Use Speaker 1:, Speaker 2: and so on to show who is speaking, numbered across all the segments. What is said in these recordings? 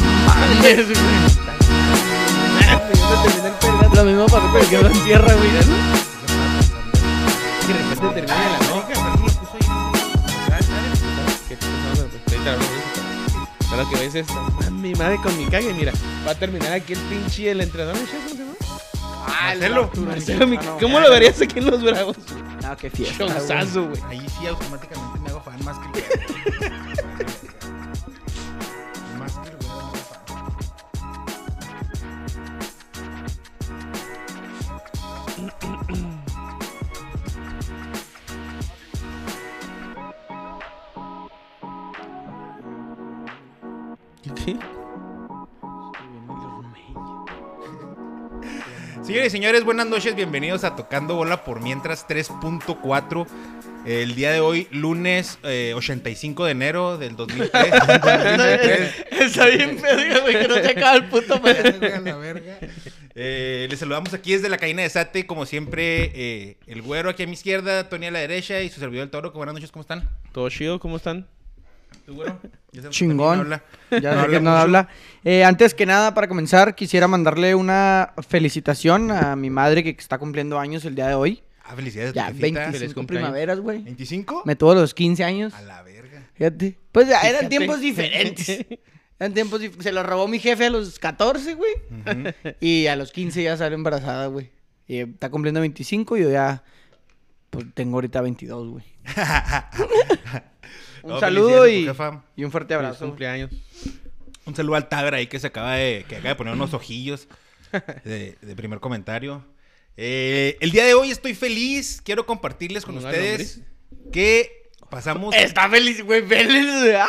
Speaker 1: mames, güey. Lo mismo pasó con el que en tierra, güey.
Speaker 2: Que de repente termina la América, pero me puso ahí. Ah, ¿sabes? Que no, no, pues, ahorita hablamos de eso. Pero lo que ves es, "Ah, mi madre con mi cague, mira, va a terminar aquí el pinche el entrenador, ¿no? ¿cómo se llama?
Speaker 3: Marcelo.
Speaker 2: Ah, Marcelo Mica-
Speaker 3: Ah, no.
Speaker 2: ¿Cómo lo verías aquí en los Bravos?
Speaker 1: No, qué fiesta. güey.
Speaker 2: Showzazo, güey.
Speaker 3: Ahí sí automáticamente me hago fan más que el güey. Más que el güey, me hago fan.
Speaker 2: ¿Qué?
Speaker 3: Señores y señores, buenas noches, bienvenidos a Tocando Bola por Mientras 3.4. El día de hoy, lunes eh, 85 de enero del 2003.
Speaker 1: Está bien pedo, güey, que no se acaba el puto madre.
Speaker 3: la verga. Eh, les saludamos aquí desde la cabina de Sate, como siempre, eh, el güero aquí a mi izquierda, Tony a la derecha y su servidor el toro. Buenas noches, ¿cómo están?
Speaker 2: ¿Todo chido? ¿Cómo están?
Speaker 3: ¿Tú, güero? Ya sé que
Speaker 1: Chingón.
Speaker 3: no habla.
Speaker 1: Ya
Speaker 3: No
Speaker 1: sé que no
Speaker 3: mucho.
Speaker 1: habla. Eh, antes que nada, para comenzar, quisiera mandarle una felicitación a mi madre que está cumpliendo años el día de hoy.
Speaker 3: Ah, felicidades.
Speaker 1: Ya,
Speaker 3: a tu jefita.
Speaker 1: 25
Speaker 2: cumpleaños.
Speaker 1: primaveras, güey.
Speaker 3: ¿25?
Speaker 1: Me tuvo a los 15 años.
Speaker 3: A la verga.
Speaker 1: Fíjate. Pues ya, eran
Speaker 2: Fíjate.
Speaker 1: tiempos diferentes. Eran tiempos dif- Se lo robó mi jefe a los 14, güey. Y a los 15 ya salió embarazada, güey. Y está cumpliendo 25 y yo ya pues, tengo ahorita 22, güey. un
Speaker 3: No,
Speaker 1: saludo
Speaker 3: felicidades a tu
Speaker 1: y,
Speaker 3: jefa.
Speaker 1: y un fuerte
Speaker 2: Feliz
Speaker 1: abrazo. güey.
Speaker 2: cumpleaños.
Speaker 3: Un saludo al Tagra ahí que se acaba de, que acaba de poner unos ojillos de, de primer comentario. Eh, el día de hoy estoy feliz. Quiero compartirles con
Speaker 2: Una
Speaker 3: ustedes que pasamos.
Speaker 1: Está feliz, güey. Feliz. güey. ¡Ah!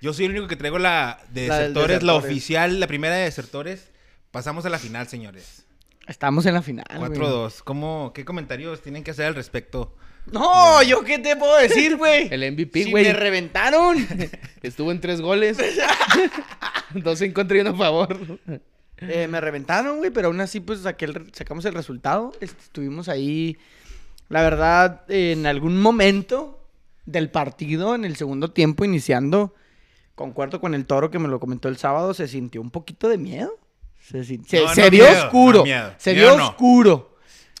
Speaker 3: Yo soy el único que traigo la de
Speaker 1: La del
Speaker 3: desertores, la
Speaker 1: desertores.
Speaker 3: oficial, la primera de desertores. Pasamos a la final, señores.
Speaker 1: Estamos en la final. güey.
Speaker 3: 4-2. ¿Cómo, ¿Qué comentarios tienen que hacer al respecto?
Speaker 1: No, yo qué te puedo decir, güey.
Speaker 2: El MVP,
Speaker 1: Si
Speaker 2: güey.
Speaker 1: me reventaron.
Speaker 2: Estuvo en tres goles. Dos en contra y uno a favor.
Speaker 1: Eh, me reventaron, güey, pero aún así, pues saqué el re- sacamos el resultado. Este, estuvimos ahí, la verdad, eh, en algún momento del partido, en el segundo tiempo, iniciando, concuerdo con el toro que me lo comentó el sábado, se sintió un poquito de miedo. Se, sin- se-
Speaker 3: No, no
Speaker 1: se vio
Speaker 3: miedo,
Speaker 1: oscuro.
Speaker 3: no miedo.
Speaker 1: Se
Speaker 3: Miedo
Speaker 1: vio
Speaker 3: no.
Speaker 1: oscuro.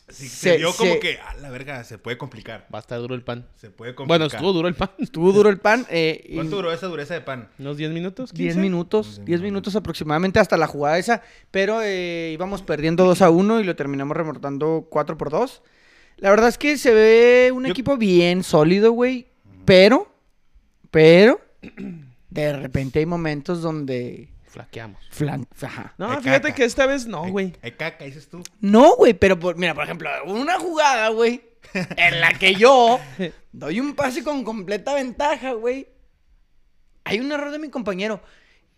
Speaker 3: Sí, se,
Speaker 1: Se-
Speaker 3: vio como
Speaker 1: se-
Speaker 3: que, a la verga, se puede complicar.
Speaker 2: Va a estar duro el pan.
Speaker 3: Se puede complicar.
Speaker 2: Bueno, estuvo duro el pan.
Speaker 1: Estuvo duro el pan. eh, y-
Speaker 3: ¿Cuánto duró esa dureza de pan?
Speaker 2: ¿Unos 10 minutos?
Speaker 1: 10
Speaker 2: 15?
Speaker 1: minutos,
Speaker 3: Once
Speaker 1: 10 minutos aproximadamente hasta la jugada esa, pero eh, íbamos perdiendo 2 a 1 y lo terminamos remontando 4 por 2. La verdad es que se ve un
Speaker 3: Yo-
Speaker 1: equipo bien sólido, güey, pero, pero, de repente hay momentos donde...
Speaker 2: Flaqueamos.
Speaker 1: flan- ajá.
Speaker 2: No,
Speaker 3: Ay,
Speaker 2: fíjate
Speaker 3: caca.
Speaker 2: que esta vez no,
Speaker 3: Ay-
Speaker 2: güey.
Speaker 3: ay, caca, dices tú.
Speaker 1: No, güey, pero por- mira, por ejemplo, una jugada, güey, en la que yo doy un pase con completa ventaja, güey. Hay un error de mi compañero.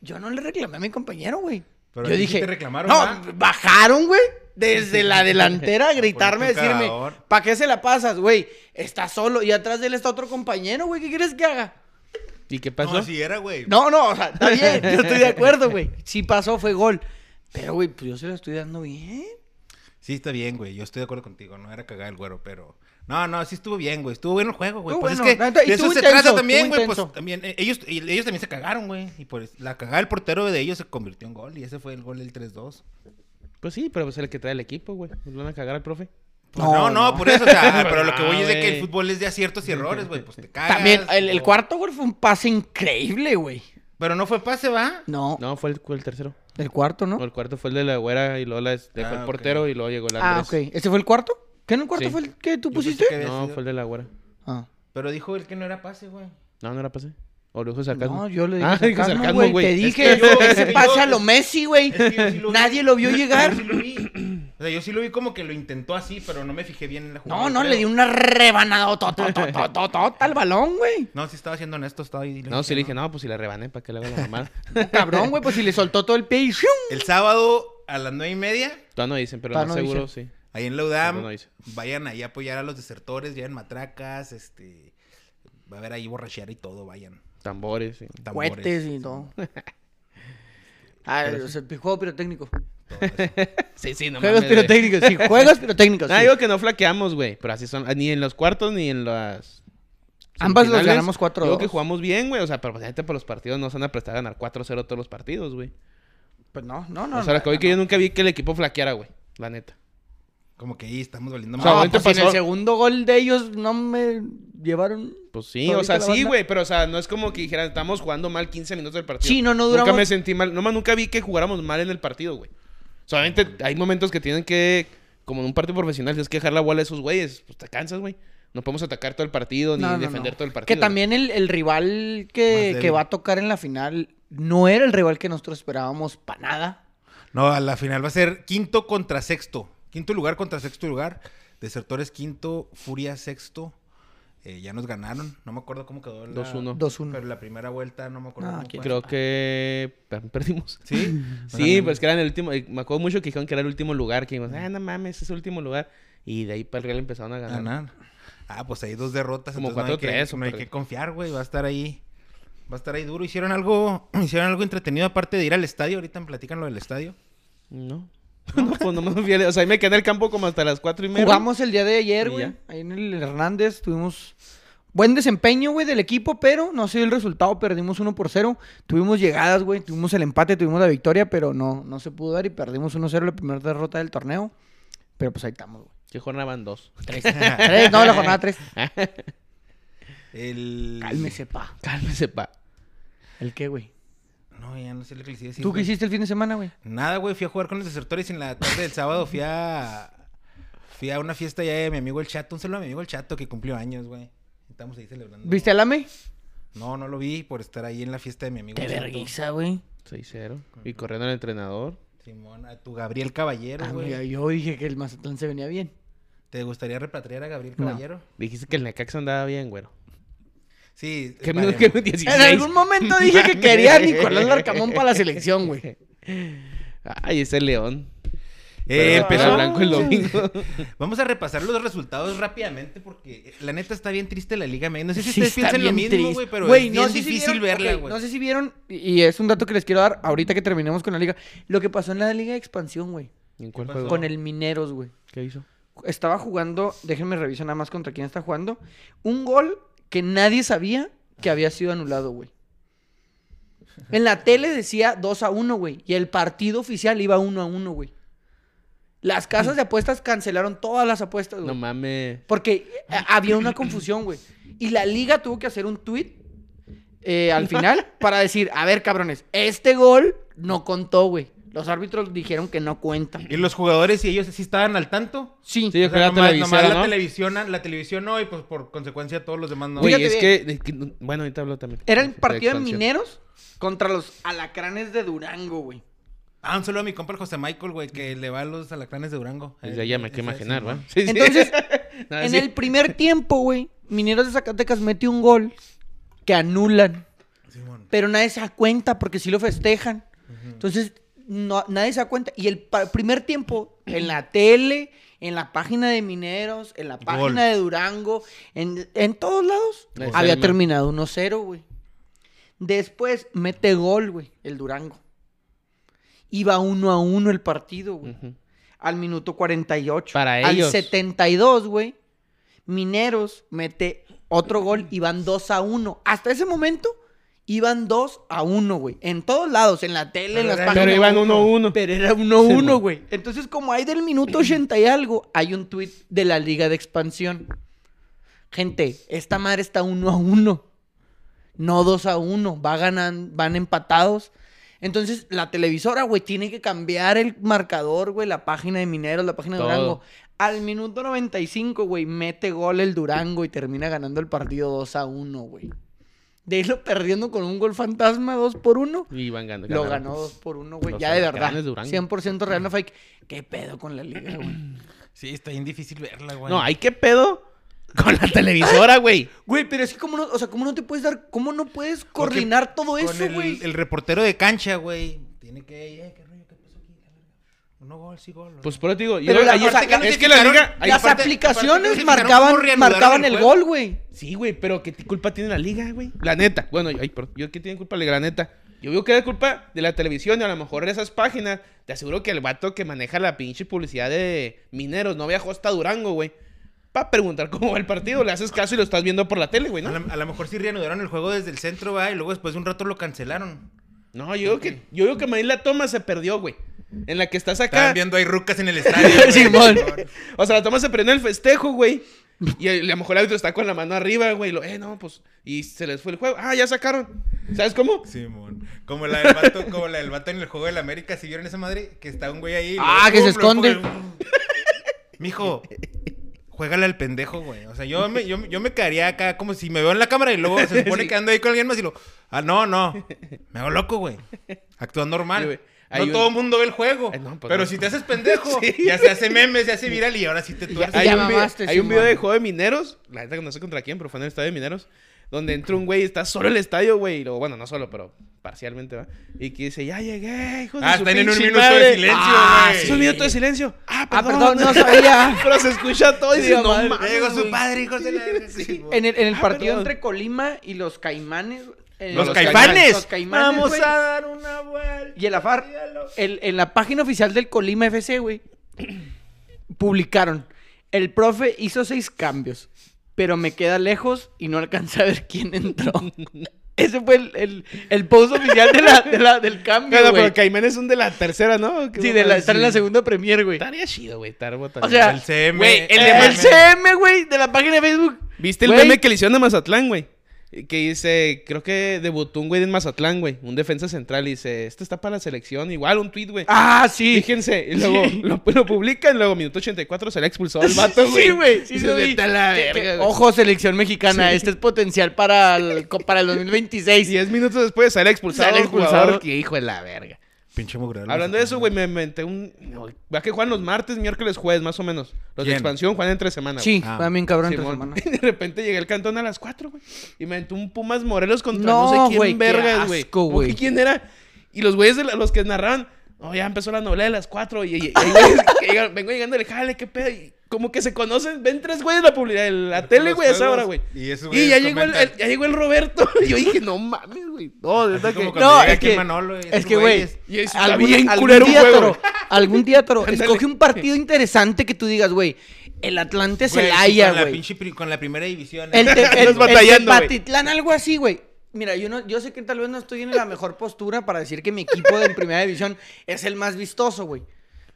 Speaker 1: Yo no le reclamé a mi compañero, güey.
Speaker 3: Pero
Speaker 1: yo
Speaker 3: a ti sí
Speaker 1: dije,
Speaker 3: te reclamaron,
Speaker 1: no,
Speaker 3: ¿va?
Speaker 1: bajaron, güey, desde la delantera a gritarme, a
Speaker 3: Ponte un
Speaker 1: decirme,
Speaker 3: cagador.
Speaker 1: ¿para qué se la pasas, güey? Está solo y atrás de él está otro compañero, güey, ¿qué quieres que haga?
Speaker 2: ¿Y qué pasó?
Speaker 3: No, así era, güey.
Speaker 1: No, no, o sea, está bien, yo estoy de acuerdo, güey. Si pasó, fue gol. Pero, güey, pues yo se lo estoy dando bien.
Speaker 3: Sí, está bien, güey. Yo estoy de acuerdo contigo. No era cagada el güero, pero. No, no, sí estuvo bien, güey. Estuvo bueno el juego, güey.
Speaker 1: Estuvo
Speaker 3: Pues
Speaker 1: bueno,
Speaker 3: es
Speaker 1: la
Speaker 3: que
Speaker 1: neta, y
Speaker 3: de eso
Speaker 1: estuvo
Speaker 3: se
Speaker 1: intenso,
Speaker 3: trata también,
Speaker 1: estuvo
Speaker 3: güey. Pues
Speaker 1: intenso.
Speaker 3: también, eh, ellos, y- ellos también se cagaron, güey. Y por la cagada del portero de ellos se convirtió en gol. Y ese fue el gol del 3-2.
Speaker 2: Pues sí, pero pues el que trae el equipo, güey. Nos van a cagar al profe.
Speaker 3: Pues
Speaker 1: No,
Speaker 3: no, no,
Speaker 1: no.
Speaker 3: por eso. O sea, pero lo que voy
Speaker 2: Ah,
Speaker 3: es de que el
Speaker 2: güey.
Speaker 3: fútbol es de aciertos y errores, güey. Pues te cagas.
Speaker 1: También, el, el
Speaker 3: o-
Speaker 1: cuarto gol fue un pase increíble, güey.
Speaker 3: Pero no fue pase, ¿va?
Speaker 1: No,
Speaker 2: No, fue el, fue el tercero.
Speaker 1: el cuarto,
Speaker 2: O
Speaker 1: ¿no?
Speaker 2: el cuarto fue el de la güera y luego la dejó
Speaker 3: Ah,
Speaker 2: el
Speaker 3: ok.
Speaker 2: portero y luego llegó la
Speaker 1: Ah, ok. ¿Ese fue el cuarto? ¿Qué en el cuarto
Speaker 2: Sí.
Speaker 1: fue el que tú
Speaker 3: Yo
Speaker 1: pusiste?
Speaker 3: pensé que- había
Speaker 2: No,
Speaker 3: sido?
Speaker 2: fue el de la güera.
Speaker 1: Ah.
Speaker 3: Pero dijo él que no era pase, güey.
Speaker 2: No, no era pase. O lo dijo sarcasmo.
Speaker 1: No, yo le dije
Speaker 2: Ah, dijo
Speaker 1: sarcasmo, güey. Te
Speaker 2: Es
Speaker 1: dije,
Speaker 2: que-
Speaker 3: yo-
Speaker 1: ese
Speaker 3: yo-
Speaker 1: pase a lo Messi, güey.
Speaker 3: Es que yo sí lo vi.
Speaker 1: Nadie lo vio llegar.
Speaker 3: Yo sí lo vi. O sea, yo sí lo vi como que lo intentó así, pero no me fijé bien en la jugada.
Speaker 1: No,
Speaker 3: yo
Speaker 1: no,
Speaker 3: creo.
Speaker 1: le di una rebanada al balón, güey.
Speaker 3: No, sí estaba siendo honesto, estaba ahí.
Speaker 2: No, sí le dije, no, pues si la rebané, ¿para que le haga la mamada?
Speaker 1: Cabrón, güey, pues si le soltó todo el pie y ¡shum!
Speaker 3: El sábado a las nueve y media,
Speaker 2: Todavía no dicen, pero
Speaker 1: Todavía
Speaker 2: más
Speaker 1: no
Speaker 2: seguro sí.
Speaker 3: ahí en la UDAM,
Speaker 2: No, no hice.
Speaker 3: vayan ahí a apoyar a los desertores, lleven matracas, este. Va a haber ahí borrachera y todo, vayan.
Speaker 2: Tambores, sí.
Speaker 3: Tambores,
Speaker 1: Cohetes y todo. Ah, o sea, juego pirotécnico.
Speaker 3: todo eso.
Speaker 2: Sí, sí, no
Speaker 1: Juegos
Speaker 2: mames, güey.
Speaker 1: pirotécnicos, sí, juegos pirotécnicos.
Speaker 2: Ah,
Speaker 1: sí.
Speaker 2: digo que no flaqueamos, güey. Pero así son. Ni en los cuartos ni en las
Speaker 1: Ambas las
Speaker 2: semifinales,
Speaker 1: ganamos 4-2.
Speaker 2: Digo que jugamos bien, güey. O sea, pero pues, la gente por los partidos no se van a prestar a ganar 4-0 todos los partidos, güey.
Speaker 1: Pues no, no, no.
Speaker 2: o sea, lo
Speaker 1: no,
Speaker 2: que hoy que
Speaker 1: no.
Speaker 2: yo nunca vi que el equipo flaqueara, güey. La neta.
Speaker 3: Como que ahí estamos valiendo
Speaker 2: O
Speaker 3: más.
Speaker 2: sea,
Speaker 1: No,
Speaker 2: ahorita
Speaker 1: pues, en el
Speaker 2: pasó-
Speaker 1: segundo gol de ellos no me llevaron.
Speaker 2: Pues sí,
Speaker 1: Ahorita
Speaker 2: o sea,
Speaker 1: la
Speaker 2: sí,
Speaker 1: banda-
Speaker 2: güey, pero o sea, no es como que dijeran, estamos jugando mal 15 minutos del partido.
Speaker 1: Sí, no, no
Speaker 2: Nunca
Speaker 1: duramos-
Speaker 2: me sentí mal, nomás nunca vi que jugáramos mal en el partido, güey. Solamente hay momentos que tienen que, como en un partido profesional, tienes que dejar la bola a esos güeyes, pues te cansas, güey. No podemos atacar todo el partido ni
Speaker 1: No, no,
Speaker 2: defender
Speaker 1: no.
Speaker 2: todo el partido.
Speaker 1: Que
Speaker 2: güey.
Speaker 1: también el, el rival
Speaker 3: Más
Speaker 1: que, que
Speaker 3: débil.
Speaker 1: va a tocar en la final no era el rival que nosotros esperábamos para nada.
Speaker 3: No, a la final va a ser quinto contra sexto. Quinto lugar contra sexto lugar. Desertores quinto, Furia sexto. Eh, ya nos ganaron. No me acuerdo cómo quedó. la-
Speaker 2: 2-1.
Speaker 1: 2-1.
Speaker 3: Pero la primera vuelta no me acuerdo.
Speaker 1: Ah,
Speaker 3: cómo
Speaker 1: quién
Speaker 3: fue.
Speaker 2: Creo que también perdimos.
Speaker 3: Sí.
Speaker 2: Sí,
Speaker 3: Bueno,
Speaker 2: pues que era en el último, eh, me acuerdo mucho que dijeron que era el último lugar, que dijimos, ah, no mames, es el último lugar. Y de ahí para el Real empezaron a ganar.
Speaker 3: Ganar. Ah, pues hay dos derrotas.
Speaker 2: Como
Speaker 3: entonces no hay que-
Speaker 2: 4-3 o
Speaker 3: No hay
Speaker 2: por ahí.
Speaker 3: que confiar, güey. Va a estar ahí. Va a estar ahí duro. Hicieron algo, hicieron algo entretenido aparte de ir al estadio. Ahorita me platican lo del estadio.
Speaker 2: No. No, pues no me fui al- O sea, ahí me quedé en el campo como hasta las 4 y media.
Speaker 1: Jugamos el día
Speaker 2: Y
Speaker 1: de ayer, güey.
Speaker 2: ya.
Speaker 1: Ahí en el Hernández tuvimos buen desempeño, güey, del equipo, pero no se dio el resultado. Perdimos 1 por 0. Tuvimos llegadas, güey. Tuvimos el empate, tuvimos la victoria, pero no, no se pudo dar y perdimos 1-0 la primera derrota del torneo. Pero pues ahí estamos, güey.
Speaker 2: Que jornada van dos.
Speaker 1: Tres, no, la jornada 3.
Speaker 3: El...
Speaker 1: Cálmese, pa.
Speaker 2: Cálmese, pa.
Speaker 1: ¿El qué, güey?
Speaker 3: No, ya no sé lo que les iba a decir,
Speaker 1: ¿Tú qué
Speaker 3: güey.
Speaker 1: hiciste el fin de semana, güey?
Speaker 3: Nada, güey, fui a jugar con los desertores y en la tarde del sábado fui a... Fui a una fiesta ya de mi amigo el Chato. Un saludo a mi amigo el Chato que cumplió años, güey. Estamos ahí celebrando.
Speaker 1: ¿Viste al AME?
Speaker 3: No, no lo vi por estar ahí en la fiesta de mi amigo
Speaker 1: Te
Speaker 3: el Chato.
Speaker 1: verguiza, güey.
Speaker 2: 6-0. Y corriendo al entrenador.
Speaker 3: Simón, a tu Gabriel Caballero,
Speaker 1: Ah,
Speaker 3: güey.
Speaker 1: mira, yo dije que el Mazatlán se venía bien.
Speaker 3: ¿Te gustaría repatriar a Gabriel
Speaker 1: No.
Speaker 3: Caballero?
Speaker 2: Dijiste que el Necaxa andaba bien, güero.
Speaker 3: Sí.
Speaker 2: Que
Speaker 3: vale,
Speaker 2: minuto que
Speaker 3: güey.
Speaker 2: minuto 16.
Speaker 1: En algún momento dije que quería a Nicolás Larcamón para la selección, güey.
Speaker 2: Ay, ese león.
Speaker 3: Eh,
Speaker 2: el
Speaker 3: empezó-
Speaker 2: pelo blanco el domingo.
Speaker 3: Vamos a repasar los resultados rápidamente porque eh, la neta está bien triste la Liga MX. No sé si
Speaker 1: Sí,
Speaker 3: ustedes
Speaker 1: está
Speaker 3: piensan lo
Speaker 1: bien
Speaker 3: mismo,
Speaker 1: triste.
Speaker 3: güey, pero es
Speaker 1: no
Speaker 3: bien
Speaker 1: sé si
Speaker 3: difícil
Speaker 1: vieron-
Speaker 3: verla,
Speaker 1: ok,
Speaker 3: güey.
Speaker 1: No sé si vieron, y- y es un dato que les quiero dar ahorita que terminemos con la liga. Lo que pasó en la liga de expansión, güey.
Speaker 2: ¿Y en cuál
Speaker 3: ¿Qué
Speaker 2: juego?
Speaker 3: pasó?
Speaker 1: Con el Mineros, güey.
Speaker 2: ¿Qué hizo?
Speaker 1: Estaba jugando, déjenme revisar nada más contra quién está jugando. Un gol que nadie sabía que había sido anulado, güey. En la tele decía 2 a 1, güey. Y el partido oficial iba 1 a 1, güey. Las casas de apuestas cancelaron todas las apuestas, güey.
Speaker 2: No mames.
Speaker 1: Porque eh, había una confusión, güey. Y la liga tuvo que hacer un tweet al final para decir, a ver, cabrones, este gol no contó, güey. Los árbitros dijeron que no cuenta.
Speaker 3: ¿Y los jugadores y ellos sí estaban al tanto?
Speaker 1: Sí.
Speaker 2: Sí, yo creo
Speaker 3: O sea,
Speaker 2: que la
Speaker 3: nomás-
Speaker 2: televisora,
Speaker 3: nomás
Speaker 2: ¿no?
Speaker 3: la televisión, la televisión no, y pues por consecuencia todos los demás no.
Speaker 2: Güey,
Speaker 1: Fíjate
Speaker 2: es
Speaker 1: bien.
Speaker 2: que, es que no- Bueno, ahorita hablo también.
Speaker 1: Era el
Speaker 2: De
Speaker 1: partido de
Speaker 2: expansión.
Speaker 1: mineros contra los alacranes de Durango, güey.
Speaker 3: Ah, un saludo a mi compa el José Michael, güey, que le va a los alacranes de Durango. Eh,
Speaker 2: Desde allá Pues me quiero
Speaker 3: Ese es,
Speaker 2: imaginar,
Speaker 3: Simón.
Speaker 2: ¿va? Eh, Sí, sí.
Speaker 1: Entonces,
Speaker 2: Nada,
Speaker 1: en
Speaker 2: sí.
Speaker 1: el primer tiempo, güey, Mineros de Zacatecas mete un gol que anulan.
Speaker 3: Simón.
Speaker 1: Pero nadie se da cuenta porque sí lo festejan. Entonces, no, nadie se da cuenta. Y el pa- primer tiempo, en la tele, en la página de Mineros, en la página de Durango, en, en todos lados,
Speaker 2: Gol.
Speaker 1: había
Speaker 2: Enferma.
Speaker 1: terminado 1-0, güey. Después mete gol, güey, el Durango. Iba 1 a 1 el partido, güey.
Speaker 2: Ujú.
Speaker 1: Al minuto 48.
Speaker 2: Para
Speaker 1: Al
Speaker 2: ellos.
Speaker 1: 72, güey. Mineros mete otro gol y van 2 a 1. Hasta ese momento iban 2 a 1, güey. En todos lados, en la tele, en las páginas.
Speaker 2: Pero iban 1-1.
Speaker 1: Pero era 1 a 1, güey. Entonces, como hay del minuto 80 y algo, hay un tuit de la Liga de Expansión. Gente, esta madre está 1 a 1. No 2 a 1. Va ganan, van empatados. Entonces, la televisora, güey, tiene que cambiar el marcador, güey, la página de Mineros, la página de
Speaker 2: Todo.
Speaker 1: Durango. Al minuto 95, güey, mete gol el Durango y termina ganando el partido 2 a 1, güey. De irlo perdiendo con un gol fantasma 2 por 1.
Speaker 2: Y iban ganando.
Speaker 1: Lo
Speaker 2: ganaron. pues.
Speaker 1: ganó 2 por 1, güey.
Speaker 2: Los
Speaker 1: Ya de verdad.
Speaker 2: alacranes de Durango.
Speaker 1: 100% Real no fake. ¿Qué pedo con la liga, güey?
Speaker 3: Sí, está bien difícil verla, güey.
Speaker 2: No, hay qué pedo con la televisora, güey.
Speaker 1: Güey, pero es que como no, o sea, ¿cómo no te puedes dar, cómo no puedes coordinar todo
Speaker 3: Con
Speaker 1: eso,
Speaker 3: el-
Speaker 1: güey?
Speaker 3: El, reportero de cancha, güey. Tiene que. Eh, ¿Qué rollo? ¿Qué pasó aquí? La verga. No gol, sí gol.
Speaker 2: Pues por eso te digo, yo-
Speaker 1: Pero la-
Speaker 2: ahí
Speaker 1: o sea,
Speaker 2: está-
Speaker 1: la-
Speaker 2: es que la liga,
Speaker 3: hay
Speaker 1: Las
Speaker 3: parte- aparte
Speaker 1: aplicaciones
Speaker 3: que
Speaker 1: marcaban,
Speaker 3: cómo reanudaron
Speaker 1: marcaban
Speaker 3: el
Speaker 1: el
Speaker 3: juego.
Speaker 1: gol, güey.
Speaker 2: Sí, güey, pero ¿qué t- culpa tiene la liga, güey? La neta. Bueno, yo, ay, perdón, yo ¿qué tiene culpa la liga? La neta. Yo veo que era culpa de la televisión y a lo mejor de esas páginas. Te aseguro que el vato que maneja la pinche publicidad de mineros no viajó hasta Durango, güey. para preguntar cómo va el partido. Le haces caso y lo estás viendo por la tele, güey,
Speaker 3: A
Speaker 2: ¿no?
Speaker 3: la- a lo mejor sí reanudaron el juego desde el centro, va, y luego después de un rato lo cancelaron.
Speaker 2: No, yo digo que, yo digo que Maíz la toma se perdió, güey. En la que estás acá.
Speaker 3: Estaban viendo ahí rucas en el estadio. güey.
Speaker 1: Simón.
Speaker 2: O sea, la toma se perdió en el festejo, güey. Y el- a lo mejor el árbitro está con la mano arriba, güey. y lo, eh, no, pues. Y se les fue el juego. Ah, ya sacaron. ¿Sabes cómo?
Speaker 3: Simón. Como la del vato, como la del vato en el juego del América, si vieron esa madre, que está un güey ahí. y
Speaker 1: Ah, que
Speaker 3: pum,
Speaker 1: se
Speaker 3: lo
Speaker 1: esconde.
Speaker 3: empuja, Mijo, juégale al pendejo, güey. O sea, yo me, yo, yo me quedaría acá como si me veo en la cámara y luego se supone
Speaker 2: Sí.
Speaker 3: que ando ahí con alguien más y lo. Ah, no, no. Me hago loco, güey. Actúa normal.
Speaker 2: Sí, güey.
Speaker 3: No
Speaker 2: Hay un-
Speaker 3: todo el mundo ve el juego.
Speaker 2: Ay, no, pues
Speaker 3: pero
Speaker 2: no.
Speaker 3: si te haces pendejo,
Speaker 2: Sí.
Speaker 3: ya se hace meme, se hace viral y ahora sí te tuerces.
Speaker 2: Hay,
Speaker 1: Ya
Speaker 2: un, vi-
Speaker 1: mamaste,
Speaker 2: hay un
Speaker 1: Simón.
Speaker 2: video de juego de mineros, la neta que no sé contra quién, pero fue en el estadio de mineros, donde entra un güey y está solo en el estadio, güey, y luego, bueno, no solo, pero parcialmente, ¿va? Y que dice, ya llegué, hijo de
Speaker 3: Ah,
Speaker 2: su
Speaker 3: están en un
Speaker 2: pinche
Speaker 3: minuto
Speaker 2: madre".
Speaker 3: de silencio,
Speaker 1: Ah,
Speaker 3: güey.
Speaker 2: Es un minuto de silencio. Ah,
Speaker 1: Ah,
Speaker 2: perdón,
Speaker 1: perdón, no sabía.
Speaker 2: pero se escucha todo y dice,
Speaker 1: Digo,
Speaker 2: no
Speaker 1: madre,
Speaker 2: mames,
Speaker 3: Llegó su
Speaker 2: güey".
Speaker 3: padre, hijos de la. Simón.
Speaker 1: En el, en el
Speaker 2: Ah,
Speaker 1: partido
Speaker 2: perdón.
Speaker 1: entre Colima y los caimanes. eh,
Speaker 3: Los
Speaker 2: caifanes.
Speaker 1: Los caimanes.
Speaker 3: Vamos
Speaker 1: güey.
Speaker 3: a dar una vuelta.
Speaker 1: Y el AFAR, el- en la página oficial del Colima FC, güey, publicaron. El profe hizo seis cambios, pero me queda lejos y no alcanza a ver quién entró. Ese fue el, el- el post oficial de la- de la- del cambio,
Speaker 2: Bueno,
Speaker 1: güey.
Speaker 2: pero Caimán es un de la tercera, ¿no?
Speaker 1: Sí, de la- estar en la segunda premier, güey.
Speaker 2: Estaría chido, güey, estar botando.
Speaker 1: O sea,
Speaker 3: El CM.
Speaker 1: güey, el,
Speaker 2: Eh,
Speaker 1: el CM, güey, de la página de Facebook.
Speaker 2: ¿Viste el
Speaker 1: Güey.
Speaker 2: meme que le hicieron a Mazatlán, güey? Que dice, creo que debutó un güey en Mazatlán, güey. Un defensa central. Y dice, este está para la selección. Igual, un tweet, güey.
Speaker 1: Ah, sí.
Speaker 2: Fíjense. Y luego lo, lo publican. Luego, minuto 84, se le expulsó el vato, güey.
Speaker 1: Sí, güey. Sí,
Speaker 2: Y
Speaker 1: lo
Speaker 2: se
Speaker 1: vi.
Speaker 2: vete a la
Speaker 1: Que-
Speaker 2: verga,
Speaker 1: que-
Speaker 2: güey.
Speaker 1: Ojo, selección mexicana. Este es potencial para el, co- para el 2026.
Speaker 2: Diez minutos después sale expulsado
Speaker 1: Sale
Speaker 2: el
Speaker 1: expulsado.
Speaker 2: jugador. Que hijo de la verga.
Speaker 3: Pinche mugre.
Speaker 2: Hablando de eso, güey, me inventé un... Va que juegan los martes, miércoles, jueves, más o menos. Los de
Speaker 3: ¿Quién?
Speaker 2: expansión juegan entre semana, güey.
Speaker 1: Sí,
Speaker 3: Ah.
Speaker 1: también cabrón entre
Speaker 2: Simón.
Speaker 1: semana.
Speaker 2: Y de repente llegué al cantón a las 4, güey. Y me aventó un Pumas Morelos contra
Speaker 1: No,
Speaker 2: no, sé quién
Speaker 1: güey, qué
Speaker 2: vergas, güey.
Speaker 1: asco,
Speaker 2: Como
Speaker 1: güey.
Speaker 2: que ¿Quién era? Y los güeyes de la- los que narraban, oh, ya empezó la novela de las 4. Y, y- y hay güeyes que llegan- vengo llegando el jale, qué pedo. Y como que se conocen, ven tres güeyes de la publicidad, de la tele, güey, a esa hora, güey.
Speaker 3: Y
Speaker 2: Y
Speaker 3: esos güeyes
Speaker 2: ya llegó el,
Speaker 3: comentan.
Speaker 2: el- ya llegó el Roberto. Y yo dije, no mames, güey. No, de
Speaker 3: Así
Speaker 2: verdad que.
Speaker 3: como
Speaker 2: No,
Speaker 3: cuando
Speaker 1: No,
Speaker 3: llega
Speaker 1: es
Speaker 3: aquí
Speaker 1: que,
Speaker 3: Manolo y
Speaker 1: es
Speaker 3: esos
Speaker 1: que, güey,
Speaker 3: güeyes.
Speaker 2: Y eso está
Speaker 1: algún,
Speaker 2: bien
Speaker 1: algún
Speaker 2: culero un
Speaker 1: día,
Speaker 2: juego,
Speaker 1: toro,
Speaker 2: güey.
Speaker 1: algún día, toro,
Speaker 2: Ándale.
Speaker 1: escoge un partido interesante que tú digas, güey, el Atlante
Speaker 3: Güey, sí,
Speaker 1: Celaya,
Speaker 3: con la
Speaker 1: güey.
Speaker 3: pinche pri- Con la primera división.
Speaker 1: El, te,
Speaker 3: eh.
Speaker 1: el, el
Speaker 2: batallando, güey.
Speaker 1: Tepatitlán, algo así, güey. Mira, yo, no, yo sé que tal vez no estoy en la mejor postura para decir que mi equipo de primera división es el más vistoso, güey.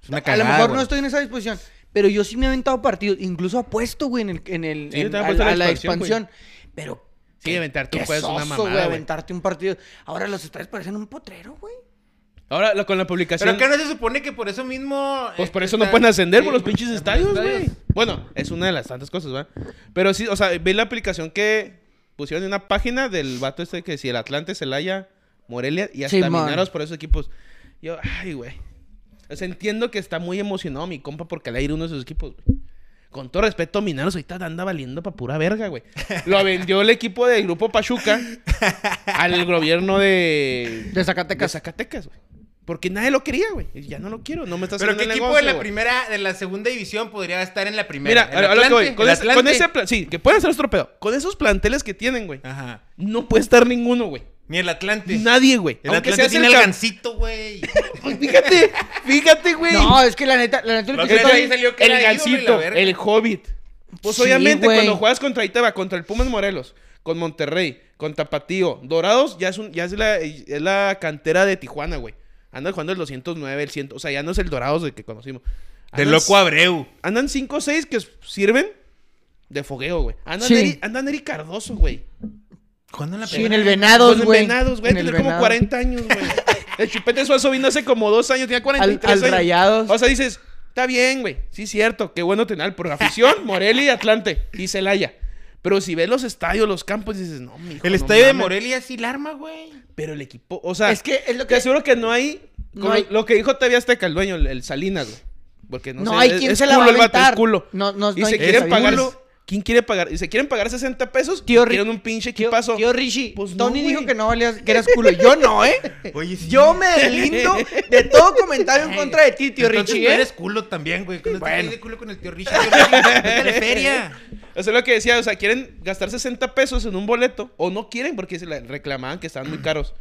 Speaker 3: Es una
Speaker 1: a lo
Speaker 3: cagada,
Speaker 1: mejor no
Speaker 3: güey.
Speaker 1: estoy en esa disposición. Pero yo sí me he aventado partidos. Incluso apuesto, güey, en el, en el
Speaker 2: Sí, yo
Speaker 1: en-
Speaker 2: también
Speaker 1: a,
Speaker 2: apuesto a la
Speaker 1: a la
Speaker 2: expansión,
Speaker 1: expansión. Pero.
Speaker 2: Sí, aventarte un
Speaker 1: qué
Speaker 2: juego es una
Speaker 1: soso,
Speaker 2: mamada,
Speaker 1: güey,
Speaker 2: güey.
Speaker 1: aventarte un partido. Ahora los estadios parecen un potrero, güey.
Speaker 2: Ahora lo- con la publicación.
Speaker 3: Pero que no se supone que por eso mismo.
Speaker 2: Pues
Speaker 3: eh,
Speaker 2: por eso
Speaker 3: está-
Speaker 2: no pueden ascender por
Speaker 3: Sí,
Speaker 2: los pinches
Speaker 3: por los
Speaker 2: estadios, güey.
Speaker 3: estadios.
Speaker 2: Bueno, es una de las tantas cosas, ¿verdad? Pero sí, o sea, ve la aplicación que pusieron en una página del vato este que si el Atlante, Celaya, Morelia y hasta
Speaker 1: Simón.
Speaker 2: Mineros por esos equipos. Yo, ay, güey. O sea, entiendo que está muy emocionado mi compa porque le ha ido uno de sus equipos, güey. Con todo respeto, Mineros ahorita anda valiendo pa' pura verga, güey. Lo vendió el equipo del Grupo Pachuca al gobierno de...
Speaker 1: De
Speaker 2: de
Speaker 1: Zacatecas.
Speaker 2: Zacatecas, güey. Porque nadie lo quería, güey. Ya no lo quiero, no me estás
Speaker 3: Pero qué
Speaker 2: haciendo
Speaker 3: equipo de
Speaker 2: negocio,
Speaker 3: la
Speaker 2: güey.
Speaker 3: primera, de la segunda división podría estar en la
Speaker 2: Mira,
Speaker 3: primera.
Speaker 2: a- a lo que voy. Con, ese- con ese plan- sí, que pueden hacer otro pedo. Con esos planteles que tienen, güey.
Speaker 3: Ajá.
Speaker 2: No puede estar ninguno, güey.
Speaker 3: Ni el Atlante.
Speaker 2: Nadie, güey.
Speaker 3: El
Speaker 2: Aunque
Speaker 3: Atlante
Speaker 2: seas
Speaker 3: tiene
Speaker 2: el
Speaker 3: el
Speaker 2: cam-
Speaker 3: gancito, güey.
Speaker 2: Fíjate, fíjate, güey.
Speaker 1: No, es que la neta, la neta, lo
Speaker 3: Lo
Speaker 1: que
Speaker 3: que
Speaker 1: estoy-
Speaker 3: ahí salió que
Speaker 2: el
Speaker 3: era ídolo y la
Speaker 2: Gancito,
Speaker 3: verga.
Speaker 2: el Hobbit. Pues
Speaker 1: Sí,
Speaker 2: obviamente
Speaker 1: güey.
Speaker 2: cuando juegas contra Itaba, contra el Pumas Morelos, con Monterrey, con Tapatío, Dorados, ya es, un, ya es, la, es la cantera de Tijuana, güey. Andan jugando el 209, el 100, o sea, ya no es el Dorados de que conocimos.
Speaker 3: De
Speaker 2: Andan
Speaker 3: loco Abreu.
Speaker 2: Andan 5 o 6 que sirven de fogueo, güey. Andan,
Speaker 1: Sí.
Speaker 2: Eri, andan Eric Cardoso, güey.
Speaker 3: ¿Cuándo en la
Speaker 1: Sí, en
Speaker 3: primera?
Speaker 1: el
Speaker 2: Con
Speaker 1: Venados,
Speaker 2: el
Speaker 1: güey.
Speaker 2: Venados, güey.
Speaker 1: En el
Speaker 2: Tiene como
Speaker 1: Venados.
Speaker 2: 40 años, güey. El Chupete Suazo vino hace como dos años, tenía 43
Speaker 1: Al- al
Speaker 2: años.
Speaker 1: Rayados.
Speaker 2: O sea, dices, está bien, güey. Sí, cierto. Qué bueno tener por afición, Morelia y Atlante y Celaya. Pero si ves los estadios, los campos, dices, no, mijo.
Speaker 3: El
Speaker 2: no
Speaker 3: estadio de
Speaker 2: mames.
Speaker 3: Morelia sí la arma, güey.
Speaker 2: Pero el equipo, o sea,
Speaker 1: Es que es lo
Speaker 2: te
Speaker 1: que.
Speaker 2: aseguro que no hay,
Speaker 1: No
Speaker 2: como
Speaker 1: hay-
Speaker 2: lo que dijo TV Azteca, el dueño, el, el Salinas, güey. Porque no,
Speaker 1: No
Speaker 2: sé,
Speaker 1: hay
Speaker 2: es-
Speaker 1: quien
Speaker 2: es
Speaker 1: se la va
Speaker 2: culo
Speaker 1: a
Speaker 2: el vato, es
Speaker 1: aventar.
Speaker 2: culo.
Speaker 1: No, no,
Speaker 2: Y
Speaker 1: no hay
Speaker 2: se
Speaker 1: quien
Speaker 2: quieren
Speaker 1: la
Speaker 2: pagar.
Speaker 1: aviente.
Speaker 2: ¿Quién quiere pagar? Y se quieren pagar 60 pesos.
Speaker 1: Tío Ri-
Speaker 2: quieren un pinche
Speaker 1: Tío,
Speaker 2: equipazo.
Speaker 1: tío Richie,
Speaker 2: Pues no,
Speaker 1: Tony
Speaker 2: güey.
Speaker 1: dijo que no valías, que eras culo. Yo no, ¿eh?
Speaker 3: Oye, sí.
Speaker 1: Yo me deslindo de todo comentario en contra de ti, tío
Speaker 3: Entonces
Speaker 1: Richie.
Speaker 3: tú
Speaker 1: ¿eh?
Speaker 3: eres culo también, güey. Cuando bueno. de culo con el tío Richie, tío Richie, métele feria.
Speaker 2: Eso es lo que decía, o sea, quieren gastar 60 pesos en un boleto o no quieren porque se la reclamaban que estaban muy caros.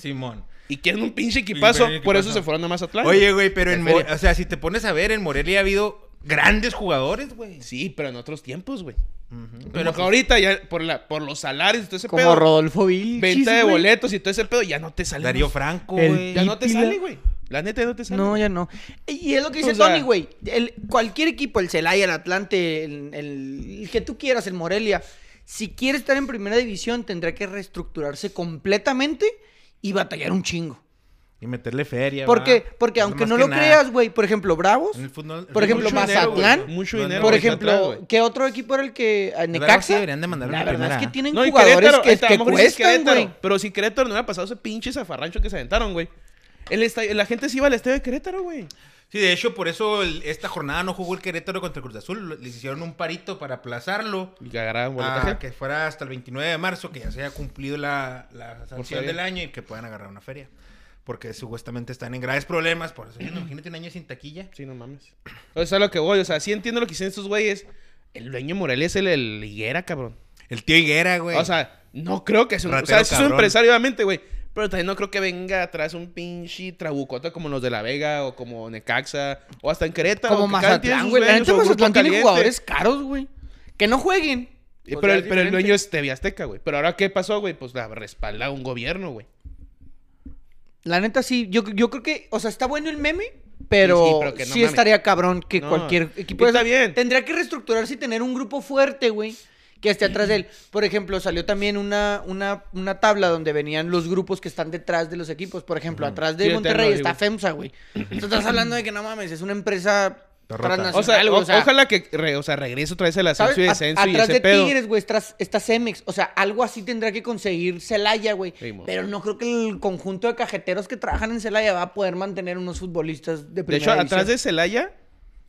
Speaker 3: Simón.
Speaker 2: Y quieren un pinche equipazo,
Speaker 3: pero ¿qué
Speaker 2: por eso
Speaker 3: pasa?
Speaker 2: se fueron a Mazatlán.
Speaker 3: Oye, güey, pero en
Speaker 2: Feria.
Speaker 3: Mo- o sea, si te pones a ver, en Morelia ha habido grandes jugadores, güey.
Speaker 2: Sí, pero en otros tiempos, güey.
Speaker 3: Ujú.
Speaker 2: Pero que ahorita ya por, la, por los salarios y todo ese
Speaker 1: Como
Speaker 2: pedo.
Speaker 1: Rodolfo Vilchis,
Speaker 2: venta de
Speaker 1: güey.
Speaker 2: boletos y todo ese pedo, ya no te sale.
Speaker 3: Darío
Speaker 2: güey.
Speaker 3: Franco,
Speaker 1: El
Speaker 3: güey.
Speaker 2: Ya no te
Speaker 1: Pípila.
Speaker 2: sale, güey. La neta ya no te sale.
Speaker 1: No,
Speaker 2: güey.
Speaker 1: ya no. Y es lo que dice
Speaker 2: O sea-
Speaker 1: Tony, güey. El- Cualquier equipo, el Celaya, el Atlante, el, el- el que tú quieras, el Morelia, si quiere estar en primera división, tendrá que reestructurarse completamente y batallar un chingo.
Speaker 3: Y meterle feria, va.
Speaker 1: Porque, porque
Speaker 3: No
Speaker 1: aunque
Speaker 3: más
Speaker 1: no
Speaker 3: que
Speaker 1: lo
Speaker 3: nada.
Speaker 1: creas, güey, por ejemplo, Bravos,
Speaker 3: En el fútbol-
Speaker 1: por ejemplo,
Speaker 2: Mucho dinero, güey.
Speaker 1: Mazatlán,
Speaker 2: Mucho
Speaker 3: No, no,
Speaker 2: dinero.
Speaker 1: por
Speaker 2: güey, está
Speaker 1: ejemplo,
Speaker 2: atrás, güey.
Speaker 1: ¿qué otro equipo era el que a
Speaker 3: Verdad, sí
Speaker 1: Necaxa?
Speaker 3: deberían de mandarlo
Speaker 1: la
Speaker 3: en
Speaker 1: verdad es
Speaker 3: primera.
Speaker 1: que tienen
Speaker 2: y
Speaker 1: jugadores
Speaker 2: Querétaro,
Speaker 1: que,
Speaker 2: hasta a
Speaker 1: que
Speaker 2: lo mejor dices
Speaker 1: cuestan,
Speaker 2: Querétaro,
Speaker 1: güey.
Speaker 2: Pero si Querétaro no hubiera pasado ese pinche zafarrancho que se aventaron, güey. El estadio- la gente se iba al estadio de Querétaro, güey.
Speaker 3: Sí, de hecho, por eso el- esta jornada no jugó el Querétaro contra el Cruz Azul. Les hicieron un parito para aplazarlo.
Speaker 2: Y que agarraban
Speaker 3: a
Speaker 2: boletaje.
Speaker 3: Ah, que fuera hasta el 29 de marzo, que ya se haya cumplido la, la sanción
Speaker 2: feria.
Speaker 3: del año y que puedan agarrar una feria. Porque supuestamente están en graves problemas. Por eso, imagínate un año sin taquilla.
Speaker 2: Sí, no mames. O sea, lo que voy, o sea, sí entiendo lo que hicieron estos güeyes. El dueño de Morelia es el, el Higuera, cabrón.
Speaker 3: El tío Higuera, güey.
Speaker 2: O sea, no creo que sea un...
Speaker 3: Ratero
Speaker 2: o sea, sí es un
Speaker 3: cabrón.
Speaker 2: empresario, obviamente, güey. Pero también no creo que venga atrás un pinche trabucota como los de La Vega o como Necaxa o hasta en Querétaro.
Speaker 1: Como
Speaker 2: que cada quien tiene
Speaker 1: Mazatlán,
Speaker 2: sus
Speaker 1: güey. La
Speaker 2: dueños
Speaker 1: neta,
Speaker 2: o grupo
Speaker 1: Mazatlán tiene
Speaker 2: caliente.
Speaker 1: jugadores caros, güey. Que no jueguen.
Speaker 2: Eh, pero, el,
Speaker 1: O sea, es
Speaker 2: pero el
Speaker 1: diferente.
Speaker 2: dueño es TV Azteca, güey. Pero ahora, ¿qué pasó, güey? Pues la respalda un gobierno, güey.
Speaker 1: La neta sí, yo, yo creo que, o sea, está bueno el meme, pero sí,
Speaker 2: Sí, sí, pero que no mames.
Speaker 1: estaría cabrón que
Speaker 2: No,
Speaker 1: cualquier
Speaker 2: y
Speaker 1: equipo... de
Speaker 2: está
Speaker 1: esos
Speaker 2: bien.
Speaker 1: Tendría que reestructurarse y tener un grupo fuerte, güey, que esté atrás de él. Por ejemplo, salió también una, una, una tabla donde venían los grupos que están detrás de los equipos. Por ejemplo, atrás de
Speaker 2: Sí, está
Speaker 1: Monterrey
Speaker 2: en
Speaker 1: está
Speaker 2: Rodrigo.
Speaker 1: FEMSA, güey. Entonces estás hablando de que no mames, es una empresa
Speaker 3: Está rota.
Speaker 2: O sea,
Speaker 1: transnacional, güey,
Speaker 2: o- ojalá que re- o sea, regrese otra vez el
Speaker 1: ¿Sabes?
Speaker 2: ascenso y
Speaker 1: A-
Speaker 2: descenso y
Speaker 1: atrás
Speaker 2: ese
Speaker 1: de
Speaker 2: pedo.
Speaker 1: Tigres, güey, estás- está Cemex. O sea, algo así tendrá que conseguir Celaya, güey.
Speaker 2: Sí, mo.
Speaker 1: Pero no creo que el conjunto de cajeteros que trabajan en Celaya va a poder mantener unos futbolistas de
Speaker 2: de hecho,
Speaker 1: primera
Speaker 2: atrás de
Speaker 1: división.
Speaker 2: Celaya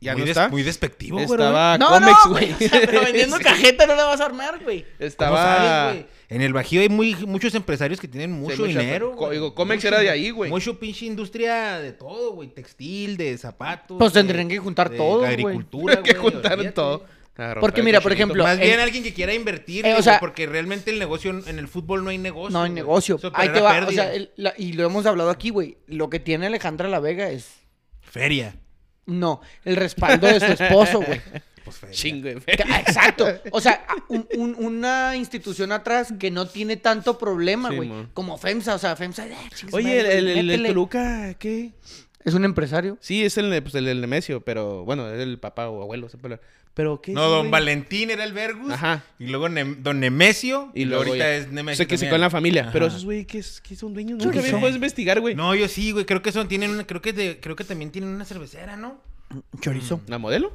Speaker 2: ya
Speaker 3: muy,
Speaker 2: no
Speaker 3: des-
Speaker 2: está.
Speaker 3: muy despectivo, güey.
Speaker 2: Estaba
Speaker 1: No,
Speaker 2: Comex,
Speaker 1: no, güey.
Speaker 2: güey.
Speaker 1: O sea, pero vendiendo
Speaker 2: Sí.
Speaker 1: cajeta no la vas a armar, güey.
Speaker 3: ¿Cómo
Speaker 2: Estaba...
Speaker 1: sabes, güey?
Speaker 3: sabes? En el Bajío hay muy, muchos empresarios que tienen mucho
Speaker 2: mucha-
Speaker 3: dinero.
Speaker 2: co-
Speaker 3: güey.
Speaker 2: digo, Comex
Speaker 3: Mucho-
Speaker 2: era de ahí, güey.
Speaker 3: Mucho pinche industria de todo, güey. Textil, de zapatos.
Speaker 1: Pues
Speaker 3: de-
Speaker 1: tendrían que juntar
Speaker 3: de
Speaker 1: todo, güey.
Speaker 3: Agricultura,
Speaker 2: que
Speaker 3: güey,
Speaker 2: juntaron
Speaker 3: olvídate.
Speaker 2: todo. Ah,
Speaker 1: Porque
Speaker 2: Rafael
Speaker 1: mira, por
Speaker 2: Cochinito.
Speaker 1: ejemplo,
Speaker 3: Más
Speaker 1: en-
Speaker 3: bien alguien que quiera invertir,
Speaker 1: Eh, o
Speaker 3: güey,
Speaker 1: sea-
Speaker 3: porque realmente el negocio en en el fútbol no hay negocio.
Speaker 1: No hay
Speaker 3: güey.
Speaker 1: negocio.
Speaker 3: Eso
Speaker 1: Ahí te
Speaker 3: genera
Speaker 1: va. O
Speaker 3: pérdida.
Speaker 1: sea, el- la- y lo hemos hablado aquí, güey. Lo que tiene Alejandra La Vega es.
Speaker 3: Feria.
Speaker 1: No, el respaldo de su esposo, güey.
Speaker 3: Pues feria.
Speaker 2: Chingo de
Speaker 1: Que- ah, Exacto. O sea, a- un- un- una institución atrás que no tiene tanto problema,
Speaker 2: Sí,
Speaker 1: güey.
Speaker 2: mo.
Speaker 1: como FEMSA. O sea, FEMSA. eh, chingue su
Speaker 2: Oye,
Speaker 1: madre,
Speaker 2: el,
Speaker 1: güey,
Speaker 2: el, el- el
Speaker 1: métele.
Speaker 2: Toluca, ¿qué?
Speaker 1: Es un empresario.
Speaker 2: Sí, es el, pues, el, el Nemesio, pero bueno, es el papá o abuelo, se puede hablar. Pero ¿qué?
Speaker 3: No,
Speaker 2: es,
Speaker 3: don
Speaker 2: güey?
Speaker 3: Valentín era el Vergus.
Speaker 2: Ajá.
Speaker 3: Y luego Nem- don Nemesio.
Speaker 2: Y luego
Speaker 3: ahorita
Speaker 2: ya.
Speaker 3: es Nemesio.
Speaker 2: Sé que se
Speaker 3: también.
Speaker 2: quedó en la familia, pero
Speaker 3: Ajá.
Speaker 2: esos güey, ¿qué, es- qué son dueños?
Speaker 1: Yo
Speaker 2: Nunca
Speaker 1: qué
Speaker 2: bien
Speaker 1: sé.
Speaker 2: puedes investigar, güey.
Speaker 3: No, yo sí, güey. Creo que son, tienen una, creo que de- creo que también tienen una cervecera, ¿no?
Speaker 1: Chorizo.
Speaker 2: ¿La modelo?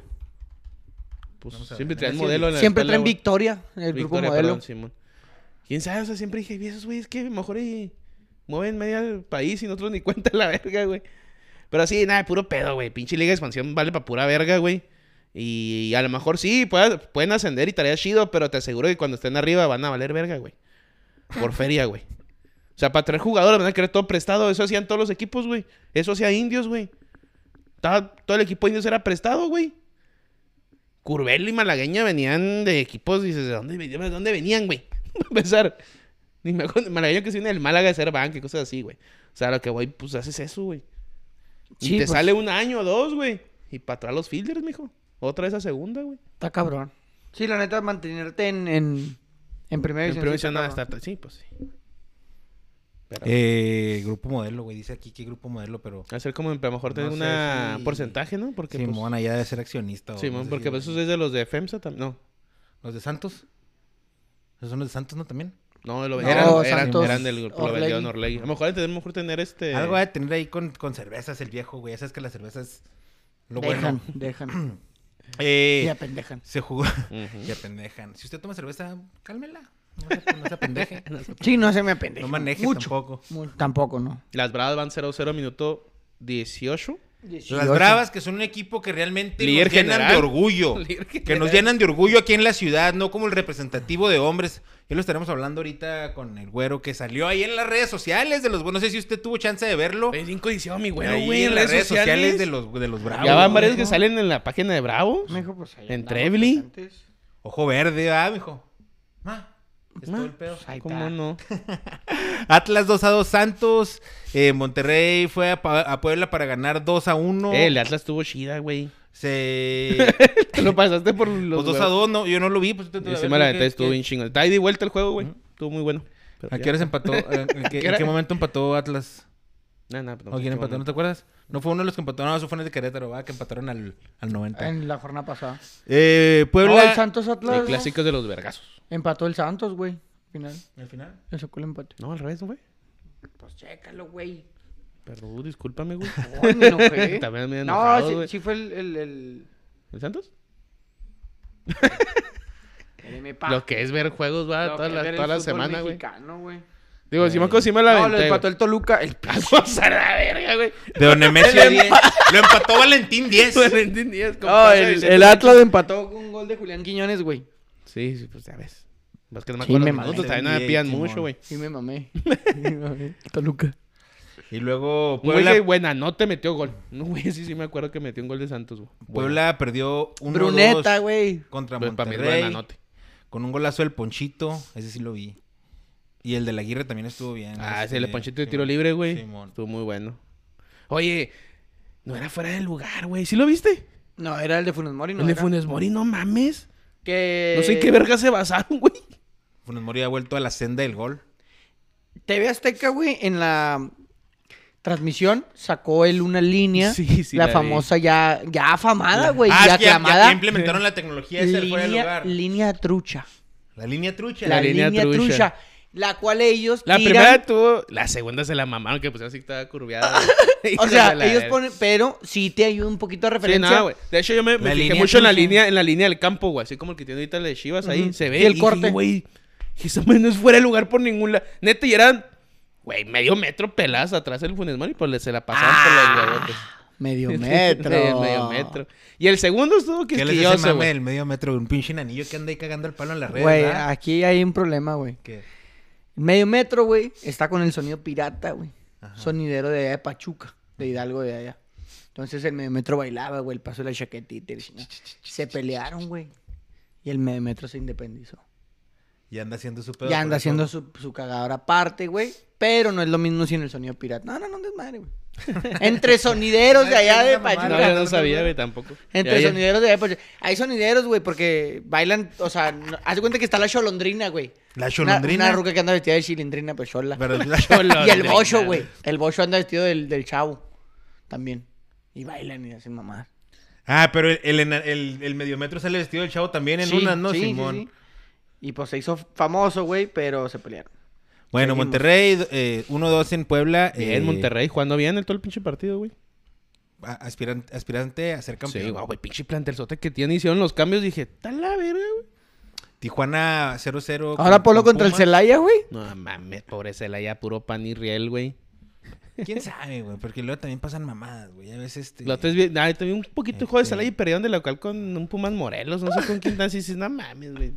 Speaker 2: Pues
Speaker 3: Vamos a ver,
Speaker 2: siempre traen
Speaker 3: Nemesio.
Speaker 2: modelo en la
Speaker 1: Siempre
Speaker 2: espalda,
Speaker 1: traen
Speaker 2: güey.
Speaker 1: Victoria, el grupo
Speaker 2: Victoria,
Speaker 1: modelo.
Speaker 2: perdón, Simón. ¿Quién sabe? O sea, siempre dije, "Y esos güeyes que a lo mejor y mueven medio al país y nosotros ni cuenta la verga, güey. Pero así, nada, puro pedo, güey. Pinche liga de expansión vale para pura verga, güey. Y a lo mejor sí, pueda- pueden ascender y tarea chido, pero te aseguro que cuando estén arriba van a valer verga, güey. Por feria, güey. O sea, para traer jugadores van a querer todo prestado. Eso hacían todos los equipos, güey. Eso hacía indios, güey. Estaba- todo el equipo de indios era prestado, güey. Curvelo y Malagueña venían de equipos, dices, ¿de dónde, ven- de dónde venían, güey? Para empezar. Ni me acuerdo, Malagueño que se viene del Málaga de ser banca y cosas así, güey. O sea, lo que, güey, pues haces eso, güey. Y
Speaker 1: Sí,
Speaker 2: te
Speaker 1: pues,
Speaker 2: sale un año o dos, güey. Y para atrás los fielders, mijo. Otra vez a segunda, güey.
Speaker 1: Está cabrón. Sí, la neta, mantenerte en, en, en primera
Speaker 2: En primera
Speaker 1: división. sí está
Speaker 2: división nada
Speaker 1: cabrón.
Speaker 2: está- Sí, pues sí. Pero
Speaker 3: Eh, grupo modelo, güey. Dice aquí que grupo modelo, pero.
Speaker 2: hacer como a lo mejor tener
Speaker 3: no sé
Speaker 2: un
Speaker 3: si-
Speaker 2: porcentaje, ¿no? Porque pues,
Speaker 3: Simón, allá debe ser accionista. o
Speaker 2: Simón,
Speaker 3: no sé
Speaker 2: porque
Speaker 3: si-
Speaker 2: pues, eso es de los de FEMSA también. No,
Speaker 3: ¿Los de Santos? ¿Esos son los de Santos, no? También.
Speaker 2: no, lo
Speaker 1: No,
Speaker 2: eran, eran,
Speaker 1: Santos,
Speaker 2: eran del grupo, lo
Speaker 1: Orlegui.
Speaker 2: vendieron Orlegui. A lo mejor tenemos mejor tener este.
Speaker 3: Algo ha de tener ahí con, con cervezas el viejo, güey. Ya sabes que las cervezas. Lo
Speaker 1: Dejan,
Speaker 3: bueno.
Speaker 1: dejan.
Speaker 3: Eh,
Speaker 1: Ya pendejan.
Speaker 3: se jugó.
Speaker 2: Ujú.
Speaker 3: Ya pendejan. Si usted toma cerveza, cálmela. No se, no se apendeje.
Speaker 1: Sí, no se me pendejan.
Speaker 3: no maneje
Speaker 1: Mucho.
Speaker 3: tampoco.
Speaker 1: Mu- tampoco, ¿no?
Speaker 2: Las Bravas van 0-0 minuto 18.
Speaker 3: Las Bravas, que son un equipo que realmente
Speaker 2: Líder
Speaker 3: nos llenan
Speaker 2: general.
Speaker 3: de orgullo.
Speaker 2: Líder
Speaker 3: Que nos llenan de orgullo aquí en la ciudad, no como el representativo de hombres. Ya lo estaremos hablando ahorita con el güero que salió ahí en las redes sociales de los No sé si usted tuvo chance de verlo.
Speaker 2: Es bien codiciado mi güey,
Speaker 3: ahí
Speaker 2: güey.
Speaker 3: en las redes sociales Ah, de los, de los Bravos.
Speaker 2: Ya van varios
Speaker 1: mijo.
Speaker 2: que salen en la página de Bravos.
Speaker 1: Mijo, pues ahí
Speaker 2: En
Speaker 1: andamos
Speaker 2: Trevely.
Speaker 1: presentes.
Speaker 3: Ojo verde, ah, mijo. Ma, es
Speaker 2: Ma, pues,
Speaker 3: todo el pedo.
Speaker 1: Ahí
Speaker 2: ¿Cómo
Speaker 1: está.
Speaker 2: no?
Speaker 3: Atlas 2 a 2 Santos. Eh, Monterrey fue a, Pa- a Puebla para ganar 2 a 1.
Speaker 2: Eh, el Atlas tuvo chida, güey.
Speaker 3: Se.
Speaker 2: Te lo pasaste por los
Speaker 3: Los Pues dos a
Speaker 2: huevos.
Speaker 3: dos, no, yo no lo vi. Pues,
Speaker 2: Y encima la neta estuvo bien chingón. Está ahí de vuelta el juego, güey.
Speaker 3: Ujú.
Speaker 2: Estuvo muy bueno. Pero
Speaker 3: ¿A
Speaker 2: ya.
Speaker 3: qué horas empató? ¿En, en qué,
Speaker 2: ¿A qué
Speaker 3: en
Speaker 2: hora?
Speaker 3: qué momento empató Atlas?
Speaker 2: Nah, nah, pues no,
Speaker 3: ¿O quién
Speaker 2: qué
Speaker 3: empató? ¿No te
Speaker 2: bueno.
Speaker 3: acuerdas? No fue uno de los que empató, no, eso fue en el de Querétaro, va, que empataron al, al 90.
Speaker 1: En la jornada pasada.
Speaker 3: Eh,
Speaker 1: No, el
Speaker 3: Puebla.
Speaker 1: Santos Atlas.
Speaker 2: El clásico de los vergazos.
Speaker 1: Empató el Santos, güey. Al final.
Speaker 3: ¿Al final?
Speaker 1: Le sacó el empate.
Speaker 2: No, al revés, güey.
Speaker 1: Pues chécalo, güey.
Speaker 2: Pero discúlpame, güey.
Speaker 1: Ay, me enojé.
Speaker 2: También me he enojado,
Speaker 1: no, sí,
Speaker 2: güey.
Speaker 1: sí fue el. el, el...
Speaker 2: ¿El Santos?
Speaker 1: el MPA.
Speaker 2: Lo que es ver juegos, va,
Speaker 1: Lo
Speaker 2: toda
Speaker 1: que
Speaker 2: la,
Speaker 1: es ver el
Speaker 2: toda la
Speaker 1: fútbol
Speaker 2: semana, güey.
Speaker 1: mexicano, güey.
Speaker 2: Digo,
Speaker 3: Eh.
Speaker 2: si me acuerdo, si me la
Speaker 1: No, lo
Speaker 2: aventé,
Speaker 1: empató
Speaker 2: güey.
Speaker 1: el Toluca. El
Speaker 2: Vamos a la verga, güey.
Speaker 3: De Don Nemesio 10. Lo empató Valentín 10.
Speaker 2: Valentín Díaz, con
Speaker 1: No,
Speaker 2: pase de
Speaker 1: el,
Speaker 2: Vicente
Speaker 1: el
Speaker 2: Luis.
Speaker 1: Atlas empató con un gol de Julián Quiñones, güey.
Speaker 2: Sí, sí, pues ya ves. Más que no me
Speaker 1: Sí,
Speaker 2: acuerdo
Speaker 1: me
Speaker 2: los minutos,
Speaker 3: mamé.
Speaker 2: también no me
Speaker 3: Sí,
Speaker 2: pidan
Speaker 3: Simón.
Speaker 2: mucho, güey.
Speaker 1: Sí, me mamé. Sí, me mamé. Toluca.
Speaker 3: Y luego
Speaker 2: Un güey que,
Speaker 3: Puebla,
Speaker 2: buena, no te metió gol. No, güey, sí, sí me acuerdo que metió un gol de Santos, güey. Bueno,
Speaker 3: Puebla perdió 1-2
Speaker 1: Bruneta, güey.
Speaker 3: contra
Speaker 2: pues, para mí es
Speaker 3: Monterrey.
Speaker 2: buenanote.
Speaker 3: Con un golazo del Ponchito, ese sí lo vi. Y el de la Aguirre también estuvo bien.
Speaker 2: Ah,
Speaker 3: este,
Speaker 2: ese el panchito de
Speaker 3: Simón.
Speaker 2: tiro libre, güey.
Speaker 3: Simón.
Speaker 2: Estuvo muy bueno. Oye, no era fuera del lugar, güey. ¿Sí lo viste?
Speaker 1: No, era el de Funes Mori, no.
Speaker 2: el de
Speaker 1: era. Eh,
Speaker 2: Funes Mori, no mames.
Speaker 1: Que...
Speaker 2: No sé en qué verga se basaron, güey.
Speaker 3: Funes Mori ha vuelto a la senda del gol.
Speaker 1: TV Azteca, güey, en la transmisión sacó él una línea.
Speaker 2: Sí, sí,
Speaker 1: La,
Speaker 2: la vi.
Speaker 1: famosa ya, ya afamada, güey.
Speaker 3: Ah,
Speaker 1: Pues, ya
Speaker 3: es que ya- ya
Speaker 1: aclamada.
Speaker 3: implementaron la tecnología esa del fuera del
Speaker 1: línea,
Speaker 3: lugar.
Speaker 1: línea trucha.
Speaker 3: La línea trucha.
Speaker 1: La,
Speaker 2: La línea
Speaker 1: línea, trucha.
Speaker 2: trucha.
Speaker 1: La cual ellos.
Speaker 2: La
Speaker 1: tiran-
Speaker 2: primera tuvo, la segunda se la mamaron, que pusieron así que estaba curviada.
Speaker 1: O sea, ellos ponen. Pero sí te ayuda un poquito a
Speaker 2: Sí,
Speaker 1: referencia.
Speaker 2: nada, güey. De hecho, yo me, me
Speaker 3: La
Speaker 2: fijé
Speaker 3: línea
Speaker 2: mucho en la
Speaker 3: trucha.
Speaker 2: línea, en la línea del campo, güey. Así como el que tiene ahorita la de Chivas ahí.
Speaker 1: Ujú.
Speaker 2: Se ve.
Speaker 1: Y el
Speaker 2: dije,
Speaker 1: corte.
Speaker 2: güey. Que esa madre no es fuera de lugar por ningún lado. Neta, y eran, güey, medio metro peladas atrás del Funes Mori, pues le- se la pasaban por los huevotes.
Speaker 1: Ah, Medio metro.
Speaker 2: medio, medio metro. Y el segundo estuvo
Speaker 3: ¿Qué les hace
Speaker 2: quisquilloso,
Speaker 3: mame
Speaker 2: güey.
Speaker 3: del medio metro? Un pinche nanillo que anda ahí cagando el palo en la red.
Speaker 1: Güey,
Speaker 3: ¿verdad?
Speaker 1: aquí hay un problema, güey.
Speaker 3: Que-
Speaker 1: Medio metro, güey, está con el sonido pirata, güey. Sonidero de allá de Pachuca, de Hidalgo de allá. Entonces el medio metro bailaba, güey, el paso de la chaquetita. y la chingada. Se pelearon, güey. Y el medio metro se independizó.
Speaker 3: Y anda haciendo su pedo.
Speaker 1: Ya anda
Speaker 3: por
Speaker 1: haciendo
Speaker 3: eso.
Speaker 1: su, su cagadora aparte, güey. Pero no es lo mismo sin el sonido pirata. No, no, no, desmadre, güey. Entre sonideros de allá de
Speaker 3: Ah,
Speaker 2: No,
Speaker 1: Pachuca.
Speaker 2: yo
Speaker 3: no
Speaker 2: no
Speaker 3: te
Speaker 2: sabía,
Speaker 3: acuerdas.
Speaker 2: güey, tampoco.
Speaker 1: Entre
Speaker 2: Ya, ya.
Speaker 1: sonideros de allá de Pachuca. Hay sonideros, güey, porque bailan, o sea, no- haz de cuenta que está la cholondrina, güey.
Speaker 3: La
Speaker 1: Una-
Speaker 3: cholondrina.
Speaker 1: Una, ruca que anda vestida de chilindrina, pues chola.
Speaker 3: Pero la
Speaker 1: Y el
Speaker 2: Cholondrina.
Speaker 1: bocho, güey. El bocho anda vestido del, del chavo. También. Y bailan y hacen mamá.
Speaker 3: Ah, pero el, el, ena- el, el mediometro sale vestido del chavo también en una, ¿no, Simón?
Speaker 1: Y pues se hizo famoso, güey, pero se pelearon.
Speaker 3: Bueno,
Speaker 1: Seguimos.
Speaker 3: Monterrey, eh, 1-2 en Puebla.
Speaker 2: Bien,
Speaker 3: eh,
Speaker 2: Monterrey jugando bien el todo el pinche partido, güey.
Speaker 3: a- aspiran- aspirante a ser campeón.
Speaker 2: Sí, guau, güey, pinche plantelzote que tiene. Hicieron los cambios. Dije, está la verga, güey.
Speaker 3: Tijuana 0-0.
Speaker 1: Ahora
Speaker 3: con-
Speaker 1: Polo
Speaker 3: con
Speaker 1: contra el
Speaker 3: Pumas.
Speaker 1: Celaya, güey.
Speaker 2: No mames, pobre Celaya, puro pan y riel, güey.
Speaker 3: ¿Quién sabe, güey? Porque luego también pasan mamadas, güey. A veces este...
Speaker 2: La otra vez vi, ah, también un poquito de juego de
Speaker 3: Este.
Speaker 2: Celaya y perdieron de local con un Pumas Morelos, no sé con quién tan, y dices, no mames, güey.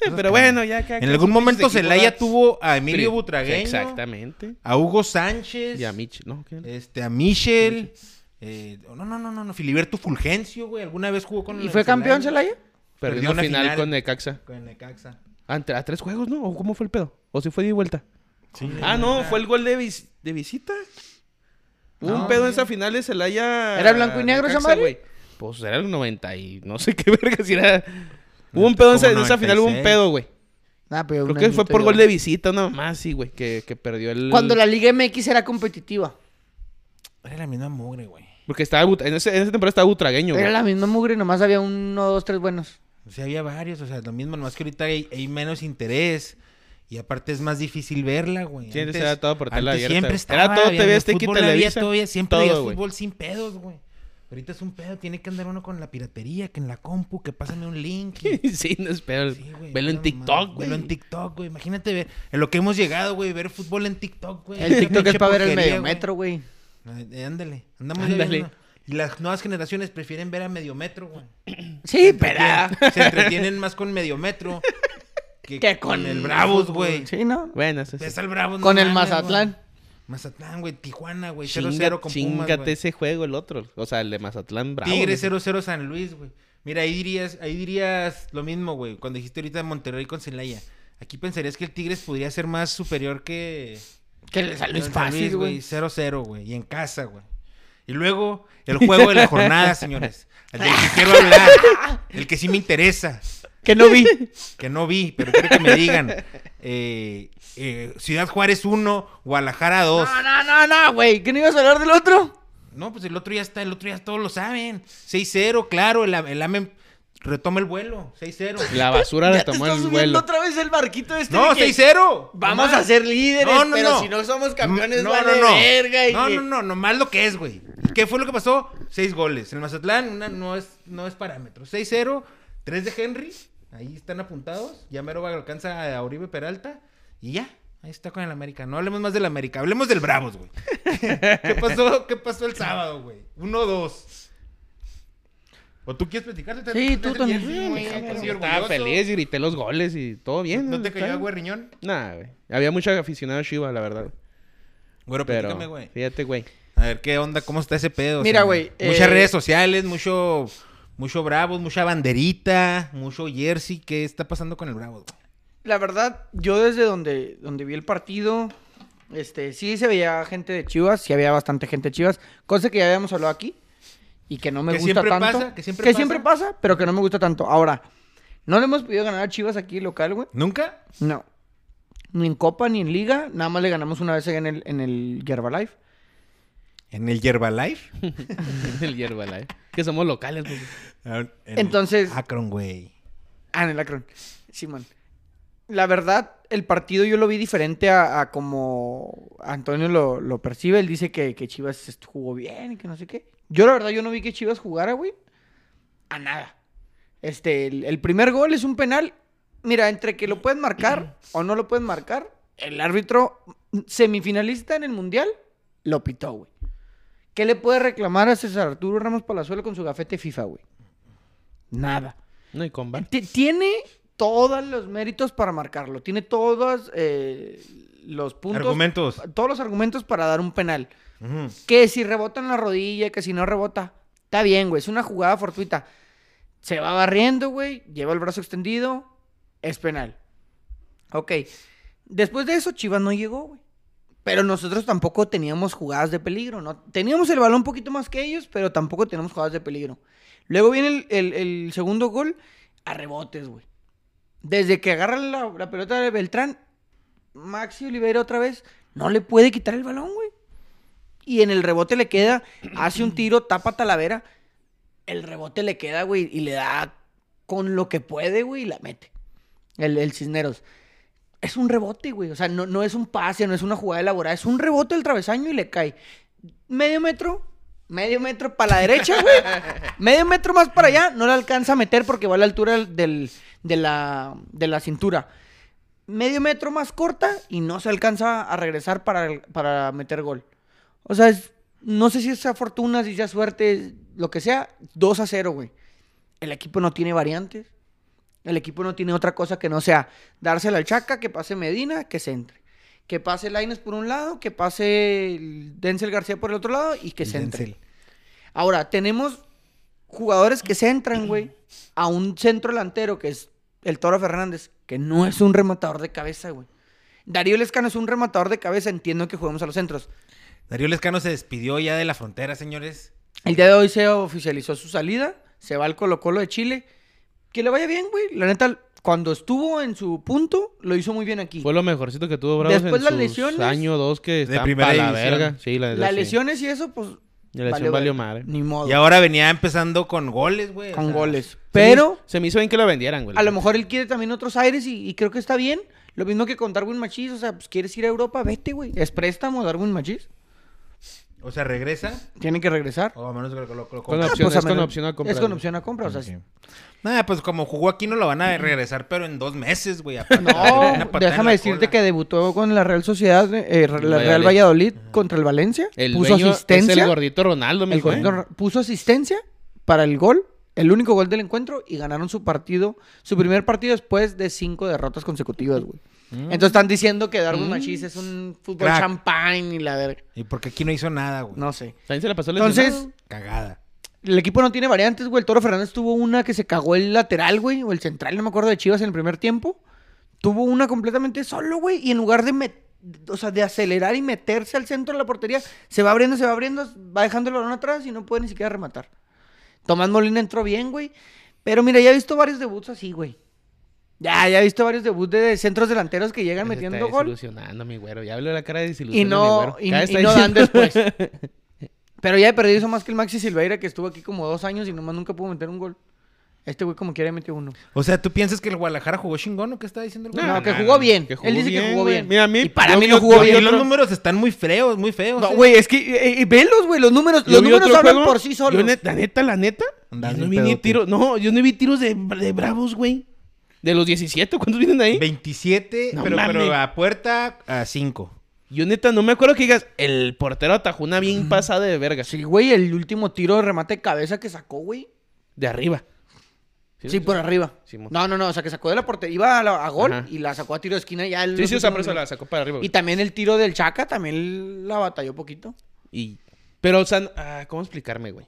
Speaker 3: que-
Speaker 2: Pero bueno, ya acá.
Speaker 3: En algún momento Celaya tuvo a Emilio Butragueño.
Speaker 2: Exactamente.
Speaker 3: A Hugo Sánchez.
Speaker 2: Y a Mich, ¿no? ¿Qué?
Speaker 3: Este, a Michel. eh, no, no, no, no, no. Filiberto Fulgencio, güey. ¿Alguna vez jugó con
Speaker 1: ¿Y
Speaker 3: el
Speaker 1: fue campeón Mm, Celaya?
Speaker 2: Perdió,
Speaker 3: perdió
Speaker 2: una
Speaker 3: una
Speaker 2: final,
Speaker 3: final.
Speaker 2: con Necaxa.
Speaker 3: Con Necaxa.
Speaker 2: Ante- ¿A tres juegos, no? ¿O cómo fue el pedo? ¿O si fue de vuelta? ah, no, fue el gol de, vis- de visita. Hubo un
Speaker 1: No,
Speaker 2: pedo en
Speaker 1: güey.
Speaker 2: esa final de Celaya.
Speaker 1: ¿Era blanco y negro esa
Speaker 2: Necaxa,
Speaker 1: madre?
Speaker 2: güey. Pues era el 90 y no sé qué verga si era. Hubo un pedo en esa, en esa final, hubo un
Speaker 3: 96.
Speaker 2: pedo, güey.
Speaker 1: Nah, Ah, pero
Speaker 2: Creo
Speaker 1: un
Speaker 2: que fue
Speaker 1: añito
Speaker 2: por
Speaker 1: yo.
Speaker 2: gol de visita, nada más, sí, güey, que, que perdió el...
Speaker 1: Cuando la Liga MX era competitiva.
Speaker 3: Era la misma mugre, güey.
Speaker 2: Porque estaba... But- En, ese- en esa temporada estaba Butragueño, güey.
Speaker 1: Era la misma mugre, nomás había uno, dos, tres buenos.
Speaker 3: O sea, había varios. O sea, lo mismo. Nomás que ahorita hay, hay menos interés. Y aparte es más difícil verla, güey.
Speaker 2: Sí, antes era todo por tele
Speaker 3: antes
Speaker 2: abierta,
Speaker 3: siempre
Speaker 2: güey.
Speaker 3: estaba.
Speaker 2: Era todo este
Speaker 3: había-
Speaker 2: TV
Speaker 3: había
Speaker 2: Azteca y
Speaker 3: fútbol, había
Speaker 2: Televisa,
Speaker 3: todavía- siempre
Speaker 2: todo,
Speaker 3: había
Speaker 2: güey.
Speaker 3: fútbol sin pedos, güey. Ahorita es un pedo. Tiene que andar uno con la piratería, que en la compu, que pásame un link. y-
Speaker 2: sí, no es pedo.
Speaker 3: Sí, güey,
Speaker 2: Velo en
Speaker 3: pura
Speaker 2: TikTok,
Speaker 3: mamada.
Speaker 2: güey.
Speaker 3: Velo en TikTok, güey. Imagínate ver, en lo que hemos llegado, güey, ver fútbol en TikTok, güey.
Speaker 1: El TikTok es
Speaker 3: Pinche
Speaker 1: para ver el
Speaker 3: porquería,
Speaker 1: medio
Speaker 3: güey.
Speaker 1: metro, güey.
Speaker 3: Eh, Ándale, andamos
Speaker 2: Ándale.
Speaker 3: ándale. Y las nuevas generaciones prefieren ver a medio metro, güey.
Speaker 1: Sí, pero...
Speaker 3: Se entretienen más con medio metro que,
Speaker 1: Que
Speaker 3: con, el Bravos, güey.
Speaker 1: Sí, ¿no?
Speaker 2: Bueno, eso sí.
Speaker 3: Ves al Bravos, no
Speaker 1: Con el
Speaker 3: mames,
Speaker 1: Mazatlán.
Speaker 3: güey. Mazatlán, güey. Tijuana, güey.
Speaker 2: Chinga-
Speaker 3: 0-0 con Pumas,
Speaker 2: chingate
Speaker 3: güey.
Speaker 2: ese juego el otro. O sea, el de Mazatlán Bravo.
Speaker 3: Tigre
Speaker 2: güey.
Speaker 3: 0-0 San Luis, güey. Mira, ahí dirías, ahí dirías lo mismo, güey. Cuando dijiste ahorita Monterrey con Celaya. Aquí pensarías que el Tigres podría ser más superior que...
Speaker 1: Que le salió
Speaker 3: San
Speaker 1: fácil, güey.
Speaker 3: 0-0, güey. Y en casa, güey. Y luego, el juego de la jornada, señores. El del que quiero hablar. El que sí me interesa.
Speaker 1: Que no vi.
Speaker 3: Que no vi, pero quiero que me digan. Eh, eh, Ciudad Juárez 1, Guadalajara 2.
Speaker 1: No, no, no, no, güey. ¿Que no ibas a hablar del otro?
Speaker 3: No, pues el otro ya está, el otro ya todos lo saben. 6-0, claro, el, el AME retoma el vuelo. 6-0.
Speaker 2: La basura
Speaker 1: Ya te
Speaker 2: retomó
Speaker 1: estás
Speaker 2: el
Speaker 1: subiendo
Speaker 2: vuelo.
Speaker 1: otra vez el barquito este.
Speaker 3: No,
Speaker 1: de que
Speaker 3: 6-0.
Speaker 1: Vamos
Speaker 3: Nomás.
Speaker 1: a ser líderes,
Speaker 3: No, no,
Speaker 1: pero
Speaker 3: no.
Speaker 1: si no somos campeones,
Speaker 3: No,
Speaker 1: vale
Speaker 3: no, no.
Speaker 1: verga. Y
Speaker 3: No, no, no, nomás lo que es, güey. ¿Qué fue lo que pasó? Seis goles. En Mazatlán una, no, es, no es parámetro. 6-0, 3 de Henry. Ahí están apuntados. Ya mero va- alcanza a Oribe Peralta. Y ya, ahí está con el América. No hablemos más del América, hablemos del Bravos, güey. ¿Qué pasó? ¿Qué pasó el sábado, güey? 1-2. ¿O tú quieres platicar? ¿Te- te-
Speaker 1: Sí, tú
Speaker 3: te-
Speaker 1: también.
Speaker 3: te-
Speaker 1: Sí,
Speaker 3: güey,
Speaker 1: me
Speaker 3: estás
Speaker 2: Yo
Speaker 3: orgulloso.
Speaker 2: estaba feliz, grité los goles y todo bien.
Speaker 3: ¿No te cayó
Speaker 2: Estaba-
Speaker 3: agua de riñón?
Speaker 2: Nah, güey. Había mucho aficionado a Shiva, la verdad.
Speaker 3: Güero,
Speaker 2: Pero,
Speaker 3: platícame, güey.
Speaker 2: fíjate, güey.
Speaker 3: A ver, ¿qué onda? ¿Cómo está ese pedo?
Speaker 1: Mira, güey,
Speaker 3: Muchas
Speaker 1: eh,
Speaker 3: redes sociales, mucho, mucho Bravos, mucha banderita, mucho jersey. ¿Qué está pasando con el Bravos, güey?
Speaker 1: La verdad, yo desde donde, donde vi el partido, este, sí se veía gente de Chivas, sí había bastante gente de Chivas, cosa que ya habíamos hablado aquí y que no me
Speaker 3: Que
Speaker 1: gusta
Speaker 3: siempre
Speaker 1: tanto.
Speaker 3: pasa, que siempre pasa.
Speaker 1: pasa, pero que no me gusta tanto. Ahora, no le hemos podido ganar a Chivas aquí local, güey.
Speaker 3: ¿Nunca?
Speaker 1: No. Ni en Copa ni en Liga, nada más le ganamos una vez allá en el, en el Yerbalife.
Speaker 3: ¿En el Yerbalife?
Speaker 2: el hierba, la eh. Que somos locales, pues. güey.
Speaker 3: Ah, En el
Speaker 1: Entonces-
Speaker 3: Akron, güey.
Speaker 1: Ah, en el Akron. Simón. La verdad, el partido yo lo vi diferente a, a como Antonio lo, lo percibe. Él dice que, que Chivas est- jugó bien y que no sé qué. Yo la verdad, yo no vi que Chivas jugara, güey. A nada. Este, el, el primer gol es un penal. Mira, entre que lo pueden marcar o no lo pueden marcar, el árbitro semifinalista en el Mundial lo pitó, güey. ¿Qué le puede reclamar a César Arturo Ramos Palazuelo con su gafete FIFA, güey? Nada.
Speaker 2: No, y con bar.
Speaker 1: Ti- Tiene todos los méritos para marcarlo. Tiene todos eh, los puntos.
Speaker 3: Argumentos.
Speaker 1: Todos los argumentos para dar un penal.
Speaker 3: Ujú.
Speaker 1: Que si rebota en la rodilla, que si no rebota. Está bien, güey. Es una jugada fortuita. Se va barriendo, güey. Lleva el brazo extendido. Es penal. Ok. Después de eso, Chivas no llegó, güey. Pero nosotros tampoco teníamos jugadas de peligro, ¿no? Teníamos el balón un poquito más que ellos, pero tampoco teníamos jugadas de peligro. Luego viene el, el- el segundo gol a rebotes, güey. Desde que agarra la, la pelota de Beltrán, Maxi Oliveira otra vez no le puede quitar el balón, güey. Y en el rebote le queda, hace un tiro, tapa a Talavera. El rebote le queda, güey, y le da con lo que puede, güey, y la mete. El, el Cisneros. Es un rebote, güey. O sea, no, no es un pase, no es una jugada elaborada. Es un rebote del travesaño y le cae. Medio metro, medio metro para la derecha, güey. medio metro más para allá. No le alcanza a meter porque va a la altura del- del- de, la, de la cintura. Medio metro más corta y no se alcanza a regresar para, el- para meter gol. O sea, es- no sé si es fortuna, si sea suerte, lo que sea. 2 a 0, güey. El equipo no tiene variantes. El equipo no tiene otra cosa que no sea dársela al Chaca, que pase Medina, que se entre. Que pase Laines por un lado, que pase el Denzel García por el otro lado y que
Speaker 3: El
Speaker 1: se entre.
Speaker 3: Denzel.
Speaker 1: Ahora, tenemos jugadores que se entran, güey, a un centro delantero que es el Toro Fernández, que no es un rematador de cabeza, güey. Darío Lescano es un rematador de cabeza, entiendo que jugamos a los centros.
Speaker 3: Darío Lescano se despidió ya de la frontera, señores.
Speaker 1: El día de hoy se oficializó su salida. Se va al Colo Colo de Chile. Que le vaya bien, güey. La neta, cuando estuvo en su punto, lo hizo muy bien aquí.
Speaker 2: Fue lo mejorcito que tuvo Bravos
Speaker 1: Después
Speaker 2: en
Speaker 1: las
Speaker 2: sus
Speaker 1: lesiones-
Speaker 2: año o dos que estaban
Speaker 3: primera
Speaker 2: pa' la
Speaker 3: división.
Speaker 2: verga. Sí, la,
Speaker 1: Las
Speaker 2: sí.
Speaker 1: lesiones y eso, pues.
Speaker 2: La lesión valió
Speaker 1: verga.
Speaker 2: madre.
Speaker 1: Ni modo.
Speaker 3: Y ahora venía empezando con goles, güey. o
Speaker 1: con
Speaker 3: sea,
Speaker 1: goles.
Speaker 2: Se me
Speaker 1: Pero
Speaker 2: hizo- Se me hizo bien que lo vendieran, güey.
Speaker 1: a lo mejor él quiere también otros aires y, y creo que está bien. Lo mismo que con Darwin Machis. O sea, pues quieres ir a Europa, vete, güey. Es préstamo Darwin Machis.
Speaker 3: O sea, regresa.
Speaker 1: Tiene que regresar.
Speaker 3: O a menos que lo, lo- lo-
Speaker 2: Con la
Speaker 1: Ah,
Speaker 2: opción-
Speaker 1: a
Speaker 2: es con
Speaker 1: menos-
Speaker 2: opción a compra,
Speaker 1: Es con
Speaker 2: güey.
Speaker 1: opción a compra. O sea,
Speaker 3: Ok. Nada, pues como jugó aquí no lo van a regresar, pero en dos meses, güey. a patada, una
Speaker 1: No,
Speaker 3: patada en
Speaker 1: Oh, déjame
Speaker 3: la
Speaker 1: decirte
Speaker 3: cola.
Speaker 1: que debutó con la Real Sociedad, eh, eh, la Real
Speaker 2: Valladolid.
Speaker 1: Valladolid contra el Valencia.
Speaker 2: El
Speaker 1: puso
Speaker 2: dueño
Speaker 1: asistencia.
Speaker 2: Es el gordito Ronaldo, mi
Speaker 1: el gordito Ra- puso asistencia para el gol, el único gol del encuentro, y ganaron su partido, su primer partido después de cinco derrotas consecutivas, güey.
Speaker 2: Mm.
Speaker 1: Entonces están diciendo que Darwin Machis es un fútbol
Speaker 3: Crack.
Speaker 1: champagne y la verga.
Speaker 3: Y porque aquí no hizo nada, güey.
Speaker 1: No sé.
Speaker 2: También se la pasó
Speaker 1: Entonces,
Speaker 2: lesionado.
Speaker 3: Cagada.
Speaker 1: El equipo no tiene variantes, güey. El Toro Fernández tuvo una que se cagó el lateral, güey, o el central, no me acuerdo de Chivas en el primer tiempo. Tuvo una completamente solo, güey, y en lugar de, met- o sea, de acelerar y meterse al centro de la portería. Se va abriendo, se va abriendo, va dejando el balón atrás y no puede ni siquiera rematar. Tomás Molina entró bien, güey. Pero mira, ya he visto varios debuts así, güey. Ya, ya he visto varios debuts de centros delanteros que llegan
Speaker 2: Se
Speaker 1: metiendo
Speaker 2: está
Speaker 1: gol
Speaker 2: desilusionando, mi güero. Ya hablo de la cara de desilusión.
Speaker 1: y
Speaker 2: de mi
Speaker 1: no,
Speaker 2: güero.
Speaker 1: y,
Speaker 2: Cada vez
Speaker 1: y
Speaker 2: está
Speaker 1: no dan
Speaker 2: diciendo-
Speaker 1: después. Pero ya he perdido eso más que el Maxi Silveira que estuvo aquí como dos años y nomás nunca pudo meter un gol. Este güey como quiera metió uno.
Speaker 3: O sea, ¿tú piensas que el Guadalajara jugó chingón o qué está diciendo el
Speaker 1: No,
Speaker 3: Guadalajara?
Speaker 1: que jugó bien.
Speaker 2: que
Speaker 1: Él dice que jugó
Speaker 2: güey.
Speaker 1: bien.
Speaker 2: Mira, a mí,
Speaker 1: Y para
Speaker 2: yo
Speaker 1: mí
Speaker 2: vi
Speaker 1: no
Speaker 2: otro-
Speaker 1: jugó
Speaker 2: yo vi
Speaker 1: bien.
Speaker 3: Y los
Speaker 2: otro-
Speaker 3: números están muy feos, muy feos.
Speaker 1: No,
Speaker 3: eh.
Speaker 1: güey, es que eh, eh, velos, güey, los números,
Speaker 2: yo
Speaker 1: los
Speaker 2: vi
Speaker 1: números
Speaker 2: otro
Speaker 1: hablan
Speaker 2: juego.
Speaker 1: por sí solos.
Speaker 2: Yo net- la neta, la neta.
Speaker 3: Andas
Speaker 2: yo no
Speaker 3: bien
Speaker 2: vi
Speaker 3: pedo,
Speaker 2: ni
Speaker 3: tú.
Speaker 2: tiros. No, yo no vi tiros de, de bravos, güey. De los 17, ¿cuántos vienen ahí?
Speaker 3: 27,
Speaker 2: No
Speaker 3: pero, pero
Speaker 2: mames.
Speaker 3: a puerta a 5.
Speaker 2: Yo neta, no me acuerdo que digas, el portero atajó una bien pasada de verga.
Speaker 1: Sí, güey, el último tiro de remate de cabeza que sacó, güey.
Speaker 2: De arriba.
Speaker 1: Sí, por arriba.
Speaker 2: Simón.
Speaker 1: no, no, no, o sea, que sacó de la portería, iba a, la- a gol
Speaker 2: Ajá.
Speaker 1: y la sacó a tiro de esquina ya. el-
Speaker 2: Sí, sí, o sea, por eso la sacó para arriba.
Speaker 1: Y
Speaker 2: güey.
Speaker 1: también el tiro del Chaca también la batalló poquito.
Speaker 2: Y- Pero, o sea, ah, ¿cómo explicarme, güey?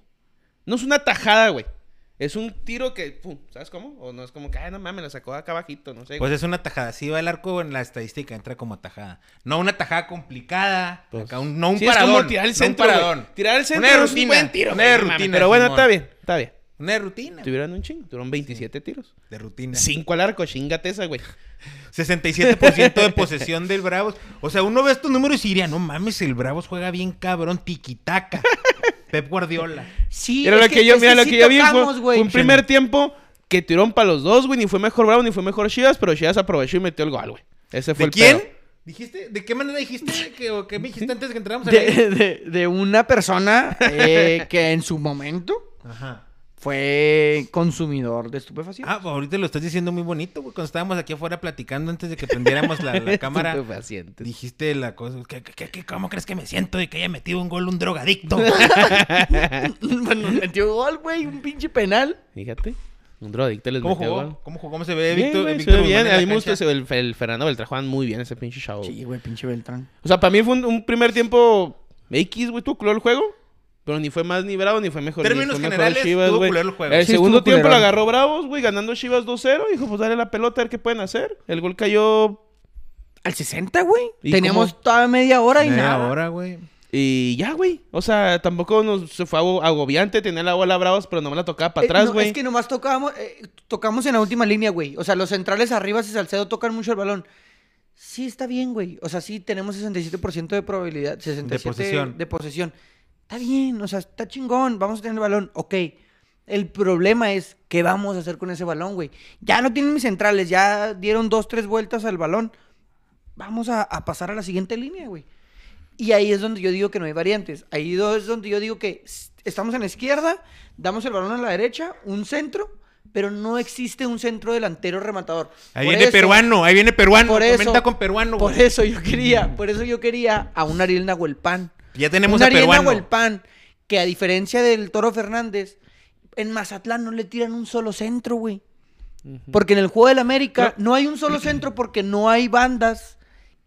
Speaker 2: No es una tajada, güey. Es un tiro que, pum, ¿sabes cómo? O no es como que, ay, no mames, la sacó de acá abajito, no sé.
Speaker 3: Pues es una tajada. Si va el arco en la estadística, entra como tajada. No una tajada complicada.
Speaker 2: Pues,
Speaker 3: acá un- no un
Speaker 2: Sí, es
Speaker 3: paradón.
Speaker 2: como tirar el
Speaker 3: no
Speaker 2: centro,
Speaker 3: un
Speaker 2: güey.
Speaker 3: paradón.
Speaker 2: Tirar el centro
Speaker 3: Una de
Speaker 2: no es un
Speaker 3: rutina,
Speaker 2: buen tiro,
Speaker 3: una
Speaker 2: güey,
Speaker 3: de
Speaker 2: no mames.
Speaker 3: rutina,
Speaker 2: Pero bueno,
Speaker 3: Simón.
Speaker 2: está bien, está bien.
Speaker 3: Una de rutina.
Speaker 2: Tuvieron un chingo, tuvieron 27 tiros.
Speaker 3: De rutina.
Speaker 2: 5 al arco, chingate esa, güey.
Speaker 3: 67% de posesión del Bravos. O sea, uno ve estos números y diría, no mames, el Bravos juega bien cabrón, tiquitaca. Pep Guardiola.
Speaker 1: Sí,
Speaker 2: Mira
Speaker 1: es
Speaker 2: lo que yo,
Speaker 1: es
Speaker 2: mira lo
Speaker 1: sí
Speaker 2: que yo vi fue-
Speaker 1: tocamos,
Speaker 2: fue,
Speaker 1: güey.
Speaker 2: un primer tiempo que tirón para los dos, güey, ni fue mejor Bravo ni fue mejor Chivas, pero Chivas aprovechó y metió el gol, güey. Ese fue
Speaker 3: ¿De
Speaker 2: el
Speaker 3: quién?
Speaker 2: pedo.
Speaker 3: ¿Dijiste? ¿De qué manera dijiste? que- o ¿Qué me dijiste antes de que entráramos al aire?
Speaker 1: de, de- de una persona eh, que en su momento
Speaker 3: Ajá.
Speaker 1: fue consumidor de estupefacientes.
Speaker 3: Ah, pues ahorita lo estás diciendo muy bonito, güey. Cuando estábamos aquí afuera platicando antes de que prendiéramos la, la cámara,
Speaker 2: Estupefacientes.
Speaker 3: dijiste la cosa. ¿qué, qué- qué- qué- cómo crees que me siento de que haya metido un gol un drogadicto?
Speaker 1: Ah, Bueno, metió gol, güey, un pinche penal.
Speaker 2: Fíjate. Un drogadicto les
Speaker 3: ¿Cómo
Speaker 2: metió gol.
Speaker 3: jugó? ¿Cómo jugó? ¿Cómo se ve
Speaker 2: Bien,
Speaker 3: Víctor?
Speaker 2: güey, se
Speaker 3: Víctor
Speaker 2: ve
Speaker 3: Guzmán
Speaker 2: bien.
Speaker 3: en la
Speaker 2: A mí me gusta
Speaker 3: cancha?
Speaker 2: ese- el, el Fernando Beltrán juegan muy bien ese pinche chavo.
Speaker 1: Sí,
Speaker 2: güey.
Speaker 1: güey, pinche Beltrán.
Speaker 2: O sea, para mí fue un, un primer tiempo X, güey, tuvo culero el juego. Pero ni fue más ni Bravo ni fue mejor. ni
Speaker 3: Términos
Speaker 2: fue mejor
Speaker 3: generales, tuvo
Speaker 2: güey.
Speaker 3: culero el juego.
Speaker 2: El
Speaker 1: Sí,
Speaker 2: segundo
Speaker 1: estuvo
Speaker 2: tiempo lo
Speaker 1: culerón.
Speaker 2: agarró Bravos, güey, ganando Chivas 2-0. Dijo, pues dale la pelota, a ver qué pueden hacer. El gol cayó
Speaker 1: Al 60, güey.
Speaker 2: ¿Y
Speaker 1: Teníamos
Speaker 2: cómo?
Speaker 1: toda media hora y
Speaker 3: Media
Speaker 1: nada.
Speaker 3: hora, güey.
Speaker 2: y ya, güey. O sea, tampoco nos se fue ago- agobiante. Tenía la bola Bravos, pero no me la tocaba para
Speaker 1: Eh,
Speaker 2: atrás,
Speaker 1: no,
Speaker 2: güey.
Speaker 1: es que nomás tocábamos, eh, tocamos en la última línea, güey. O sea, los centrales arriba, si Salcedo tocan mucho el balón. Sí, está bien, güey. O sea, sí tenemos 67% de probabilidad, 67% de
Speaker 3: posesión.
Speaker 1: posesión. Está bien, o sea, está chingón, vamos a tener el balón. Ok. El problema es, ¿qué vamos a hacer con ese balón, güey? Ya no tienen mis centrales, ya dieron dos, tres vueltas al balón. Vamos a, a pasar a la siguiente línea, güey. Y ahí es donde yo digo que no hay variantes. Ahí do- es donde yo digo que s- estamos en la izquierda, damos el balón a la derecha, un centro, pero no existe un centro delantero rematador.
Speaker 3: Ahí
Speaker 1: Por
Speaker 3: viene
Speaker 1: eso-
Speaker 3: peruano, ahí viene peruano.
Speaker 1: Por eso,
Speaker 3: Comenta con peruano,
Speaker 1: por
Speaker 3: güey.
Speaker 1: eso yo quería, por eso yo quería a un Ariel Nahuel Pan.
Speaker 3: Ya tenemos
Speaker 1: un
Speaker 3: a
Speaker 1: Ariel
Speaker 3: peruano.
Speaker 1: Nahuel Pan, que a diferencia del Toro Fernández, en Mazatlán no le tiran un solo centro, güey.
Speaker 2: Ujú.
Speaker 1: Porque en el juego del América no hay un solo centro porque no hay bandas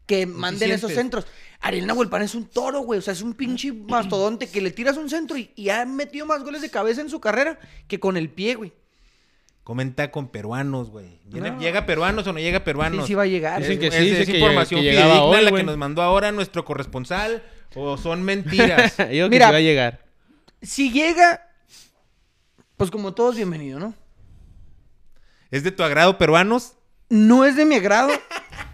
Speaker 1: que manden esos
Speaker 3: Eficientes.
Speaker 1: centros. Ariel Nahuel Pan es un toro, güey. O sea, es un pinche mastodonte que le tiras un centro y, y ha metido más goles de cabeza en su carrera que con el pie, güey.
Speaker 3: Comenta con peruanos, güey. Viene-
Speaker 1: No.
Speaker 3: ¿Llega peruanos o no llega peruanos?
Speaker 1: Sí, sí va a llegar.
Speaker 2: Dicen
Speaker 1: güey.
Speaker 2: que
Speaker 3: Es-
Speaker 2: sí,
Speaker 3: es,
Speaker 2: dice que llega-
Speaker 3: información
Speaker 2: que llegaba
Speaker 3: fidedigna
Speaker 2: hoy,
Speaker 3: la
Speaker 2: güey.
Speaker 3: que nos mandó ahora nuestro corresponsal o son mentiras.
Speaker 2: Yo creo que
Speaker 1: Mira.
Speaker 2: sí va a llegar.
Speaker 1: Si llega, pues como todos, bienvenido, ¿no?
Speaker 3: ¿Es de tu agrado peruanos?
Speaker 1: No es de mi agrado,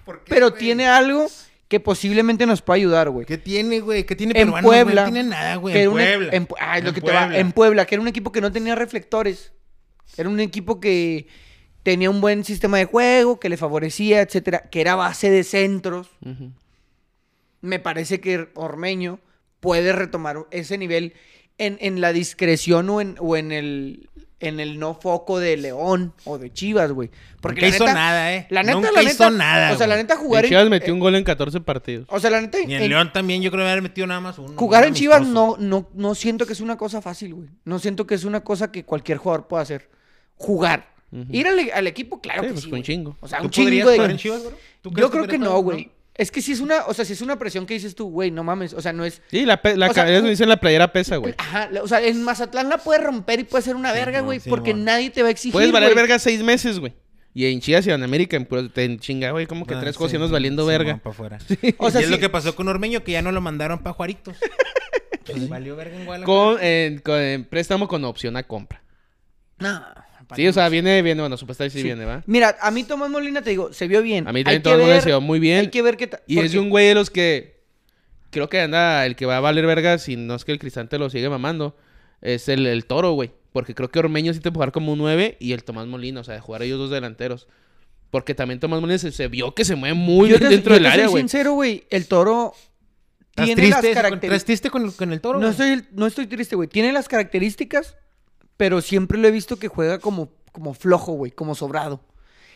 Speaker 3: ¿Por qué,
Speaker 1: pero
Speaker 3: güey?
Speaker 1: tiene algo que posiblemente nos puede ayudar, güey.
Speaker 3: ¿Qué tiene, güey? ¿Qué tiene
Speaker 1: en
Speaker 3: peruanos? güey?
Speaker 1: Puebla.
Speaker 3: No tiene nada, güey.
Speaker 1: que
Speaker 3: En
Speaker 1: era un e-
Speaker 3: Puebla.
Speaker 1: en Pu- ah, es lo
Speaker 3: En
Speaker 1: que te va,
Speaker 3: Puebla.
Speaker 1: En Puebla, que era un equipo que no tenía reflectores. Era un equipo que tenía un buen sistema de juego, que le favorecía, etcétera, que era base de centros.
Speaker 2: Ujú.
Speaker 1: Me parece que Ormeño puede retomar ese nivel en, en la discreción o en, o en el en el no foco de León o de Chivas, güey. Porque
Speaker 3: Nunca
Speaker 1: la
Speaker 3: hizo
Speaker 1: neta-
Speaker 3: nada, ¿eh?
Speaker 1: La neta,
Speaker 3: Nunca
Speaker 1: la
Speaker 3: hizo
Speaker 1: neta,
Speaker 3: nada,
Speaker 1: O sea, la
Speaker 3: güey.
Speaker 1: neta
Speaker 2: En
Speaker 1: jugar en, eh,
Speaker 2: Chivas metió un gol en 14 partidos.
Speaker 1: o sea, la neta
Speaker 3: Ni en
Speaker 1: en-
Speaker 3: León también yo creo que haber metido nada más uno.
Speaker 1: Jugar
Speaker 3: un
Speaker 1: en Chivas
Speaker 3: amistoso.
Speaker 1: no, no, no siento que es una cosa fácil, güey. No siento que es una cosa que cualquier jugador pueda hacer. Jugar.
Speaker 2: Ujú.
Speaker 1: Ir al, al equipo, claro
Speaker 2: Sí,
Speaker 1: que
Speaker 2: pues,
Speaker 1: sí.
Speaker 2: con
Speaker 1: güey.
Speaker 2: chingo.
Speaker 1: O sea,
Speaker 3: ¿Tú
Speaker 1: un chingo
Speaker 3: podrías
Speaker 1: de.
Speaker 3: jugar en Chivas, bro? ¿Tú crees
Speaker 1: Yo creo que
Speaker 3: podrías
Speaker 1: no,
Speaker 3: jugar?
Speaker 1: güey. Es que si es una, o sea, si es una presión que dices tú, güey, no mames. O sea, no es.
Speaker 2: Sí, la, pe- la
Speaker 1: O sea,
Speaker 2: ca- eso dicen, la playera pesa, güey.
Speaker 1: Ajá, la- o sea, en Mazatlán la puedes romper y puede ser una verga,
Speaker 3: mon,
Speaker 1: güey,
Speaker 3: sí,
Speaker 1: porque
Speaker 3: mon.
Speaker 1: nadie te va a exigir.
Speaker 2: Puedes valer
Speaker 1: güey.
Speaker 2: verga seis meses, güey. Y en Chivas y en América, en, puro- en chinga, güey, como que
Speaker 3: Ah,
Speaker 2: tres
Speaker 3: sí,
Speaker 2: cocinos valiendo
Speaker 3: sí,
Speaker 2: verga.
Speaker 3: van
Speaker 1: pues,
Speaker 3: pa' afuera.
Speaker 1: O sea,
Speaker 3: y es lo
Speaker 1: sí.
Speaker 3: que pasó con Ormeño, que ya no lo mandaron pa' Juaritos. Pues valió verga en Guadalajara.
Speaker 2: Con, en- con- en préstamo con opción a compra.
Speaker 1: No.
Speaker 2: Sí, o sea, viene, viene, bueno, supuestamente sí,
Speaker 1: Sí.
Speaker 2: viene, ¿va?
Speaker 1: Mira, a mí Tomás Molina te digo, se vio bien.
Speaker 2: A mí
Speaker 1: Hay
Speaker 2: también
Speaker 1: que
Speaker 2: todo el mundo
Speaker 1: ver-
Speaker 2: se dio muy bien.
Speaker 1: Hay que ver qué tal.
Speaker 2: Y es de un güey de los que. Creo que anda. El que va a valer verga si no es que el cristante lo sigue mamando. Es el, el toro, güey. Porque creo que Ormeño sí te puede jugar como un 9 y el Tomás Molina. O sea, de jugar ellos dos delanteros. Porque también Tomás Molina se, se vio que se mueve muy bien dentro del área, güey.
Speaker 1: sincero, güey. El toro
Speaker 3: ¿Estás
Speaker 1: tiene
Speaker 3: triste,
Speaker 1: las
Speaker 3: con,
Speaker 1: características.
Speaker 3: estás triste con, el- con el toro?
Speaker 1: No
Speaker 3: güey?
Speaker 1: estoy, no estoy triste, güey. Tiene las características, pero siempre lo he visto que juega como, como flojo, güey, como sobrado.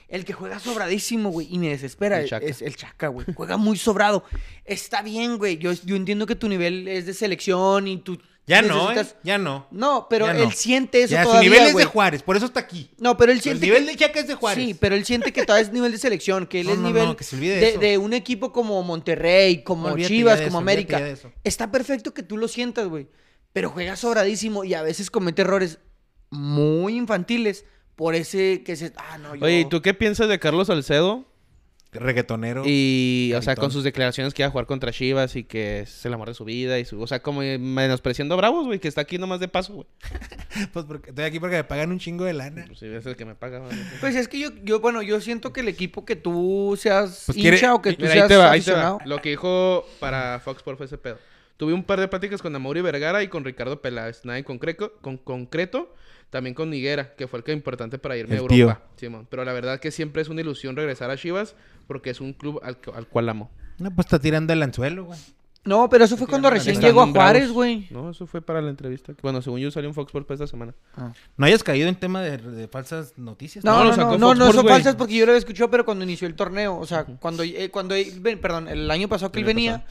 Speaker 1: El que juega sobradísimo, güey, y me desespera
Speaker 2: El Chaca.
Speaker 1: es el Chaca, güey. Juega muy sobrado. Está bien, güey. Yo, yo entiendo que tu nivel es de selección y tú
Speaker 3: Ya no, ¿eh?
Speaker 1: necesitas-
Speaker 3: Ya no.
Speaker 1: No, pero
Speaker 3: Ya no.
Speaker 1: él siente eso
Speaker 3: Ya, su
Speaker 1: todavía,
Speaker 3: nivel es de
Speaker 1: güey.
Speaker 3: Juárez, por eso está aquí.
Speaker 1: No, pero él
Speaker 3: El
Speaker 1: siente
Speaker 3: nivel
Speaker 1: que-
Speaker 3: de Chaca es de Juárez.
Speaker 1: Sí, pero él siente que todavía es nivel de selección, que él
Speaker 3: No,
Speaker 1: es
Speaker 3: no,
Speaker 1: nivel
Speaker 3: no, que se olvide de
Speaker 1: de,
Speaker 3: eso.
Speaker 1: de un equipo como Monterrey, como
Speaker 3: Olvídate ya
Speaker 1: Chivas,
Speaker 3: de
Speaker 1: como
Speaker 3: eso, olvídate
Speaker 1: América.
Speaker 3: ya de eso.
Speaker 1: Está perfecto que tú lo sientas, güey. Pero juega sobradísimo y a veces comete errores muy infantiles por ese que se... Ah, no, yo...
Speaker 2: Oye, ¿y ¿tú qué piensas de Carlos Salcedo?
Speaker 3: Reggaetonero.
Speaker 2: Y, o sea,
Speaker 3: Gritón.
Speaker 2: con sus declaraciones que iba a jugar contra Chivas y que es el amor de su vida y su... O sea, como menospreciando a Bravos, güey, que está aquí nomás de paso, güey.
Speaker 3: Pues porque estoy aquí porque me pagan un chingo de lana.
Speaker 2: Pues sí, es el que me paga, güey.
Speaker 1: Pues es que yo, yo, bueno, yo siento que el equipo que tú seas
Speaker 3: Pues
Speaker 1: hincha
Speaker 3: quiere-
Speaker 1: o que tú
Speaker 2: Mira,
Speaker 1: seas
Speaker 2: ahí te va, ahí te
Speaker 1: aficionado...
Speaker 2: va. Lo que dijo para Fox Sports fue ese pedo. Tuve un par de pláticas con Amaury Vergara y con Ricardo Peláez. Nada en concreto, con concreto. También con Higuera, que fue el que importante para irme a
Speaker 3: El tío.
Speaker 2: Europa. Simón. Pero la verdad que siempre es una ilusión regresar a Chivas porque es un club al, cu- al cual amo.
Speaker 3: No, pues está tirando el anzuelo, güey.
Speaker 1: No, pero eso fue
Speaker 3: tirando
Speaker 1: cuando
Speaker 3: la
Speaker 1: recién
Speaker 3: lista.
Speaker 1: llegó a
Speaker 2: Están bravos.
Speaker 1: Juárez, güey.
Speaker 2: No, eso fue para la entrevista. Bueno, según yo salió un Fox Sports para esta semana.
Speaker 3: No hayas caído en tema de, de falsas noticias.
Speaker 1: No,
Speaker 2: Pues No, lo
Speaker 1: no,
Speaker 2: sacó
Speaker 1: no, no,
Speaker 2: Fox
Speaker 1: no
Speaker 2: Sports,
Speaker 1: son
Speaker 2: güey.
Speaker 1: falsas porque yo lo había escuchado, pero cuando inició el torneo, o sea, cuando, eh, cuando él- ven- perdón, el año pasado que
Speaker 2: El
Speaker 1: él
Speaker 2: año
Speaker 1: venía,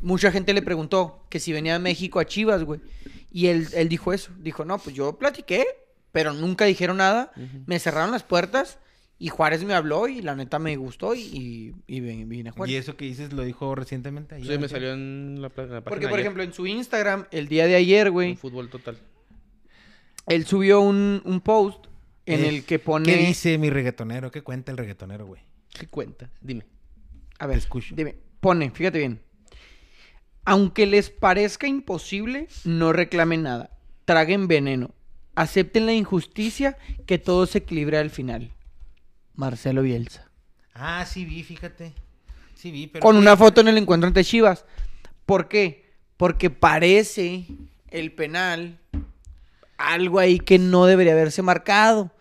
Speaker 1: mucha gente le preguntó que si venía a México a Chivas, güey. Y él, él dijo eso, dijo, no, pues yo platiqué, pero nunca dijeron nada, me cerraron las puertas y Juárez me habló y la neta me gustó y, y, y ven- vine a
Speaker 3: Y
Speaker 1: Juárez.
Speaker 3: eso que dices lo dijo recientemente. ayer,
Speaker 2: Sí, me
Speaker 3: ¿sí?
Speaker 2: salió en la, pla- en la página
Speaker 1: Porque, por
Speaker 2: ayer.
Speaker 1: ejemplo, en su Instagram, el día de ayer,
Speaker 2: Un
Speaker 1: güey,
Speaker 2: fútbol total.
Speaker 1: él subió un, un post en
Speaker 3: Eh,
Speaker 1: el que pone...
Speaker 3: ¿Qué dice mi reggaetonero? ¿Qué cuenta el reggaetonero, güey?
Speaker 2: ¿Qué cuenta? Dime.
Speaker 1: A ver,
Speaker 3: escucho.
Speaker 1: dime, pone, fíjate bien. Aunque les parezca imposible, no reclamen nada. Traguen veneno. Acepten la injusticia que todo se equilibra al final. Marcelo Bielsa.
Speaker 3: Ah, sí vi, fíjate. Sí vi, pero...
Speaker 1: Con una foto en el encuentro ante Chivas. ¿Por qué? Porque parece el penal algo ahí que no debería haberse marcado.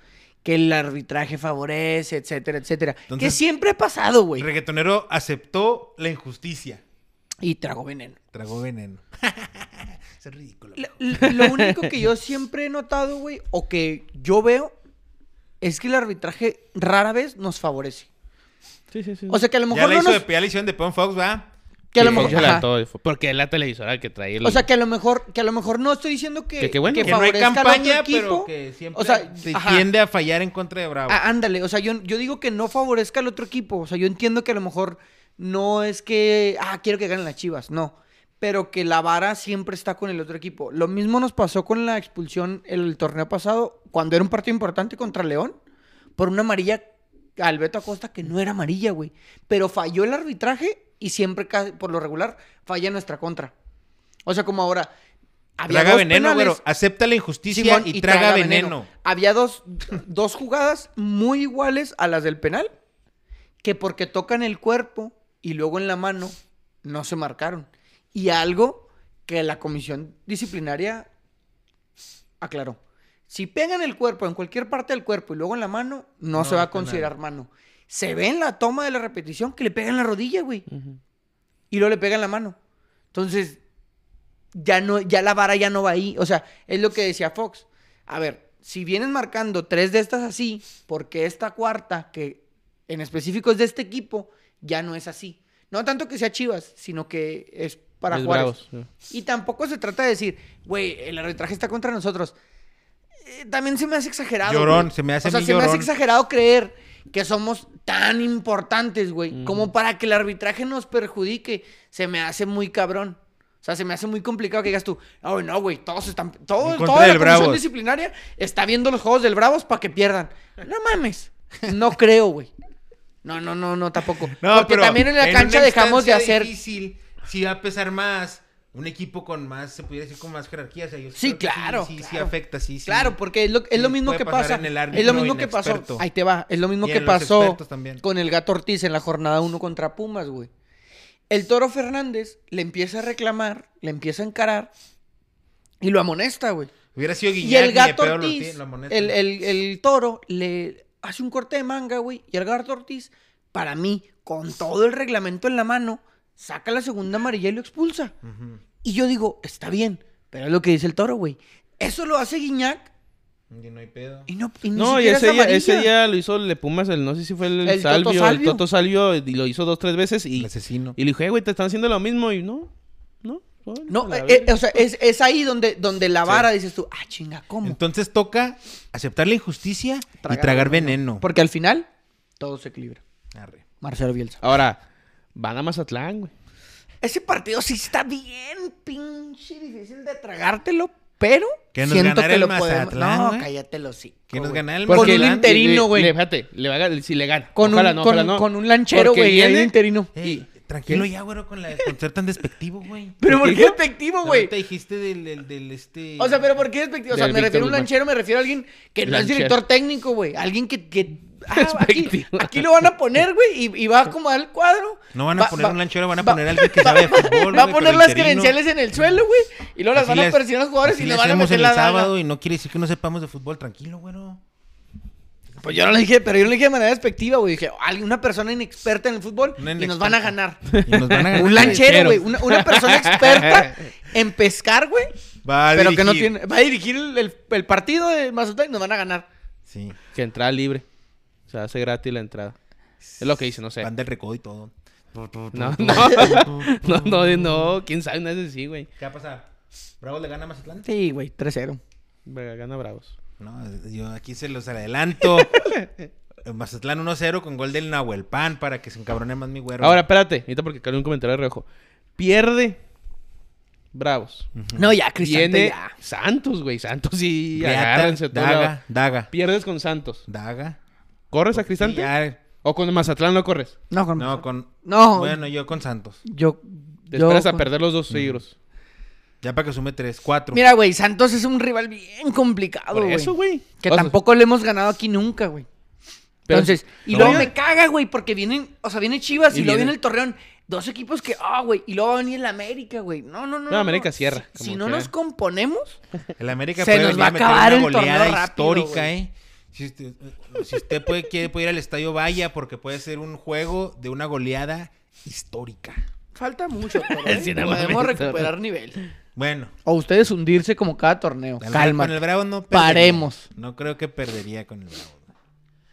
Speaker 1: Que el arbitraje favorece, etcétera, etcétera. que
Speaker 3: Entonces-
Speaker 1: siempre ha pasado,
Speaker 3: El
Speaker 1: güey.
Speaker 3: reggaetonero aceptó la injusticia.
Speaker 1: Y tragó veneno.
Speaker 3: Tragó veneno. Eso es ridículo.
Speaker 1: L- l- Lo único que yo siempre he notado, güey, o que yo veo, es que el arbitraje rara vez nos favorece.
Speaker 2: Sí, sí, sí.
Speaker 1: O sea, que a lo
Speaker 3: Ya
Speaker 1: mejor
Speaker 3: la,
Speaker 1: no
Speaker 3: hizo
Speaker 1: nos...
Speaker 3: de, ya la hicieron de Pon Fox, ¿va?
Speaker 1: Que a lo
Speaker 2: Sí,
Speaker 1: mejor...
Speaker 2: yo la
Speaker 1: ajá.
Speaker 2: todo- porque es la televisora que traía el-
Speaker 1: O sea, que a lo mejor, que a lo mejor no estoy diciendo que,
Speaker 2: Que qué bueno.
Speaker 3: Que no hay
Speaker 1: favorezca al otro
Speaker 3: campaña, pero
Speaker 1: equipo.
Speaker 3: que siempre
Speaker 1: O sea,
Speaker 3: se
Speaker 1: ajá.
Speaker 3: tiende a fallar en contra de Bravo.
Speaker 1: Ah, ándale, o sea, yo, yo digo que no favorezca al otro equipo. O sea, yo entiendo que a lo mejor no es que, ah, quiero que ganen las chivas, no. Pero que la vara siempre está con el otro equipo. Lo mismo nos pasó con la expulsión el torneo pasado, cuando era un partido importante contra León, por una amarilla a Alberto Acosta que no era amarilla, güey. Pero falló el arbitraje y siempre, ca- por lo regular, falla en nuestra contra. O sea, como ahora.
Speaker 3: Traga
Speaker 1: dos
Speaker 3: veneno,
Speaker 1: penales,
Speaker 3: güero. Acepta la injusticia
Speaker 1: Simón,
Speaker 3: y, traga, veneno.
Speaker 1: Había dos, dos jugadas muy iguales a las del penal, que porque tocan el cuerpo y luego en la mano, no se marcaron. Y algo que la comisión disciplinaria aclaró. Si pegan el cuerpo en cualquier parte del cuerpo y luego en la mano, no,
Speaker 3: No
Speaker 1: se va
Speaker 3: es
Speaker 1: a considerar mano. Se ve en la toma de la repetición que le pegan la rodilla, güey.
Speaker 2: Ujú.
Speaker 1: Y luego le pegan la mano. Entonces, ya no, ya la vara ya no va ahí. O sea, es lo que decía Fox. A ver, si vienen marcando tres de estas así, porque esta cuarta, que en específico es de este equipo, ya no es así. No tanto que sea Chivas, sino que es para
Speaker 2: Es
Speaker 1: Juárez.
Speaker 2: Bravos, sí.
Speaker 1: Y tampoco se trata de decir, güey, el arbitraje está contra nosotros. Eh, también se me hace exagerado.
Speaker 3: Llorón,
Speaker 1: güey.
Speaker 3: se me hace
Speaker 1: O sea,
Speaker 3: a mí
Speaker 1: se me hace
Speaker 3: llorón.
Speaker 1: exagerado creer que somos tan importantes, güey, como para que el arbitraje nos perjudique. Se me hace muy cabrón. O sea, se me hace muy complicado que digas tú, oh, no, güey, todos están, todo,
Speaker 3: En contra
Speaker 1: toda la
Speaker 3: del
Speaker 1: comisión
Speaker 3: Bravos.
Speaker 1: disciplinaria está viendo los juegos del Bravos para que pierdan. No mames. No creo, güey. No, no, no, no, tampoco.
Speaker 2: No,
Speaker 1: Porque
Speaker 2: pero
Speaker 1: también en la
Speaker 3: En
Speaker 1: cancha
Speaker 3: una
Speaker 1: dejamos de
Speaker 3: instancia
Speaker 1: hacer.
Speaker 3: difícil, sí va a pesar más. Un equipo con más, se pudiera decir, con más jerarquía. o sea, yo creo
Speaker 1: Sí,
Speaker 3: que
Speaker 1: claro,
Speaker 3: Sí, sí,
Speaker 1: claro.
Speaker 3: afecta, sí, sí.
Speaker 1: Claro, pues, porque es lo, es lo
Speaker 3: Sí,
Speaker 1: mismo
Speaker 3: puede
Speaker 1: que
Speaker 3: pasar
Speaker 1: pasa.
Speaker 3: en el
Speaker 1: Es lo
Speaker 3: árbitro
Speaker 1: mismo que pasó.
Speaker 3: inexperto.
Speaker 1: Ahí te va. Es lo mismo
Speaker 3: Y
Speaker 1: que
Speaker 3: en los
Speaker 1: pasó
Speaker 3: expertos también.
Speaker 1: con el gato Ortiz en la jornada 1 contra Pumas, güey. El toro Fernández le empieza a reclamar, le empieza a encarar y lo amonesta, güey.
Speaker 3: Hubiera sido Guiñac.
Speaker 1: Y el
Speaker 3: ni de
Speaker 1: gato
Speaker 3: pedo lo
Speaker 1: Ortiz,
Speaker 3: tiene, lo amonesta.
Speaker 1: el, el- el toro, le hace un corte de manga, güey. Y el gato Ortiz, para mí, con todo el reglamento en la mano, saca la segunda amarilla y lo expulsa.
Speaker 3: Ujú.
Speaker 1: Y yo digo, está bien, pero es lo que dice el toro, güey. Eso lo hace Guiñac
Speaker 3: Y no hay pedo.
Speaker 1: y no, y ni
Speaker 2: No, y
Speaker 1: siquiera es
Speaker 2: ese día,
Speaker 1: amarilla.
Speaker 2: ese día lo hizo Le Pumas, el, no sé si fue el,
Speaker 1: El Toto
Speaker 2: Salvio, el
Speaker 1: Salvio.
Speaker 2: Toto Salvio, y lo hizo dos, tres veces. Y,
Speaker 3: El asesino.
Speaker 2: y le dije, "Eh, güey, te están haciendo lo mismo. Y no, no. bueno,
Speaker 1: No,
Speaker 2: a la
Speaker 1: eh,
Speaker 2: verga.
Speaker 1: eh, o sea, es, es ahí donde, donde la vara dices tú, ah, chinga, ¿cómo?
Speaker 3: Entonces toca aceptar la injusticia y tragar veneno.
Speaker 1: Porque al final, todo se equilibra.
Speaker 3: Arre.
Speaker 1: Marcelo Bielsa.
Speaker 2: Ahora, van a Mazatlán, güey.
Speaker 1: Ese partido sí está bien, pinche difícil de tragártelo, pero
Speaker 3: Que nos
Speaker 1: siento
Speaker 3: ganara
Speaker 1: que
Speaker 3: el
Speaker 1: lo podemos.
Speaker 3: Mazatlán,
Speaker 1: No,
Speaker 3: güey.
Speaker 1: cállate los sí.
Speaker 3: Que nos ganara el
Speaker 1: Con un
Speaker 3: Mazatlán.
Speaker 1: interino,
Speaker 2: Le-
Speaker 1: güey.
Speaker 2: le- Fíjate, le va a ganar- si le gana.
Speaker 1: Con,
Speaker 2: Ojalá
Speaker 1: un,
Speaker 2: no,
Speaker 1: con,
Speaker 2: ojalá no.
Speaker 1: con un lanchero,
Speaker 2: Porque
Speaker 1: güey, ahí de
Speaker 2: viene- Eh,
Speaker 1: interino.
Speaker 3: Ey, tranquilo ya, güero, con, la, con ser tan despectivo, güey.
Speaker 1: Pero ¿por
Speaker 2: ¿Qué
Speaker 1: qué
Speaker 2: dijo?
Speaker 1: efectivo, güey?
Speaker 3: Te dijiste del, del, del este...
Speaker 1: O sea, pero ¿por qué despectivo? O sea,
Speaker 2: Del
Speaker 1: me
Speaker 2: Víctor
Speaker 1: refiero a un
Speaker 2: Guzmán.
Speaker 1: lanchero, me refiero a alguien que no es
Speaker 2: Lanchero.
Speaker 1: director técnico, güey. Alguien que... que- ah, aquí,
Speaker 2: Despectivo.
Speaker 1: aquí lo van a poner, güey, y, y va a acomodar el cuadro.
Speaker 3: No van a
Speaker 1: Va-
Speaker 3: poner
Speaker 1: va-
Speaker 3: un lanchero, van a
Speaker 1: va-
Speaker 3: poner a alguien que sabe de fútbol.
Speaker 1: Va a
Speaker 3: güey,
Speaker 1: poner
Speaker 3: con
Speaker 1: las
Speaker 3: interino.
Speaker 1: credenciales en el suelo, güey. Y luego las
Speaker 3: Así
Speaker 1: van a
Speaker 3: les-
Speaker 1: persignar los jugadores
Speaker 3: así
Speaker 1: y
Speaker 3: les
Speaker 1: le van a
Speaker 3: hacemos
Speaker 1: meter
Speaker 3: en
Speaker 1: la
Speaker 3: el sábado
Speaker 1: daga.
Speaker 3: y no quiere decir que no sepamos de fútbol. Tranquilo, güero.
Speaker 1: Pues yo no lo dije, pero yo no lo dije de manera despectiva, güey. Dije, "Alguien- una persona inexperta en el fútbol
Speaker 3: Una
Speaker 1: y nos van a
Speaker 3: inexperta.
Speaker 1: ganar.
Speaker 3: Y nos van a ganar.
Speaker 1: Un lanchero, güey. Una, una persona experta en pescar, güey.
Speaker 3: Va a
Speaker 1: Pero que no
Speaker 3: dirigir.
Speaker 1: tiene. Va a dirigir el, el- el partido de Mazatlán y nos van a ganar.
Speaker 3: Sí.
Speaker 2: Que entrada libre. O sea, hace gratis la entrada. Es lo que dice, no sé.
Speaker 3: Van del recodo y todo.
Speaker 2: No, no. no, no, no, quién sabe, no es así, güey.
Speaker 3: ¿Qué va a pasar? ¿Bravos le gana a Mazatlán?
Speaker 1: Sí, güey, 3-0.
Speaker 2: Verga, Gana Bravos.
Speaker 3: No, yo aquí se los adelanto. Mazatlán 1-0 con gol del Nahuel Pan para que se encabrone más mi güero.
Speaker 2: Ahora, espérate, ahorita porque cayó un comentario de reojo. Pierde Bravos.
Speaker 1: No, ya, Cristante,
Speaker 2: Viene
Speaker 1: ya.
Speaker 2: Santos, güey. Santos y
Speaker 3: Reata,
Speaker 2: agárrense todo.
Speaker 3: daga, daga,
Speaker 2: Pierdes con Santos.
Speaker 3: daga.
Speaker 2: ¿Corres a
Speaker 3: Sí,
Speaker 2: Cristante?
Speaker 3: ya.
Speaker 2: ¿O con Mazatlán no corres?
Speaker 1: No, con-
Speaker 3: No, con.
Speaker 1: No.
Speaker 3: Bueno, yo con Santos.
Speaker 1: Yo.
Speaker 2: Te
Speaker 1: yo-
Speaker 2: esperas a perder los dos seguidos.
Speaker 3: Ya para que sume 3, 4.
Speaker 1: Mira, güey, Santos es un rival bien complicado,
Speaker 2: Por
Speaker 1: güey.
Speaker 2: eso, güey.
Speaker 1: Que
Speaker 2: O sea,
Speaker 1: tampoco le hemos ganado aquí nunca, güey.
Speaker 2: Pero-
Speaker 1: Entonces, y
Speaker 2: No,
Speaker 1: luego
Speaker 2: ya-
Speaker 1: me caga, güey, porque vienen, o sea, viene Chivas y,
Speaker 2: Y
Speaker 1: luego
Speaker 2: viene-
Speaker 1: viene el Torreón. Dos equipos que, ah, güey, y luego va a venir el América, güey. No, no, no.
Speaker 2: No, América cierra,
Speaker 1: Si,
Speaker 2: como
Speaker 1: si no
Speaker 2: que-
Speaker 1: nos componemos,
Speaker 3: El América
Speaker 1: Se
Speaker 3: puede
Speaker 1: nos
Speaker 3: venir
Speaker 1: va a
Speaker 3: meter
Speaker 1: acabar
Speaker 3: una
Speaker 1: el torneo
Speaker 3: goleada
Speaker 1: rápido,
Speaker 3: histórica,
Speaker 1: güey.
Speaker 3: ¿eh? Si usted, si usted puede, quiere, puede ir al estadio, vaya, porque puede ser un juego de una goleada histórica.
Speaker 1: falta mucho. Pero, ¿eh?
Speaker 2: Sí, no
Speaker 1: Podemos
Speaker 2: mames,
Speaker 1: recuperar nivel.
Speaker 3: Bueno,
Speaker 1: O ustedes hundirse como cada torneo.
Speaker 3: al-
Speaker 1: Calma.
Speaker 3: con el Bravo no perdería.
Speaker 1: Paremos.
Speaker 3: No creo que perdería con el Bravo.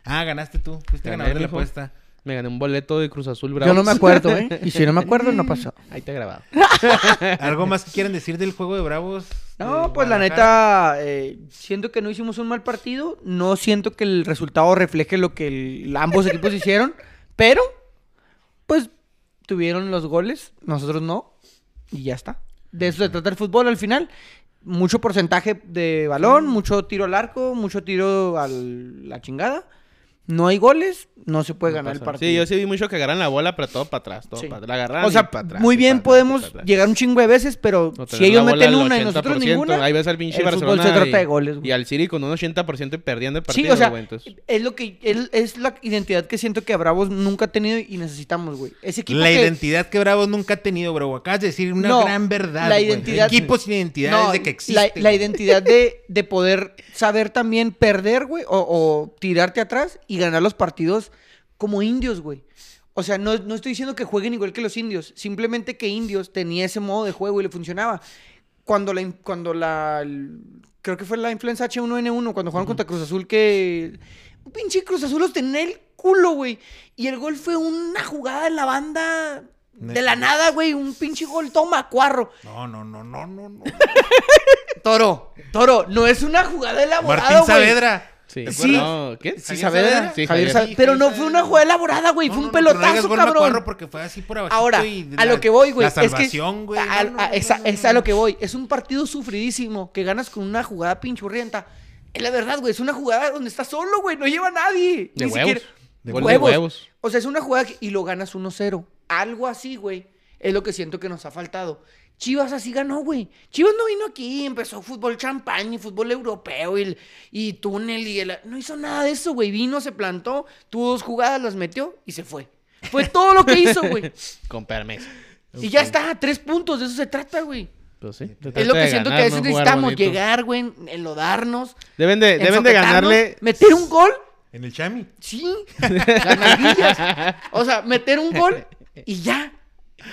Speaker 3: Ah, ganaste tú. Fuiste
Speaker 2: Gané,
Speaker 3: ganador de la
Speaker 2: mijo.
Speaker 3: apuesta.
Speaker 2: Me gané un boleto de Cruz Azul Bravos.
Speaker 1: Yo no me acuerdo, ¿eh? Y si no me acuerdo, no pasó.
Speaker 2: Ahí está grabado.
Speaker 3: ¿Algo más que quieran decir del juego de Bravos?
Speaker 1: No,
Speaker 3: de
Speaker 1: pues la
Speaker 3: Guadalajara?
Speaker 1: neta, eh, siento que no hicimos un mal partido. No siento que el resultado refleje lo que el- ambos equipos hicieron. Pero, pues, tuvieron los goles, nosotros no. Y ya está. De eso se trata el fútbol al final. Mucho porcentaje de balón, mucho tiro al arco, mucho tiro a la chingada. No hay goles, no se puede ganar el partido.
Speaker 2: Sí, yo sí vi mucho que agarran la bola, pero todo para atrás. Todo
Speaker 1: Sí.
Speaker 2: para atrás. La agarran
Speaker 1: o
Speaker 2: y
Speaker 1: sea,
Speaker 2: para atrás,
Speaker 1: muy
Speaker 2: y para
Speaker 1: bien
Speaker 2: atrás, y
Speaker 1: podemos
Speaker 2: para atrás.
Speaker 1: llegar un chingo de veces, pero
Speaker 2: O
Speaker 1: si
Speaker 2: tener
Speaker 1: ellos
Speaker 2: la bola
Speaker 1: meten
Speaker 2: al
Speaker 1: una y nosotros
Speaker 2: 80%,
Speaker 1: ninguna,
Speaker 2: Ahí ves al pinche
Speaker 1: el fútbol
Speaker 2: Barcelona.
Speaker 1: se trata
Speaker 2: y-
Speaker 1: de goles, güey.
Speaker 2: Y al City con un 80% perdiendo el partido.
Speaker 1: Sí, o sea,
Speaker 2: güey, entonces.
Speaker 1: es lo que es, es la identidad que siento que a Bravos nunca ha tenido y necesitamos, güey. Ese equipo
Speaker 3: La
Speaker 1: que-
Speaker 3: identidad que Bravos nunca ha tenido, Bravo. Acabas de decir una
Speaker 1: No,
Speaker 3: gran verdad.
Speaker 1: la
Speaker 3: güey.
Speaker 1: identidad-
Speaker 3: Equipo sin identidad
Speaker 1: No,
Speaker 3: es de que existe.
Speaker 1: la, la
Speaker 3: güey.
Speaker 1: identidad de, de poder saber también perder, güey, o, o tirarte atrás y ganar los partidos como indios, güey. O sea, no, no estoy diciendo que jueguen igual que los indios, simplemente que indios tenía ese modo de juego y le funcionaba. Cuando la, in- cuando la el- creo que fue la influenza H1N1, cuando jugaron contra Cruz Azul, que un pinche Cruz Azul los tenía en el culo, güey. Y el gol fue una jugada de la banda de la nada, güey. Un pinche gol, toma, cuarro.
Speaker 3: No, no, no, no, no, no.
Speaker 1: Toro, Toro, no es una jugada elaborada,
Speaker 3: Martín
Speaker 1: güey.
Speaker 3: Saavedra.
Speaker 2: Sí.
Speaker 3: ¿te
Speaker 1: Sí.
Speaker 3: acuerdas?
Speaker 2: No, ¿Qué?
Speaker 1: Sí,
Speaker 3: Javier
Speaker 1: Saavedra.
Speaker 3: Saavedra.
Speaker 2: Sí,
Speaker 1: Javier
Speaker 2: Javier.
Speaker 1: Saavedra.
Speaker 3: Sí,
Speaker 1: Pero
Speaker 3: Javier
Speaker 1: no fue una
Speaker 3: Saavedra.
Speaker 1: jugada elaborada, güey.
Speaker 3: No, no,
Speaker 1: fue un
Speaker 3: no, pero no hagas
Speaker 1: pelotazo,
Speaker 3: gol Macuarro
Speaker 1: cabrón.
Speaker 3: porque fue así por abajito
Speaker 1: Ahora,
Speaker 3: y de
Speaker 1: a
Speaker 3: la-
Speaker 1: lo que voy, güey.
Speaker 3: La
Speaker 1: es que-
Speaker 3: salvación, güey.
Speaker 1: a-
Speaker 3: No, no,
Speaker 1: a-
Speaker 3: no,
Speaker 1: esa-
Speaker 3: no,
Speaker 1: Es
Speaker 3: no,
Speaker 1: a lo
Speaker 3: no.
Speaker 1: que voy. Es un partido sufridísimo que ganas con una jugada pinchurrienta. Es la verdad, güey. Es una jugada donde está solo, güey. No lleva a nadie.
Speaker 2: De
Speaker 1: Ni
Speaker 2: huevos.
Speaker 1: siquiera-
Speaker 2: De
Speaker 1: Gol
Speaker 2: huevos.
Speaker 1: huevos.
Speaker 2: De huevos.
Speaker 1: O sea, es una jugada que- y lo ganas 1-0. Algo así, güey. Es lo que siento que nos ha faltado. Chivas así ganó, güey. Chivas no vino aquí, empezó fútbol champán y fútbol europeo y, el- y túnel y el- no hizo nada de eso, güey. Vino, se plantó, tuvo dos jugadas, las metió y se fue. Fue todo lo que hizo, güey.
Speaker 2: Con permiso.
Speaker 1: Y ya está, tres puntos, de eso se trata, güey.
Speaker 2: Pues sí. se
Speaker 1: Es
Speaker 2: trata
Speaker 1: lo que
Speaker 2: de
Speaker 1: siento
Speaker 2: ganar,
Speaker 1: que a veces
Speaker 2: no jugar
Speaker 1: necesitamos,
Speaker 2: bonito.
Speaker 1: llegar, güey, enlodarnos.
Speaker 2: Deben de, deben de
Speaker 1: ensoquetarnos,
Speaker 2: ganarle.
Speaker 1: Meter un gol
Speaker 3: En el Chami.
Speaker 1: Sí, ganadillas. O sea, meter un gol y ya.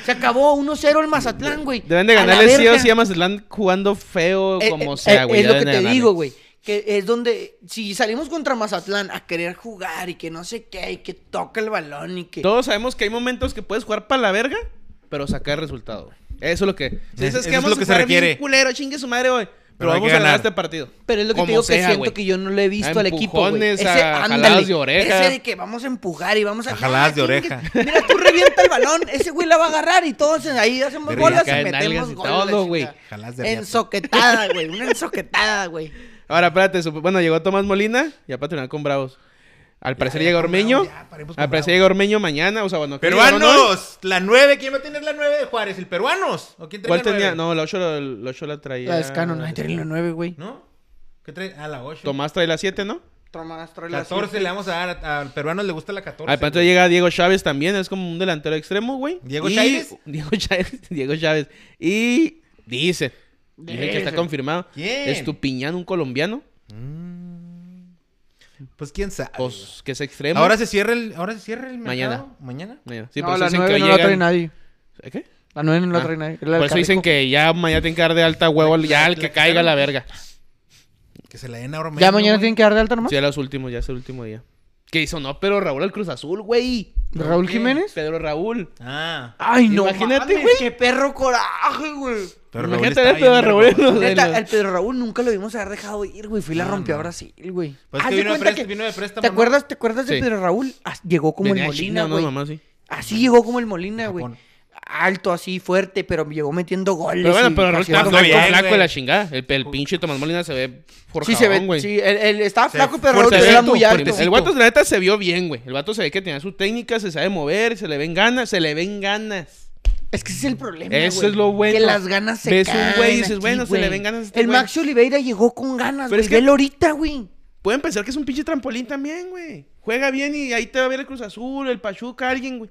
Speaker 1: Se acabó 1-0 el Mazatlán, güey.
Speaker 2: Deben de
Speaker 1: A la
Speaker 2: ganarle sí o
Speaker 1: verga.
Speaker 2: sí a Mazatlán jugando feo,
Speaker 1: Eh,
Speaker 2: como
Speaker 1: eh,
Speaker 2: sea,
Speaker 1: eh,
Speaker 2: güey.
Speaker 1: Es
Speaker 2: ya deben
Speaker 1: lo que te
Speaker 2: de ganarle.
Speaker 1: digo, güey. Que es donde, si salimos contra Mazatlán a querer jugar y que no sé qué, y que toca el balón y que.
Speaker 2: Todos sabemos que hay momentos que puedes jugar para la verga, pero sacar resultado. Eso es lo que. Si
Speaker 3: Es-
Speaker 2: dices
Speaker 3: Eh, eso
Speaker 2: que
Speaker 3: es
Speaker 2: vamos
Speaker 3: lo
Speaker 2: a
Speaker 3: que se
Speaker 2: jugar bien
Speaker 3: requiere.
Speaker 2: culero, chingue su madre, güey. Pero,
Speaker 3: Pero hay
Speaker 2: vamos
Speaker 3: que
Speaker 2: a ganar
Speaker 3: ganar.
Speaker 2: este partido.
Speaker 1: Pero es lo que te
Speaker 2: Como
Speaker 1: digo que
Speaker 2: sea,
Speaker 1: siento
Speaker 2: güey.
Speaker 1: que yo no le he visto
Speaker 2: A
Speaker 1: al equipo, güey.
Speaker 2: empujones,
Speaker 1: Ese,
Speaker 2: a
Speaker 1: ándale.
Speaker 2: jaladas de oreja.
Speaker 1: Ese de que vamos a empujar y vamos a...
Speaker 3: A jaladas de
Speaker 1: Ah, chingues.
Speaker 3: oreja.
Speaker 1: Mira, tú revienta el balón, ese güey la va a agarrar y todos en- ahí hacemos
Speaker 3: De
Speaker 1: bolas y
Speaker 2: rica, de nalgas
Speaker 1: metemos
Speaker 2: y
Speaker 1: gol. la
Speaker 2: todo, güey.
Speaker 1: chingada.
Speaker 3: Jaladas de riata.
Speaker 1: Ensoquetada, güey, una ensoquetada, güey.
Speaker 2: Ahora, espérate. sup- Bueno, llegó Tomás Molina, ya para terminar con Bravos. Al parecer
Speaker 3: ya
Speaker 2: llega
Speaker 3: con
Speaker 2: Ormeño.
Speaker 3: Bravos, ya, paremos con
Speaker 2: al parecer
Speaker 3: Bravos.
Speaker 2: llega Ormeño mañana. O sea, bueno, que llegaron hoy.
Speaker 3: ¡Peruanos! La 9, ¿quién va a tener la 9 de Juárez? ¿El peruanos? ¿O quién trae
Speaker 2: ¿Cuál
Speaker 3: la nueve?
Speaker 2: tenía? No, la 8 la, la, ocho la traía.
Speaker 1: La descano, no hay la 9, güey.
Speaker 3: ¿No? ¿Qué trae? Ah, la 8.
Speaker 2: Tomás trae la 7, ¿no?
Speaker 1: Tomás, trae la
Speaker 3: 14 le vamos a dar. a- Al peruano le gusta la 14.
Speaker 2: Al parecer
Speaker 3: güey.
Speaker 2: llega Diego Chávez también, es como un delantero extremo, güey.
Speaker 3: ¿Diego
Speaker 2: Y-
Speaker 3: Chávez?
Speaker 2: Diego Chávez, Diego Chávez. Y dice, dice que está
Speaker 1: Dice.
Speaker 2: confirmado.
Speaker 3: ¿Quién?
Speaker 2: Estupiñán, un colombiano,
Speaker 3: Pues quién sabe.
Speaker 2: pues, que es extremo.
Speaker 3: ahora se cierra el. Ahora se cierra el mercado.
Speaker 2: Mañana.
Speaker 3: Mañana.
Speaker 2: Mira, Sí,
Speaker 1: no,
Speaker 2: por eso
Speaker 1: la
Speaker 2: dicen
Speaker 1: 9
Speaker 2: que
Speaker 1: no la
Speaker 2: llegan-
Speaker 1: trae nadie.
Speaker 2: ¿Qué?
Speaker 1: La 9 no la
Speaker 2: Ah.
Speaker 1: trae nadie.
Speaker 2: Por eso dicen que ya mañana tienen que dar de alta huevo al- ya al que caiga la verga.
Speaker 3: Que se la den a Ormeño.
Speaker 1: ¿Ya mañana
Speaker 3: güey.
Speaker 1: tienen que dar de alta nomás?
Speaker 2: Sí, a los últimos, ya es el último día. Que hizo no, pero Raúl al Cruz Azul, güey.
Speaker 1: ¿Raúl
Speaker 3: ¿qué?
Speaker 1: Jiménez?
Speaker 2: Pedro Raúl.
Speaker 3: Ah.
Speaker 1: Ay, no
Speaker 2: Imagínate,
Speaker 1: mames,
Speaker 2: güey.
Speaker 1: qué perro coraje, güey.
Speaker 3: Pero Raúl
Speaker 2: Imagínate
Speaker 3: está
Speaker 2: el Pedro
Speaker 3: bien
Speaker 2: Raúl. en
Speaker 3: vergonzoso.
Speaker 2: los- en
Speaker 1: Neta,
Speaker 2: los-
Speaker 1: el Pedro Raúl nunca lo vimos haber dejado ir, güey. Fui la rompió a Brasil, güey.
Speaker 3: Pues
Speaker 1: Haz
Speaker 3: que
Speaker 1: de
Speaker 3: vino de,
Speaker 1: cuenta
Speaker 3: préstamo, vino de préstamo.
Speaker 1: ¿Te
Speaker 3: ¿no?
Speaker 1: acuerdas, ¿Te acuerdas de
Speaker 2: Sí.
Speaker 1: Pedro Raúl? As- Llegó como
Speaker 2: Venía
Speaker 1: el
Speaker 2: a China,
Speaker 1: Molina,
Speaker 2: ¿no?
Speaker 1: güey.
Speaker 2: Mamá, sí.
Speaker 1: Así llegó como el Molina, güey.
Speaker 3: Japón.
Speaker 1: Alto, así, fuerte, pero llegó metiendo goles.
Speaker 2: Pero bueno,
Speaker 1: y
Speaker 2: pero Raúl
Speaker 1: haciendo
Speaker 2: está
Speaker 3: jugando
Speaker 2: flaco,
Speaker 1: goles.
Speaker 3: bien,
Speaker 2: flaco de
Speaker 3: güey.
Speaker 2: la chingada. El, el pinche Tomás Molina se ve forjadón,
Speaker 1: Sí, se ve.
Speaker 2: güey.
Speaker 1: Sí, él, él estaba
Speaker 3: Se
Speaker 1: flaco, pero
Speaker 3: fue-
Speaker 1: Raúl
Speaker 3: se
Speaker 1: se
Speaker 3: ve
Speaker 1: era
Speaker 3: tu
Speaker 1: muy alto.
Speaker 2: El vato, la neta, se vio bien, güey. El vato se ve que tenía su técnica, se sabe mover, se le ven ganas, se le ven ganas.
Speaker 1: Es que ese es el problema.
Speaker 2: Eso
Speaker 1: güey,
Speaker 2: es lo bueno.
Speaker 1: Que las ganas se
Speaker 2: Ves un
Speaker 1: caen
Speaker 2: güey y dices,
Speaker 1: aquí,
Speaker 2: bueno, se le
Speaker 1: güey.
Speaker 2: ven ganas a este
Speaker 1: El
Speaker 2: güey.
Speaker 1: Maxi Oliveira llegó con ganas,
Speaker 2: Pero
Speaker 1: güey.
Speaker 2: es que-
Speaker 1: Velo ahorita, güey.
Speaker 2: Pueden pensar que es un pinche trampolín también, güey. Juega bien y ahí te va a ver el Cruz Azul, el Pachuca, alguien, güey.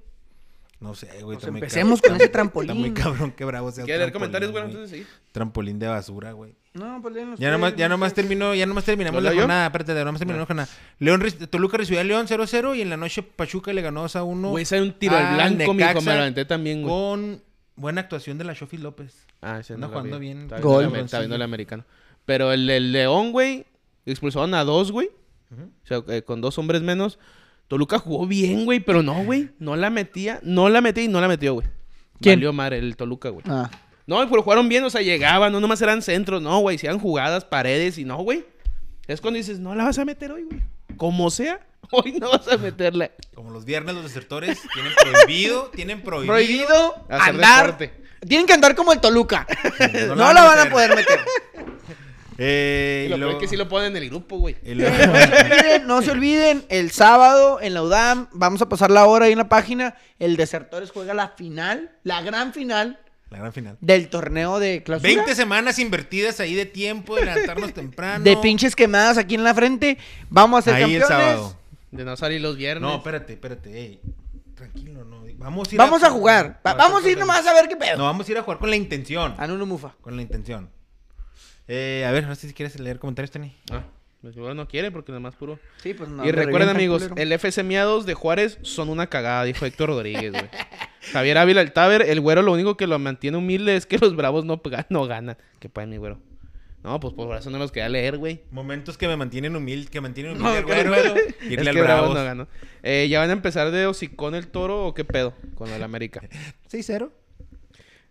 Speaker 3: No sé, güey. está muy
Speaker 1: empecemos
Speaker 3: cabrón.
Speaker 1: con
Speaker 3: Está
Speaker 1: ese
Speaker 3: muy-
Speaker 1: trampolín.
Speaker 3: Está muy cabrón, qué bravo sea. un
Speaker 2: ¿Quieres leer
Speaker 3: trampolín,
Speaker 2: comentarios, güey?
Speaker 3: güey.
Speaker 2: Antes de seguir.
Speaker 3: Trampolín de basura, güey.
Speaker 1: No, pues
Speaker 3: Ya nomás, ya nomás terminó, ya nomás terminamos
Speaker 2: ¿Lo
Speaker 3: la
Speaker 2: leo yo?
Speaker 3: jornada, espérate, ya nomás terminó la jornada. León, Re- Toluca recibió a León 0-0 y en la noche Pachuca le ganó 2-1.
Speaker 2: Güey, sale un tiro
Speaker 3: Ah,
Speaker 2: al blanco, mijo, me lo aventé también, güey.
Speaker 3: Con buena actuación de la Shofi López.
Speaker 2: Ah, ese
Speaker 3: Anda
Speaker 2: lo
Speaker 3: jugando
Speaker 2: vi.
Speaker 3: bien.
Speaker 2: Está
Speaker 1: Gol.
Speaker 2: viendo, el- está viendo el americano. Pero el, el León, güey, expulsaron a dos, güey. O sea, eh, con dos hombres menos. Toluca jugó bien, güey, pero no, güey. No la metía, no la metía y no la metió, güey.
Speaker 1: ¿Quién?
Speaker 2: Valió madre el Toluca, güey.
Speaker 1: Ah.
Speaker 2: No, pero jugaron bien, o sea, llegaban, no nomás eran centros, no, güey, hacían jugadas, paredes y no, güey. Es cuando dices, no la vas a meter hoy, güey. Como sea, hoy no vas a meterla.
Speaker 3: Como los viernes los desertores tienen prohibido, tienen prohibido.
Speaker 1: Prohibido
Speaker 2: Hacer
Speaker 1: andar.
Speaker 2: deporte.
Speaker 1: Tienen que andar como el Toluca.
Speaker 3: no la
Speaker 1: no
Speaker 3: van a
Speaker 1: la van a
Speaker 3: meter.
Speaker 1: poder meter.
Speaker 3: Eh,
Speaker 2: Y
Speaker 3: y
Speaker 2: lo peor
Speaker 3: luego-
Speaker 2: es que sí lo ponen en el grupo, güey.
Speaker 3: y luego-
Speaker 1: No se olviden, no se olviden, el sábado en la UDAM vamos a pasar la hora ahí en la página. El Desertores juega la final, la gran final
Speaker 3: la gran final.
Speaker 1: del torneo de clausura.
Speaker 3: 20 semanas invertidas ahí de tiempo, de levantarnos temprano.
Speaker 1: de pinches quemadas aquí en la frente. Vamos a ser
Speaker 3: Ahí el
Speaker 1: campeones.
Speaker 3: sábado.
Speaker 2: De no salir los viernes.
Speaker 3: No, espérate, espérate, ey. Tranquilo, no. Vamos a ir
Speaker 1: Vamos a jugar. Va- vamos a ir nomás Ah, a ver qué
Speaker 3: No,
Speaker 1: pedo.
Speaker 3: vamos a ir a jugar con la intención.
Speaker 1: Anulo Mufa.
Speaker 3: Con la intención. Eh, a ver, no sé si quieres leer comentarios, Tony.
Speaker 2: Ah, pues igual no quiere porque nada más puro.
Speaker 1: Sí, pues no,
Speaker 2: y
Speaker 1: me
Speaker 2: recuerden,
Speaker 1: revienta el
Speaker 2: amigos,
Speaker 1: culero.
Speaker 2: el FC Miados de Juárez son una cagada, dijo Héctor Rodríguez, güey. Javier Ávila, el Taber, el güero, lo único que lo mantiene humilde es que los bravos no, pega- no ganan. Que pueden, mi güero. No, pues por eso no los quería leer, güey.
Speaker 3: Momentos que me mantienen humilde, que mantienen
Speaker 1: No,
Speaker 3: humilde,
Speaker 1: claro.
Speaker 3: güey, güey.
Speaker 2: Es
Speaker 3: Irle al
Speaker 2: que Bravos
Speaker 3: Bravos.
Speaker 2: no ganó. Eh, ¿Ya van a empezar de hocicón el toro o qué pedo con el América?
Speaker 3: 6-0.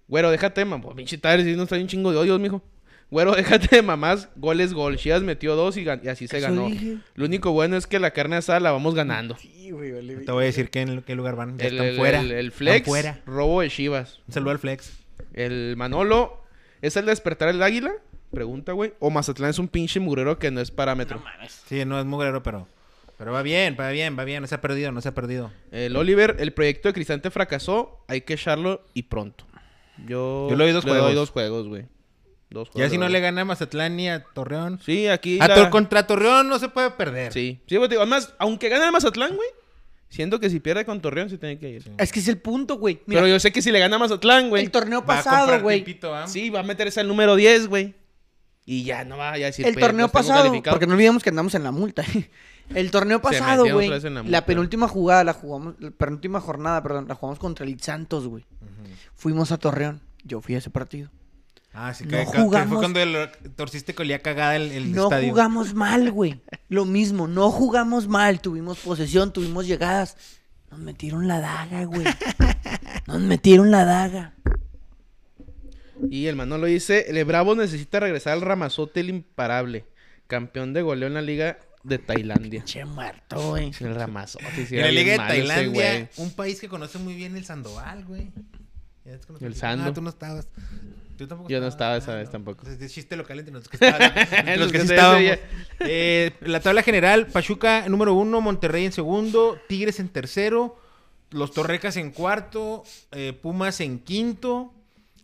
Speaker 2: Güero, déjate de mamás. Pinche Taber, si nos trae un chingo de odios, mijo. Güero, déjate de mamás. Gol es gol. Chivas metió dos y, gan- y así se
Speaker 1: Eso
Speaker 2: ganó.
Speaker 1: dije.
Speaker 2: Lo único bueno es que la carne asada la vamos ganando.
Speaker 1: Sí, güey, vale,
Speaker 3: Te voy a decir que en qué lugar van. Ya
Speaker 2: el,
Speaker 3: están
Speaker 2: el-
Speaker 3: fuera.
Speaker 2: el- el
Speaker 3: Están
Speaker 2: Flex,
Speaker 3: fuera.
Speaker 2: robo de Chivas.
Speaker 3: Un saludo al Flex.
Speaker 2: El Manolo, ¿es el despertar del águila? Pregunta, güey. O Mazatlán es un pinche murero que no es parámetro.
Speaker 3: Sí, no es mugrero, pero. Pero va bien, va bien, va bien. No se ha perdido, no se ha perdido.
Speaker 2: El Oliver, el proyecto de Cristante fracasó. Hay que echarlo y pronto. Yo,
Speaker 3: Yo le doy dos juegos.
Speaker 2: doy dos juegos, güey. Dos
Speaker 3: Ya
Speaker 2: juegos,
Speaker 3: si no
Speaker 2: güey.
Speaker 3: le gana Ah, a Mazatlán ni a Torreón.
Speaker 2: Sí, aquí.
Speaker 3: A
Speaker 2: la-
Speaker 3: Tor- contra Torreón no se puede perder.
Speaker 2: Sí. Sí, güey, te digo, además, aunque gane el Mazatlán, güey, siento que si pierde con Torreón se tiene que ir.
Speaker 1: Es que es el punto, güey. Mira,
Speaker 2: Pero yo sé que si le gana a Mazatlán, güey.
Speaker 1: el torneo
Speaker 3: Va a comprar
Speaker 1: pasado, güey.
Speaker 3: Tepito, ¿ah?
Speaker 2: Sí, va a meterse al número 10, güey. Y ya no va ya a decir,
Speaker 1: El
Speaker 2: "Pero
Speaker 1: torneo
Speaker 2: los tengo
Speaker 1: pasado,
Speaker 2: calificados".
Speaker 1: porque no olvidemos que andamos en la multa. ¿eh? El torneo pasado,
Speaker 2: metieron
Speaker 1: güey.
Speaker 2: otra vez en la
Speaker 1: La,
Speaker 2: multa.
Speaker 1: penúltima jugada la jugamos, la penúltima jornada, perdón, la jugamos contra el Santos, güey. Fuimos a Torreón. Yo fui a ese partido.
Speaker 3: Ah, sí,
Speaker 1: No
Speaker 3: que, que- que
Speaker 1: jugamos.
Speaker 3: fue cuando el- torciste colía cagada el, el
Speaker 1: No
Speaker 3: estadio.
Speaker 1: jugamos mal, güey. Lo mismo, no jugamos mal. Tuvimos posesión, tuvimos llegadas. Nos metieron la daga, güey. Nos metieron la daga.
Speaker 2: Y el Manolo dice, el Bravo necesita regresar al Ramazote el imparable, campeón de goleo en la liga de Tailandia.
Speaker 1: Che muerto, güey.
Speaker 2: El Ramazote, sí,
Speaker 3: En
Speaker 2: era
Speaker 3: la
Speaker 2: bien
Speaker 3: Liga de
Speaker 2: malo ese
Speaker 3: Tailandia,
Speaker 2: güey.
Speaker 3: un país que conoce muy bien el Sandoval, güey. Ya desconozco-
Speaker 2: El Sando.
Speaker 3: Ah, tú no estabas. Tú tampoco
Speaker 2: Yo no estaba esa
Speaker 3: ah,
Speaker 2: vez tampoco.
Speaker 3: Es chiste local entre los que estábamos. entre los que
Speaker 2: Los
Speaker 3: sí
Speaker 2: que
Speaker 3: estábamos.
Speaker 2: ese día.
Speaker 3: Eh, la tabla general, Pachuca número uno, Monterrey en segundo, Tigres en tercero, los Torrecas en cuarto, eh, Pumas en quinto.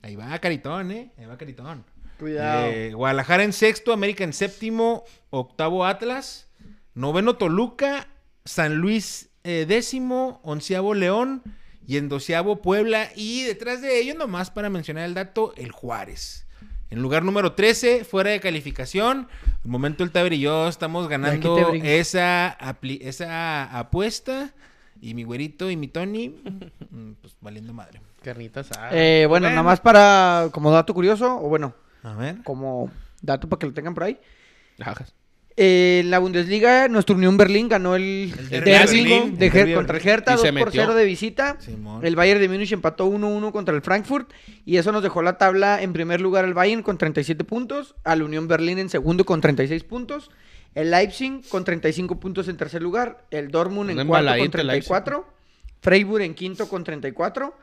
Speaker 3: Ahí va Caritón, ¿eh? Ahí va Caritón.
Speaker 1: Cuidado.
Speaker 3: Eh, Guadalajara en sexto, América en séptimo, octavo Atlas, noveno Toluca, San Luis eh, décimo, onceavo León y en doceavo Puebla. Y detrás de ellos, nomás para mencionar el dato, el Juárez. En lugar número 13, fuera de calificación. Al momento el Taber y yo estamos
Speaker 1: te
Speaker 3: ganando
Speaker 1: brinco.
Speaker 3: esa, apli- esa apuesta. Y mi güerito y mi Tony, mm, pues valiendo madre.
Speaker 2: Carnita asada.
Speaker 1: Eh, bueno, nada más para como dato curioso, o bueno,
Speaker 3: A ver.
Speaker 1: como dato para que lo tengan por ahí.
Speaker 2: Ajá.
Speaker 1: Eh, en la Bundesliga, nuestro Unión Berlín ganó el,
Speaker 3: El derbi
Speaker 1: derbi
Speaker 3: de Berlín,
Speaker 1: de
Speaker 3: el
Speaker 1: Ger-
Speaker 3: derbi de
Speaker 1: contra el
Speaker 3: Berlín.
Speaker 1: Hertha,
Speaker 2: Y se
Speaker 1: 2 por
Speaker 2: metió.
Speaker 1: 0 de visita.
Speaker 3: Simón.
Speaker 1: El Bayern de Múnich empató 1-1 contra el Frankfurt y eso nos dejó la tabla en primer lugar al Bayern con 37 puntos, al Unión Berlín en segundo con 36 puntos, el Leipzig con 35 puntos en tercer lugar, el Dortmund
Speaker 2: Una
Speaker 1: en cuarto con
Speaker 2: embaladita el Leipzig.
Speaker 1: 34, Freiburg en quinto con 34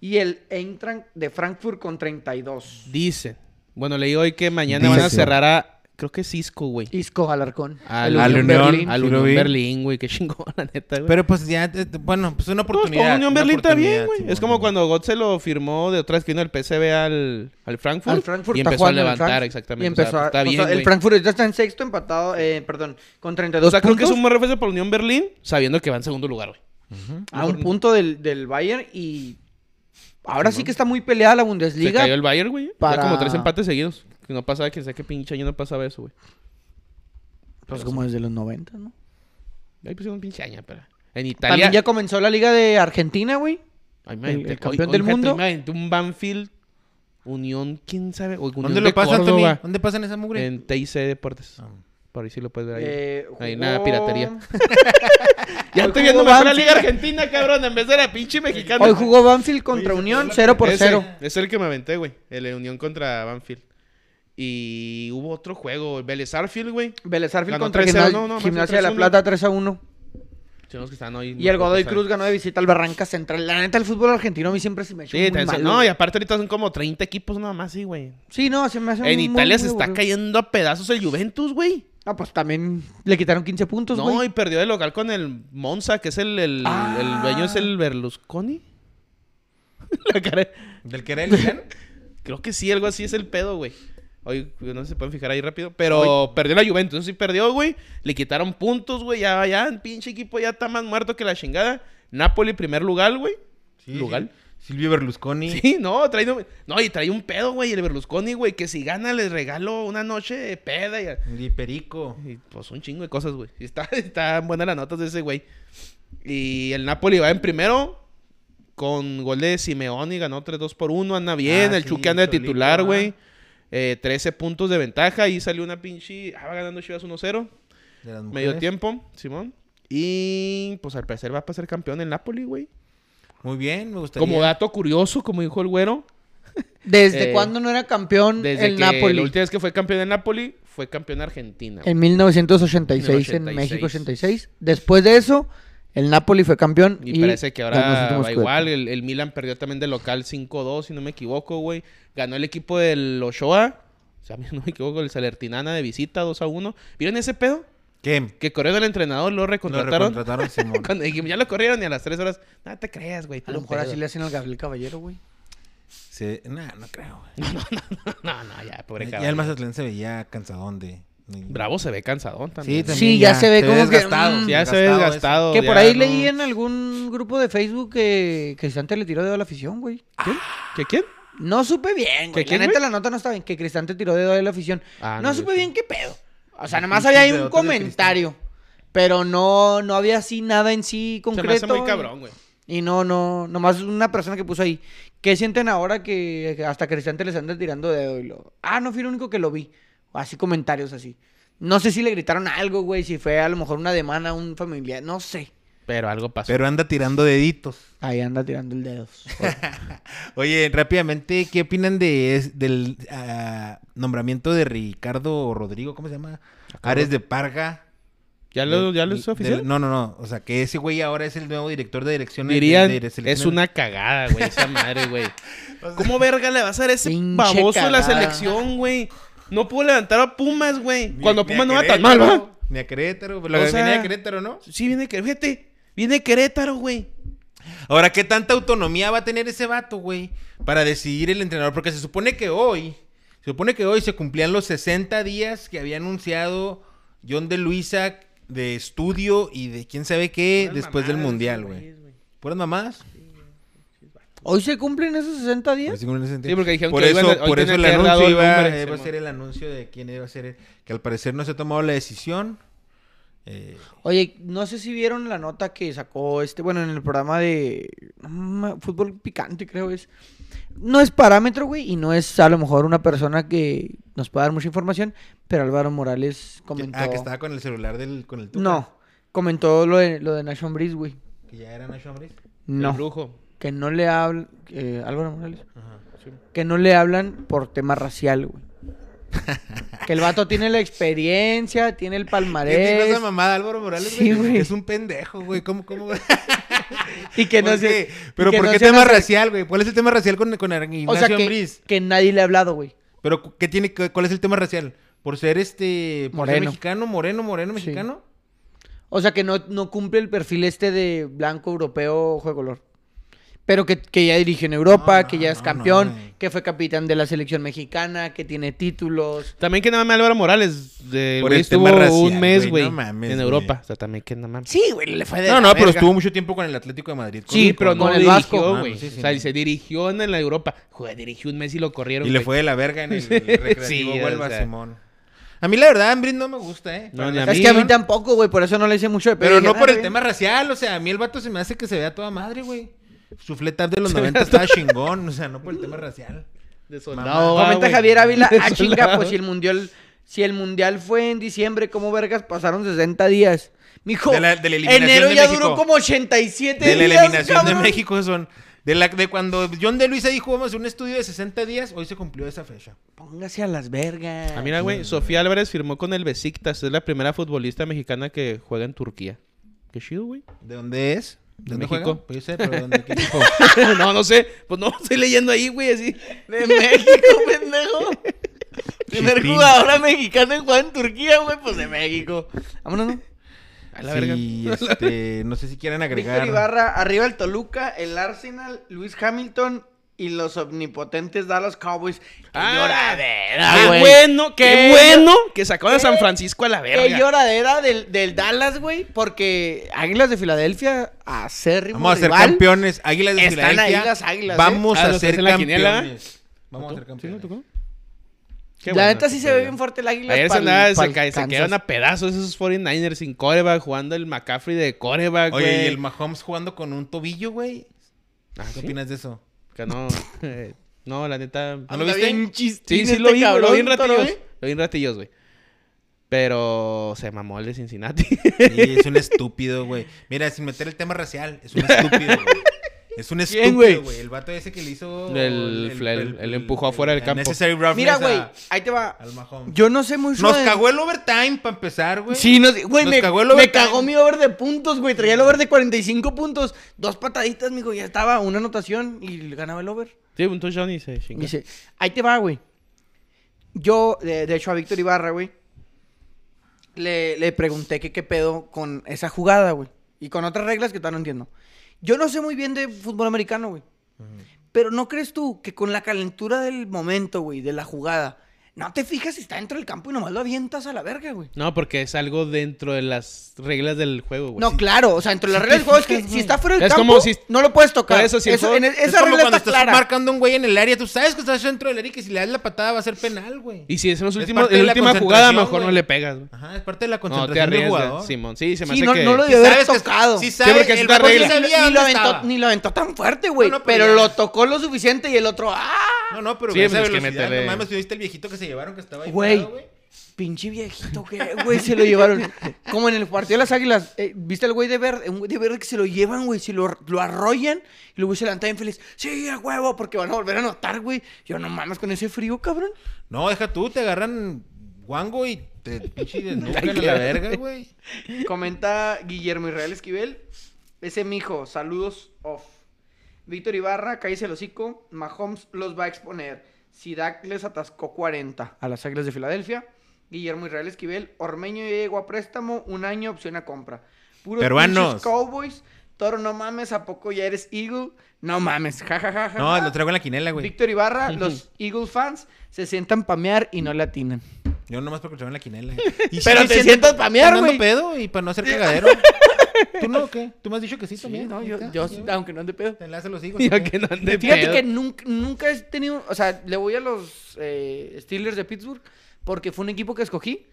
Speaker 1: y el Eintracht de Frankfurt con 32.
Speaker 2: Dicen. Bueno, leí hoy que mañana van a
Speaker 3: Dicen.
Speaker 2: cerrar a, creo que Cisco, güey.
Speaker 1: Isco Alarcón.
Speaker 2: Al,
Speaker 3: Al
Speaker 2: Unión
Speaker 3: Unión,
Speaker 2: Berlín. Al
Speaker 3: sí lo
Speaker 2: Unión
Speaker 3: vi.
Speaker 2: Berlín, güey. Qué chingón, la neta, güey.
Speaker 3: Pero pues ya, eh, bueno, pues una
Speaker 2: No, con
Speaker 3: oportunidad.
Speaker 2: Unión
Speaker 3: una
Speaker 2: Berlín está bien,
Speaker 3: oportunidad,
Speaker 2: güey. Es
Speaker 3: Simón.
Speaker 2: como cuando Götze lo firmó de otra esquina del PSV al, al Frankfurt.
Speaker 1: Al Frankfurt
Speaker 2: y
Speaker 1: está
Speaker 2: empezó a
Speaker 1: jugando en el
Speaker 2: levantar,
Speaker 1: Frankfurt.
Speaker 2: exactamente.
Speaker 1: Y
Speaker 2: O sea,
Speaker 1: empezó a-
Speaker 2: está
Speaker 1: o sea,
Speaker 2: bien,
Speaker 1: el
Speaker 2: güey.
Speaker 1: Frankfurt ahorita está en sexto empatado, eh, perdón, con 32
Speaker 2: O sea, creo que
Speaker 1: puntos.
Speaker 2: es un buen refuerzo para Unión Berlín, sabiendo que va en segundo lugar, güey.
Speaker 1: a un punto del, del Bayern y ahora sí que está muy peleada la
Speaker 2: Se
Speaker 1: Bundesliga.
Speaker 2: cayó el Bayern, güey. Ya
Speaker 1: para-
Speaker 2: como tres empates seguidos. Que no pasaba, que sé que pinche año no pasaba eso, güey.
Speaker 1: Pues como desde los 90, ¿no?
Speaker 2: Ahí pusieron pinche año, pero... En Italia...
Speaker 1: También ya comenzó la Liga de Argentina, güey.
Speaker 2: Ay,
Speaker 1: el-
Speaker 2: aventé-
Speaker 1: el campeón
Speaker 2: hoy-
Speaker 1: del
Speaker 2: hoy, fíjate,
Speaker 1: mundo.
Speaker 2: me aventé un Banfield, Unión, quién sabe... o Unión
Speaker 3: ¿Dónde
Speaker 2: de
Speaker 3: lo pasan, Tony?
Speaker 2: Córdoba,
Speaker 3: ¿Dónde pasan esa mugre?
Speaker 2: En TIC Deportes.
Speaker 3: Ah.
Speaker 2: Por ahí sí lo puedes ver ahí.
Speaker 1: Eh,
Speaker 2: Ahí
Speaker 1: jugó-
Speaker 2: nada, piratería. ya
Speaker 1: Hoy
Speaker 2: estoy
Speaker 1: jugó
Speaker 2: viendo mejor la
Speaker 1: Banfield.
Speaker 2: Liga Argentina, cabrón, en vez de la pinche mexicana.
Speaker 1: Hoy jugó Banfield contra
Speaker 3: Oye, se
Speaker 1: Unión
Speaker 3: perdió la
Speaker 1: 0 por
Speaker 2: Ese,
Speaker 1: 0.
Speaker 2: Es el que me aventé, güey. El de Unión contra Banfield. Y hubo otro juego, el Vélez Arfield, güey.
Speaker 1: Vélez Arfield
Speaker 2: Ganó
Speaker 1: contra
Speaker 2: 3-0,
Speaker 1: Gimna-
Speaker 2: no, no, más
Speaker 1: Gimnasia de la
Speaker 2: 3-1.
Speaker 1: Plata 3 a 1.
Speaker 2: Son los que están hoy.
Speaker 1: Y el
Speaker 2: no pues
Speaker 1: Godoy
Speaker 2: pasaron.
Speaker 1: Cruz ganó de visita al Barranca Central. La neta, el fútbol argentino a mí siempre se me ha hecho
Speaker 2: Sí,
Speaker 1: muy
Speaker 2: también son-
Speaker 1: malo.
Speaker 2: no, y aparte ahorita son como 30 equipos nada más, sí, güey.
Speaker 1: Sí, no, se me hace
Speaker 2: En
Speaker 1: muy,
Speaker 2: Italia
Speaker 1: muy
Speaker 2: se está
Speaker 1: aburrido.
Speaker 2: cayendo a pedazos el Juventus, güey.
Speaker 1: Ah, pues también le quitaron 15 puntos,
Speaker 2: No,
Speaker 1: Pues, güey.
Speaker 2: y perdió de local con el Monza, que es el, el,
Speaker 1: Ah.
Speaker 2: el dueño, es el Berlusconi. La cara-
Speaker 3: ¿Del que era el Milán?
Speaker 2: Creo que sí, algo así es el pedo, güey. Hoy no sé si se pueden fijar ahí rápido, pero perdió la Juventus, sí perdió, güey. Le quitaron puntos, güey. Ya, ya, el pinche equipo ya está más muerto que la chingada. Napoli, primer lugar, güey. Lugal.
Speaker 3: Silvio Berlusconi.
Speaker 2: Sí, no, trae, un- no, y trae un pedo, güey, el Berlusconi, güey, que si gana les regalo una noche de peda y,
Speaker 3: Y Perico.
Speaker 2: y, pues un chingo de cosas, güey. Y Está, están buenas las notas de ese güey. Y el Napoli va en primero con gol de Simeone, ganó 3-2 por 1, anda bien,
Speaker 3: Ah,
Speaker 2: el
Speaker 3: sí,
Speaker 2: Chucky anda de
Speaker 3: solito,
Speaker 2: titular,
Speaker 3: ah.
Speaker 2: güey. Eh, 13 puntos de ventaja y salió una pinche... Ah, va ganando Chivas 1-0.
Speaker 3: de las mujeres.
Speaker 2: Medio tiempo, Simón. Y pues al parecer va a ser campeón el Napoli, güey.
Speaker 3: Muy bien, me gustaría.
Speaker 2: Como dato curioso, como dijo el güero,
Speaker 1: ¿Desde
Speaker 2: Eh,
Speaker 1: cuándo no era campeón
Speaker 2: Desde
Speaker 1: el
Speaker 2: que
Speaker 1: Napoli?
Speaker 2: la última vez que fue campeón de Napoli fue campeón de Argentina. güey.
Speaker 1: En 1986 en
Speaker 2: 86.
Speaker 1: México 86. Después de eso, el Napoli fue campeón.
Speaker 2: Y, parece que
Speaker 1: ganó los
Speaker 2: ahora
Speaker 1: últimos
Speaker 2: va igual. El, el Milan perdió también de local 5-2, si no me equivoco, güey. Ganó el equipo del Ochoa O sea, no me equivoco, el Salertinana de visita 2 a 1. ¿Vieron ese pedo?
Speaker 3: ¿Qué?
Speaker 2: Que corrieron al entrenador, lo
Speaker 3: Lo
Speaker 2: recontrataron.
Speaker 3: recontrataron, Simón.
Speaker 2: Cuando dijimos, ya lo corrieron y a las 3 horas, no te creas, güey.
Speaker 1: A lo mejor así le hacen al Gabriel Caballero, güey.
Speaker 3: Sí, nah, no creo, güey.
Speaker 2: No, no, ya, pobre
Speaker 3: Ya el
Speaker 2: cabrón.
Speaker 3: Mazatlán se veía cansadón de...
Speaker 2: Bravo se ve cansadón
Speaker 3: Sí,
Speaker 2: también.
Speaker 3: también
Speaker 1: Sí, ya se ve como que,
Speaker 3: desgastado,
Speaker 1: mm.
Speaker 2: Sí, ya se ve
Speaker 3: desgastado ese.
Speaker 2: desgastado.
Speaker 1: Que por
Speaker 2: Oh, ya
Speaker 1: ahí
Speaker 2: no-
Speaker 1: leí en algún grupo de Facebook que, que Cristante le tiró dedo a la afición, güey.
Speaker 2: ¿Quién? ¿Qué quién?
Speaker 1: No supe bien, güey.
Speaker 2: ¿Que
Speaker 1: La
Speaker 2: quién,
Speaker 1: neta,
Speaker 2: güey?
Speaker 1: la nota no está bien. Que Cristante tiró dedo de la afición.
Speaker 2: Ah,
Speaker 1: no
Speaker 2: no,
Speaker 1: supe
Speaker 2: yo-
Speaker 1: bien qué pedo. O sea, nada más había ahí un
Speaker 3: Dedotes de
Speaker 1: comentario. Pero no, no había así nada en sí
Speaker 2: Se
Speaker 1: concreto.
Speaker 2: me hace muy cabrón, güey.
Speaker 1: Y no, no, nomás una persona que puso ahí. ¿Qué sienten ahora que que hasta Cristante les anda tirando dedo? Y lo, ah, no fui el único que lo vi. Así comentarios así. No sé si le gritaron algo, güey, si fue a lo mejor una demanda, un familiar, no sé.
Speaker 2: Pero algo pasó.
Speaker 3: Pero anda tirando deditos.
Speaker 1: Ahí anda tirando el dedo.
Speaker 3: Oye, rápidamente, ¿qué opinan de es- del ah, nombramiento de Ricardo Rodrigo? ¿Cómo se llama? Ares de
Speaker 2: Ah,
Speaker 3: Parga.
Speaker 2: ¿Ya lo, ya lo
Speaker 3: Del-
Speaker 2: hizo oficial?
Speaker 3: del- no, no, no. O sea, que ese güey ahora es el nuevo director de dirección.
Speaker 2: Dirían,
Speaker 3: de- de selecciones.
Speaker 2: es una cagada, güey, esa madre, güey. ¿Cómo verga le va a hacer ese
Speaker 1: Pinche
Speaker 2: baboso a la
Speaker 1: cagada.
Speaker 2: selección, güey? No pudo levantar a Pumas, güey.
Speaker 3: Ni-
Speaker 2: Cuando
Speaker 3: ni
Speaker 2: Pumas
Speaker 3: a
Speaker 2: no va tan mal,
Speaker 3: Querétaro,
Speaker 2: ¿va?
Speaker 3: Ni a Querétaro.
Speaker 2: O
Speaker 3: Lo que viene
Speaker 2: sea-
Speaker 3: a Querétaro, ¿no?
Speaker 2: Sí, viene Querétaro. Fíjate, viene Querétaro, güey.
Speaker 3: Ahora, ¿qué tanta autonomía va a tener ese vato, güey? Para decidir el entrenador. Porque se supone que hoy, se supone que hoy se cumplían los 60 días que había anunciado John de Luisa de estudio y de quién sabe qué después del Mundial, güey. ¿Puras mamás?
Speaker 1: Hoy se cumplen esos 60 días.
Speaker 2: Sí, porque dijeron
Speaker 3: por
Speaker 2: que
Speaker 3: eso,
Speaker 2: iban a- hoy
Speaker 3: por eso
Speaker 2: tenían
Speaker 3: el
Speaker 2: que haber dado
Speaker 3: anuncio
Speaker 2: el
Speaker 3: iba,
Speaker 2: nombre,
Speaker 3: iba a
Speaker 2: Simón.
Speaker 3: ser el anuncio de quién iba a ser, el- que al parecer no se ha tomado la decisión. Eh,
Speaker 1: Oye, no sé si vieron la nota que sacó este, bueno, en el programa de mm, fútbol picante, creo es. No es parámetro, güey, y no es a lo mejor una persona que nos pueda dar mucha información, pero Álvaro Morales comentó.
Speaker 3: ah, que estaba con el celular del, con el Tuca,
Speaker 1: No, comentó lo de, lo de Nation Breeze, güey.
Speaker 3: Que ya era Nacho Ambriz.
Speaker 2: El
Speaker 1: No,
Speaker 2: brujo.
Speaker 1: que no le hablan, eh, Álvaro Morales,
Speaker 3: Ajá.
Speaker 1: que no le hablan por tema racial, güey. que el vato tiene la experiencia, tiene el
Speaker 3: ¿Qué dijo
Speaker 1: palmarés,
Speaker 3: esa mamada Álvaro Morales?
Speaker 1: Sí, güey.
Speaker 3: Es un pendejo, güey. ¿Cómo, cómo?
Speaker 1: y que no
Speaker 3: ¿Por
Speaker 1: se...
Speaker 3: qué? ¿Pero
Speaker 1: y que
Speaker 3: por
Speaker 1: no
Speaker 3: qué
Speaker 1: se
Speaker 3: tema
Speaker 1: hace-
Speaker 3: racial, güey? ¿Cuál es el tema racial con, con Ignacio
Speaker 1: O sea, que,
Speaker 3: Ambriz?
Speaker 1: que nadie le ha hablado, güey.
Speaker 3: ¿Pero cu- qué tiene, que- cuál es el tema racial? ¿Por ser este... por ser
Speaker 1: Moreno.
Speaker 3: mexicano, moreno, moreno,
Speaker 1: Sí.
Speaker 3: mexicano?
Speaker 1: O sea, que no, no cumple el perfil este de blanco, europeo, ojo de color. Pero que, que ya dirige en Europa,
Speaker 3: No,
Speaker 1: que ya es
Speaker 3: no,
Speaker 1: campeón,
Speaker 3: no, güey.
Speaker 1: que fue capitán de la selección mexicana, que tiene títulos.
Speaker 2: También que nada más Álvaro Morales de,
Speaker 3: Por
Speaker 2: güey,
Speaker 3: el tema
Speaker 2: estuvo
Speaker 3: racial,
Speaker 2: un mes,
Speaker 3: güey,
Speaker 2: güey,
Speaker 3: no mames,
Speaker 2: en
Speaker 3: güey.
Speaker 2: Europa. O sea, también que nada más.
Speaker 1: Sí, güey, le fue de
Speaker 3: No,
Speaker 1: la
Speaker 3: no, pero
Speaker 1: verga.
Speaker 3: estuvo mucho tiempo con el Atlético de Madrid.
Speaker 2: Sí,
Speaker 3: con-
Speaker 2: pero
Speaker 3: con-
Speaker 2: no
Speaker 1: el
Speaker 2: dirigió,
Speaker 1: Vasco.
Speaker 2: güey.
Speaker 3: Ah, sí, sí,
Speaker 2: o sea,
Speaker 3: no.
Speaker 2: y se dirigió en la Europa. Joder, dirigió un mes y lo corrieron.
Speaker 3: Y le
Speaker 2: güey.
Speaker 3: fue de la verga en el recreativo
Speaker 2: Sí, o
Speaker 3: Huelva,
Speaker 2: sea.
Speaker 3: Simón. A mí la verdad, Ambriz no me gusta, ¿eh?
Speaker 2: No,
Speaker 3: Para
Speaker 2: ni
Speaker 3: nada.
Speaker 2: a
Speaker 1: Es
Speaker 2: mí,
Speaker 1: que a mí
Speaker 2: ¿no?
Speaker 1: tampoco, güey, por eso no le hice mucho de pedo.
Speaker 3: Pero
Speaker 1: Dije,
Speaker 3: no
Speaker 1: "Ah,
Speaker 3: por el
Speaker 1: bien".
Speaker 3: tema racial, o sea, a mí el vato se me hace que se vea toda madre, güey. Su fletar de los 90 estaba chingón, o sea, no por el tema racial.
Speaker 2: De
Speaker 3: Mamá.
Speaker 2: soldado. va,
Speaker 1: Comenta
Speaker 2: güey.
Speaker 1: Javier Ávila,
Speaker 2: De
Speaker 1: ah, chinga,
Speaker 2: soldado.
Speaker 1: pues si el mundial, si el mundial fue en diciembre, ¿cómo vergas pasaron 60 días? Mijo,
Speaker 3: De la- de la eliminación
Speaker 1: enero
Speaker 3: de
Speaker 1: ya
Speaker 3: México.
Speaker 1: duró como 87
Speaker 3: De la
Speaker 1: días,
Speaker 3: eliminación de
Speaker 1: cabrón.
Speaker 3: México son. De, la, de cuando John de Luisa dijo, vamos a hacer un estudio de 60 días, hoy se cumplió esa fecha.
Speaker 1: Póngase a las vergas.
Speaker 2: Ah, mira,
Speaker 3: Mm.
Speaker 2: güey, Sofía Álvarez firmó con el Besiktas. Es la primera futbolista mexicana que juega en Turquía. Qué chido, güey.
Speaker 3: ¿De dónde es? ¿De dónde
Speaker 2: México.
Speaker 3: juega? Pues yo sé, pero ¿de dónde? ¿Qué equipo?
Speaker 2: no, no sé. Pues no, estoy leyendo ahí, güey, así.
Speaker 1: De México, pendejo. Primer
Speaker 3: Chispín.
Speaker 1: jugadora mexicana en jugar en Turquía, güey, pues de México. Vámonos, ¿no?
Speaker 2: A la
Speaker 3: Sí,
Speaker 2: verga.
Speaker 3: este, no sé si quieran
Speaker 1: Víctor
Speaker 3: agregar.
Speaker 1: Ibarra, arriba el Toluca, el Arsenal, Luis Hamilton y los omnipotentes Dallas Cowboys. ¡Qué
Speaker 2: Ah,
Speaker 1: lloradera,
Speaker 2: Qué
Speaker 1: güey!
Speaker 2: bueno, qué
Speaker 1: Qué
Speaker 2: bueno que sacaron a
Speaker 1: qué-
Speaker 2: San Francisco a la verga.
Speaker 1: ¡Qué lloradera del, del Dallas, güey! Porque Águilas de Filadelfia, acérrimo
Speaker 3: Vamos a ser
Speaker 1: rival.
Speaker 3: campeones. Águilas de
Speaker 1: Están ahí
Speaker 3: Filadelfia.
Speaker 1: las águilas, ¿eh?
Speaker 3: Vamos
Speaker 2: Ah,
Speaker 3: a
Speaker 2: los que
Speaker 3: ser
Speaker 2: hacen la quiniela.
Speaker 3: campeones. Vamos a ser
Speaker 2: ¿Sí, no
Speaker 3: campeones.
Speaker 2: tocó? Qué
Speaker 1: La
Speaker 2: bueno,
Speaker 1: neta sí
Speaker 2: qué
Speaker 1: se ve
Speaker 2: bueno.
Speaker 1: bien fuerte el Águilas.
Speaker 2: Ayer se,
Speaker 1: pa'l-
Speaker 2: andaba- se,
Speaker 1: pa'l
Speaker 2: ca- se
Speaker 1: Kansas.
Speaker 2: quedaron a pedazos esos 49ers sin coreback, jugando el McCaffrey de coreback, güey.
Speaker 3: Oye, y el Mahomes jugando con un tobillo, güey.
Speaker 2: Ah, ¿sí?
Speaker 3: ¿Qué opinas de eso?
Speaker 2: Que no, eh, no, la neta...
Speaker 3: Ah, ¿lo
Speaker 1: Anda
Speaker 3: viste?
Speaker 1: bien chistín
Speaker 2: Sí, sí,
Speaker 1: este
Speaker 2: lo vi, güey, lo vi en
Speaker 1: cabrón, ¿tú lo
Speaker 2: ratillos.
Speaker 1: ves?
Speaker 2: Lo vi en ratillos, güey. Pero se mamó el de Cincinnati.
Speaker 3: Sí, es un estúpido, güey. Mira, sin meter el tema racial, es un estúpido, güey. Es un
Speaker 1: güey?
Speaker 3: estúpido, güey. El vato ese que le hizo.
Speaker 2: El- el- el empujó afuera del campo.
Speaker 3: Necessary roughness
Speaker 1: Mira, güey,
Speaker 3: a-
Speaker 1: ahí te va.
Speaker 3: al Mahomes.
Speaker 1: Yo no sé mucho
Speaker 3: Nos
Speaker 1: de-
Speaker 3: cagó el overtime para empezar, güey.
Speaker 1: Sí, nos, güey,
Speaker 3: Nos
Speaker 1: me,
Speaker 3: cagó
Speaker 1: cagó
Speaker 3: el
Speaker 1: me
Speaker 3: overtime.
Speaker 1: cagó mi over de puntos, güey. Traía el over de 45 puntos. Dos pataditas, mijo, ya estaba. Una anotación y ganaba el over.
Speaker 2: sí, un touchdown y se
Speaker 1: Y
Speaker 2: chingó.
Speaker 1: dice, ahí te va, güey. Yo, de, de hecho, a Víctor Ibarra, güey, le, le pregunté que qué pedo con esa jugada, güey. Y con otras reglas que todavía no entiendo. Yo no sé muy bien de fútbol americano, güey. Pero ¿no crees tú que con la calentura del momento, güey, de la jugada, no te fijas si está dentro del campo y nomás lo avientas a la verga, güey?
Speaker 2: No, porque es algo dentro de las reglas del juego, güey.
Speaker 1: No,
Speaker 2: Pues Sí.
Speaker 1: claro, o sea, entre las reglas del juego es que si está fuera del
Speaker 2: Es
Speaker 1: campo,
Speaker 2: como si-
Speaker 1: no lo puedes tocar.
Speaker 2: Por eso, si el juego-
Speaker 1: en-
Speaker 3: Es
Speaker 1: esa
Speaker 3: como
Speaker 1: regla
Speaker 3: cuando
Speaker 1: está
Speaker 3: estás
Speaker 1: clara.
Speaker 3: marcando a un güey en el área. Tú sabes que estás dentro del área y que si le das la patada va a ser penal, güey.
Speaker 2: Y si es en los
Speaker 3: Es
Speaker 2: últimos,
Speaker 3: parte
Speaker 2: en la
Speaker 3: de la
Speaker 2: última jugada,
Speaker 3: concentración,
Speaker 2: mejor no
Speaker 3: güey.
Speaker 2: le pegas, güey.
Speaker 3: Ajá, es parte de la
Speaker 2: No, te
Speaker 3: concentración del
Speaker 2: arriesgas,
Speaker 3: jugador.
Speaker 2: Simón. Sí, se me
Speaker 1: Sí,
Speaker 2: hace
Speaker 1: no,
Speaker 2: que...
Speaker 1: no lo
Speaker 3: Si
Speaker 1: debió haber
Speaker 3: sabes que-
Speaker 1: tocado.
Speaker 3: Si
Speaker 2: Sí,
Speaker 3: sabes,
Speaker 2: porque es
Speaker 3: el
Speaker 2: una
Speaker 3: vato sí
Speaker 2: regla.
Speaker 1: Pues ni,
Speaker 3: sabía
Speaker 1: ni lo
Speaker 3: dónde
Speaker 1: aventó,
Speaker 3: estaba.
Speaker 1: ni lo aventó tan fuerte, güey.
Speaker 3: No, no, pero
Speaker 1: pero
Speaker 3: ya.
Speaker 1: lo tocó lo suficiente y el otro, ¡ah!
Speaker 3: No, no, pero
Speaker 2: Sí,
Speaker 3: sí, esa
Speaker 2: pues es que
Speaker 3: velocidad,
Speaker 2: métele.
Speaker 3: no mames, ¿tú viste el viejito que se llevaron que estaba ahí?
Speaker 1: Güey.
Speaker 3: parado,
Speaker 1: Pinche viejito que, güey, se lo llevaron. Como en el partido de las águilas, eh, ¿viste al güey de verde? Un güey de verde que se lo llevan, güey, si lo, lo arrollan y luego se levanta bien feliz. Sí, a huevo, porque van a volver a anotar, güey. Yo no mames con ese frío, cabrón.
Speaker 3: No, deja tú, te agarran guango y te pinche desnucan a la verga, güey.
Speaker 1: Comenta Guillermo Israel Esquivel. Ese mijo, saludos off. Víctor Ibarra, cállese el hocico. Mahomes los va a exponer. Sidak les atascó 40 a las Águilas de Filadelfia. Guillermo Israel Esquivel, Ormeño ya llegó a préstamo, un año opción a compra. Puros
Speaker 3: Peruanos.
Speaker 1: pinches Cowboys. Toro, no mames, ¿a poco ya eres Eagle? No mames, jajajaja.
Speaker 3: No, lo traigo en la quinela, güey.
Speaker 1: Víctor Ibarra, los Eagle fans se sientan pamear y no le atinan.
Speaker 3: Yo nomás porque lo traigo en la quinela.
Speaker 1: Pero te sientas pa' mear,
Speaker 3: pamear,
Speaker 1: güey.
Speaker 3: pedo y para no hacer cagadero. ¿Tú no o qué? ¿Tú me has dicho que sí también?
Speaker 1: no,
Speaker 3: Ahí
Speaker 1: yo,
Speaker 3: está,
Speaker 1: yo,
Speaker 3: sí,
Speaker 1: aunque no ande pedo.
Speaker 3: Te enlace los hijos.
Speaker 2: Yo
Speaker 3: también.
Speaker 2: que no ande
Speaker 1: Fíjate
Speaker 2: pedo.
Speaker 1: que nunca, nunca he tenido, o sea, le voy a los eh, Steelers de Pittsburgh porque fue un equipo que escogí,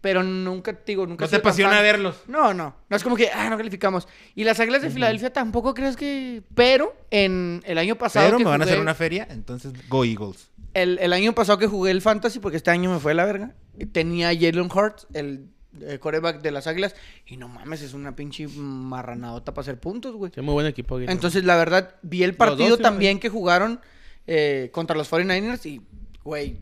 Speaker 1: pero nunca, te digo,
Speaker 3: No
Speaker 1: nunca... he
Speaker 3: te
Speaker 1: sido tan
Speaker 3: apasiona
Speaker 1: fan.
Speaker 3: verlos.
Speaker 1: No, no, no es como que, ah, no calificamos. Y las Águilas de Filadelfia tampoco crees que... Pero en el año pasado...
Speaker 3: Pero
Speaker 1: que
Speaker 3: me van a hacer
Speaker 1: jugué-
Speaker 3: una feria, entonces go Eagles.
Speaker 1: el, el año pasado que jugué el Fantasy, porque este año me fue a la verga, tenía a Jalen Hurts, el, eh, coreback de las Águilas, y no mames, es una pinche marranadota para hacer puntos, güey.
Speaker 2: Sí, muy buen equipo. Guillermo.
Speaker 1: Entonces, la verdad, vi el partido
Speaker 2: dos, sí,
Speaker 1: también que jugaron eh, contra los 49ers y, güey,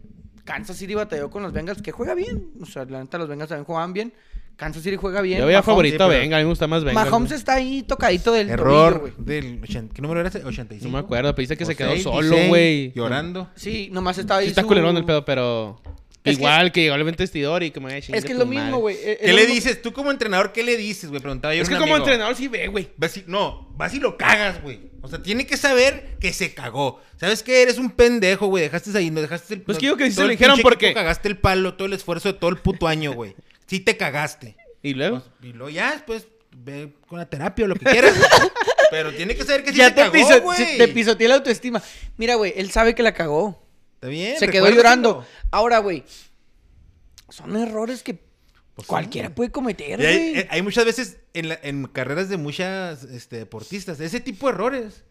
Speaker 1: Kansas City batalló con los Bengals, que juega bien. O sea, la neta, los Bengals también juegan bien. Kansas City juega bien.
Speaker 2: Yo veía
Speaker 1: Mahomes-
Speaker 2: favorito
Speaker 3: sí, pero-
Speaker 2: Venga, a mí me gusta más Venga.
Speaker 1: Mahomes está ahí tocadito del tobillo,
Speaker 3: Error
Speaker 1: güey.
Speaker 3: del... ochenta- ¿Qué número era ese? 85.
Speaker 2: No me acuerdo, pero dice que
Speaker 3: O
Speaker 2: se quedó
Speaker 3: seis,
Speaker 2: solo,
Speaker 3: dieciséis,
Speaker 2: güey.
Speaker 3: Llorando.
Speaker 1: Sí, nomás estaba ahí
Speaker 2: Sí está
Speaker 1: su-
Speaker 2: culerón el pedo, pero...
Speaker 1: Es que-
Speaker 2: Igual que, llegó al vestidor y que me vaya a chingar
Speaker 1: Es que es
Speaker 2: tu
Speaker 1: lo mismo,
Speaker 2: madre.
Speaker 1: güey. Eh,
Speaker 3: ¿Qué
Speaker 1: es
Speaker 3: le
Speaker 1: lo-
Speaker 3: dices? Tú como entrenador, ¿qué le dices, güey? Preguntaba yo. a
Speaker 2: Es
Speaker 3: un
Speaker 2: que como
Speaker 3: amigo.
Speaker 2: entrenador sí ve, güey.
Speaker 3: Vas y- no, vas y lo cagas, güey. O sea, tiene que saber que se cagó. ¿Sabes qué? Eres un pendejo, güey. Dejaste ahí, no dejaste el...
Speaker 2: Pues que yo que sí se
Speaker 3: todo
Speaker 2: lo
Speaker 3: el
Speaker 2: dijeron
Speaker 3: pinche
Speaker 2: porque-
Speaker 3: equipo Cagaste el palo, todo el esfuerzo de todo el puto año, güey. Sí te cagaste. Pues,
Speaker 2: Y luego...
Speaker 3: Y luego ya, después, ve con la terapia o lo que quieras. Pero tiene que saber que sí
Speaker 1: Ya
Speaker 3: se
Speaker 1: te,
Speaker 3: cagó,
Speaker 1: piso-
Speaker 3: güey.
Speaker 1: te pisoteé la autoestima. Mira, güey, él sabe que la cagó.
Speaker 3: Está bien.
Speaker 1: Se quedó
Speaker 3: recuérdalo.
Speaker 1: llorando. Ahora, güey, son errores que
Speaker 3: Pues sí.
Speaker 1: cualquiera puede cometer,
Speaker 3: Y hay,
Speaker 1: güey.
Speaker 3: eh, hay muchas veces en, la- en carreras de muchas este, deportistas, ese tipo de errores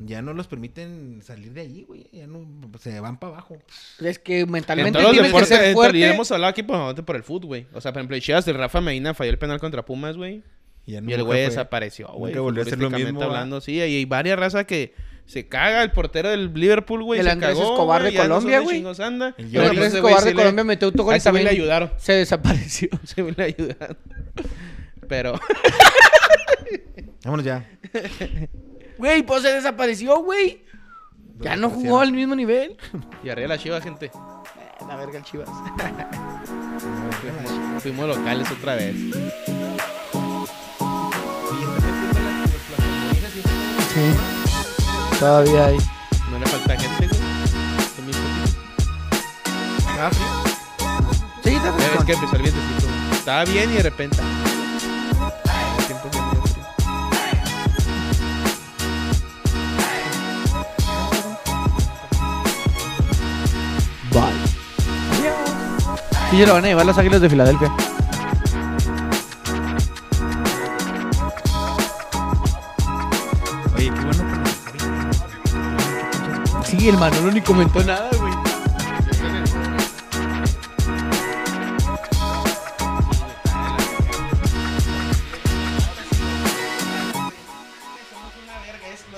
Speaker 3: ya no los permiten salir de ahí, güey. Ya no, se van para abajo.
Speaker 1: Es que
Speaker 2: En
Speaker 1: mentalmente
Speaker 2: todos los
Speaker 1: tienes que
Speaker 2: deportes,
Speaker 1: ser
Speaker 2: en todo- y
Speaker 1: fuerte.
Speaker 2: hemos hablado aquí pues, por, por el fútbol, güey. O sea, por ejemplo, en Chivas, el Rafa Medina falló el penal contra Pumas, güey.
Speaker 3: ya
Speaker 2: Y el
Speaker 3: nunca
Speaker 2: güey
Speaker 3: fue-
Speaker 2: desapareció, güey.
Speaker 3: nunca volvió a ser lo
Speaker 2: futbolísticamente
Speaker 3: mismo, ¿va?
Speaker 2: hablando, sí. Y hay varias razas que se caga el portero del Liverpool, güey.
Speaker 1: El
Speaker 2: se
Speaker 1: Andrés
Speaker 2: cagó,
Speaker 1: Escobar de
Speaker 2: güey, ya no
Speaker 1: Colombia,
Speaker 2: son de
Speaker 1: güey.
Speaker 2: chingos anda.
Speaker 3: El
Speaker 2: Pero
Speaker 1: El Andrés
Speaker 2: ese güey
Speaker 1: Escobar
Speaker 2: sí
Speaker 1: de
Speaker 2: le-
Speaker 1: Colombia metió
Speaker 2: a
Speaker 1: autogol
Speaker 2: ese güey
Speaker 1: también.
Speaker 2: le ayudaron.
Speaker 1: Se desapareció.
Speaker 2: Se me le ayudaron. Pero
Speaker 3: Vámonos ya.
Speaker 1: Güey, pues se desapareció, güey. Ya no jugó al mismo nivel.
Speaker 2: y arriba la Chivas, gente.
Speaker 1: La verga, el Chivas.
Speaker 2: Fuimos locales otra vez.
Speaker 1: Sí. Todavía hay.
Speaker 2: No le falta gente, güey. Son bien poquitos.
Speaker 1: Ah, Sí,
Speaker 2: Ya
Speaker 1: está
Speaker 2: ves
Speaker 1: frescón.
Speaker 2: que empezó el vientecito. güey. Estaba bien y de repente. El tiempo se me dio frío.
Speaker 1: Bye. Sí, se lo van a llevar las águilas de Filadelfia.
Speaker 3: Oye, qué bueno.
Speaker 1: Sí, el Manolo ni comentó nada, güey.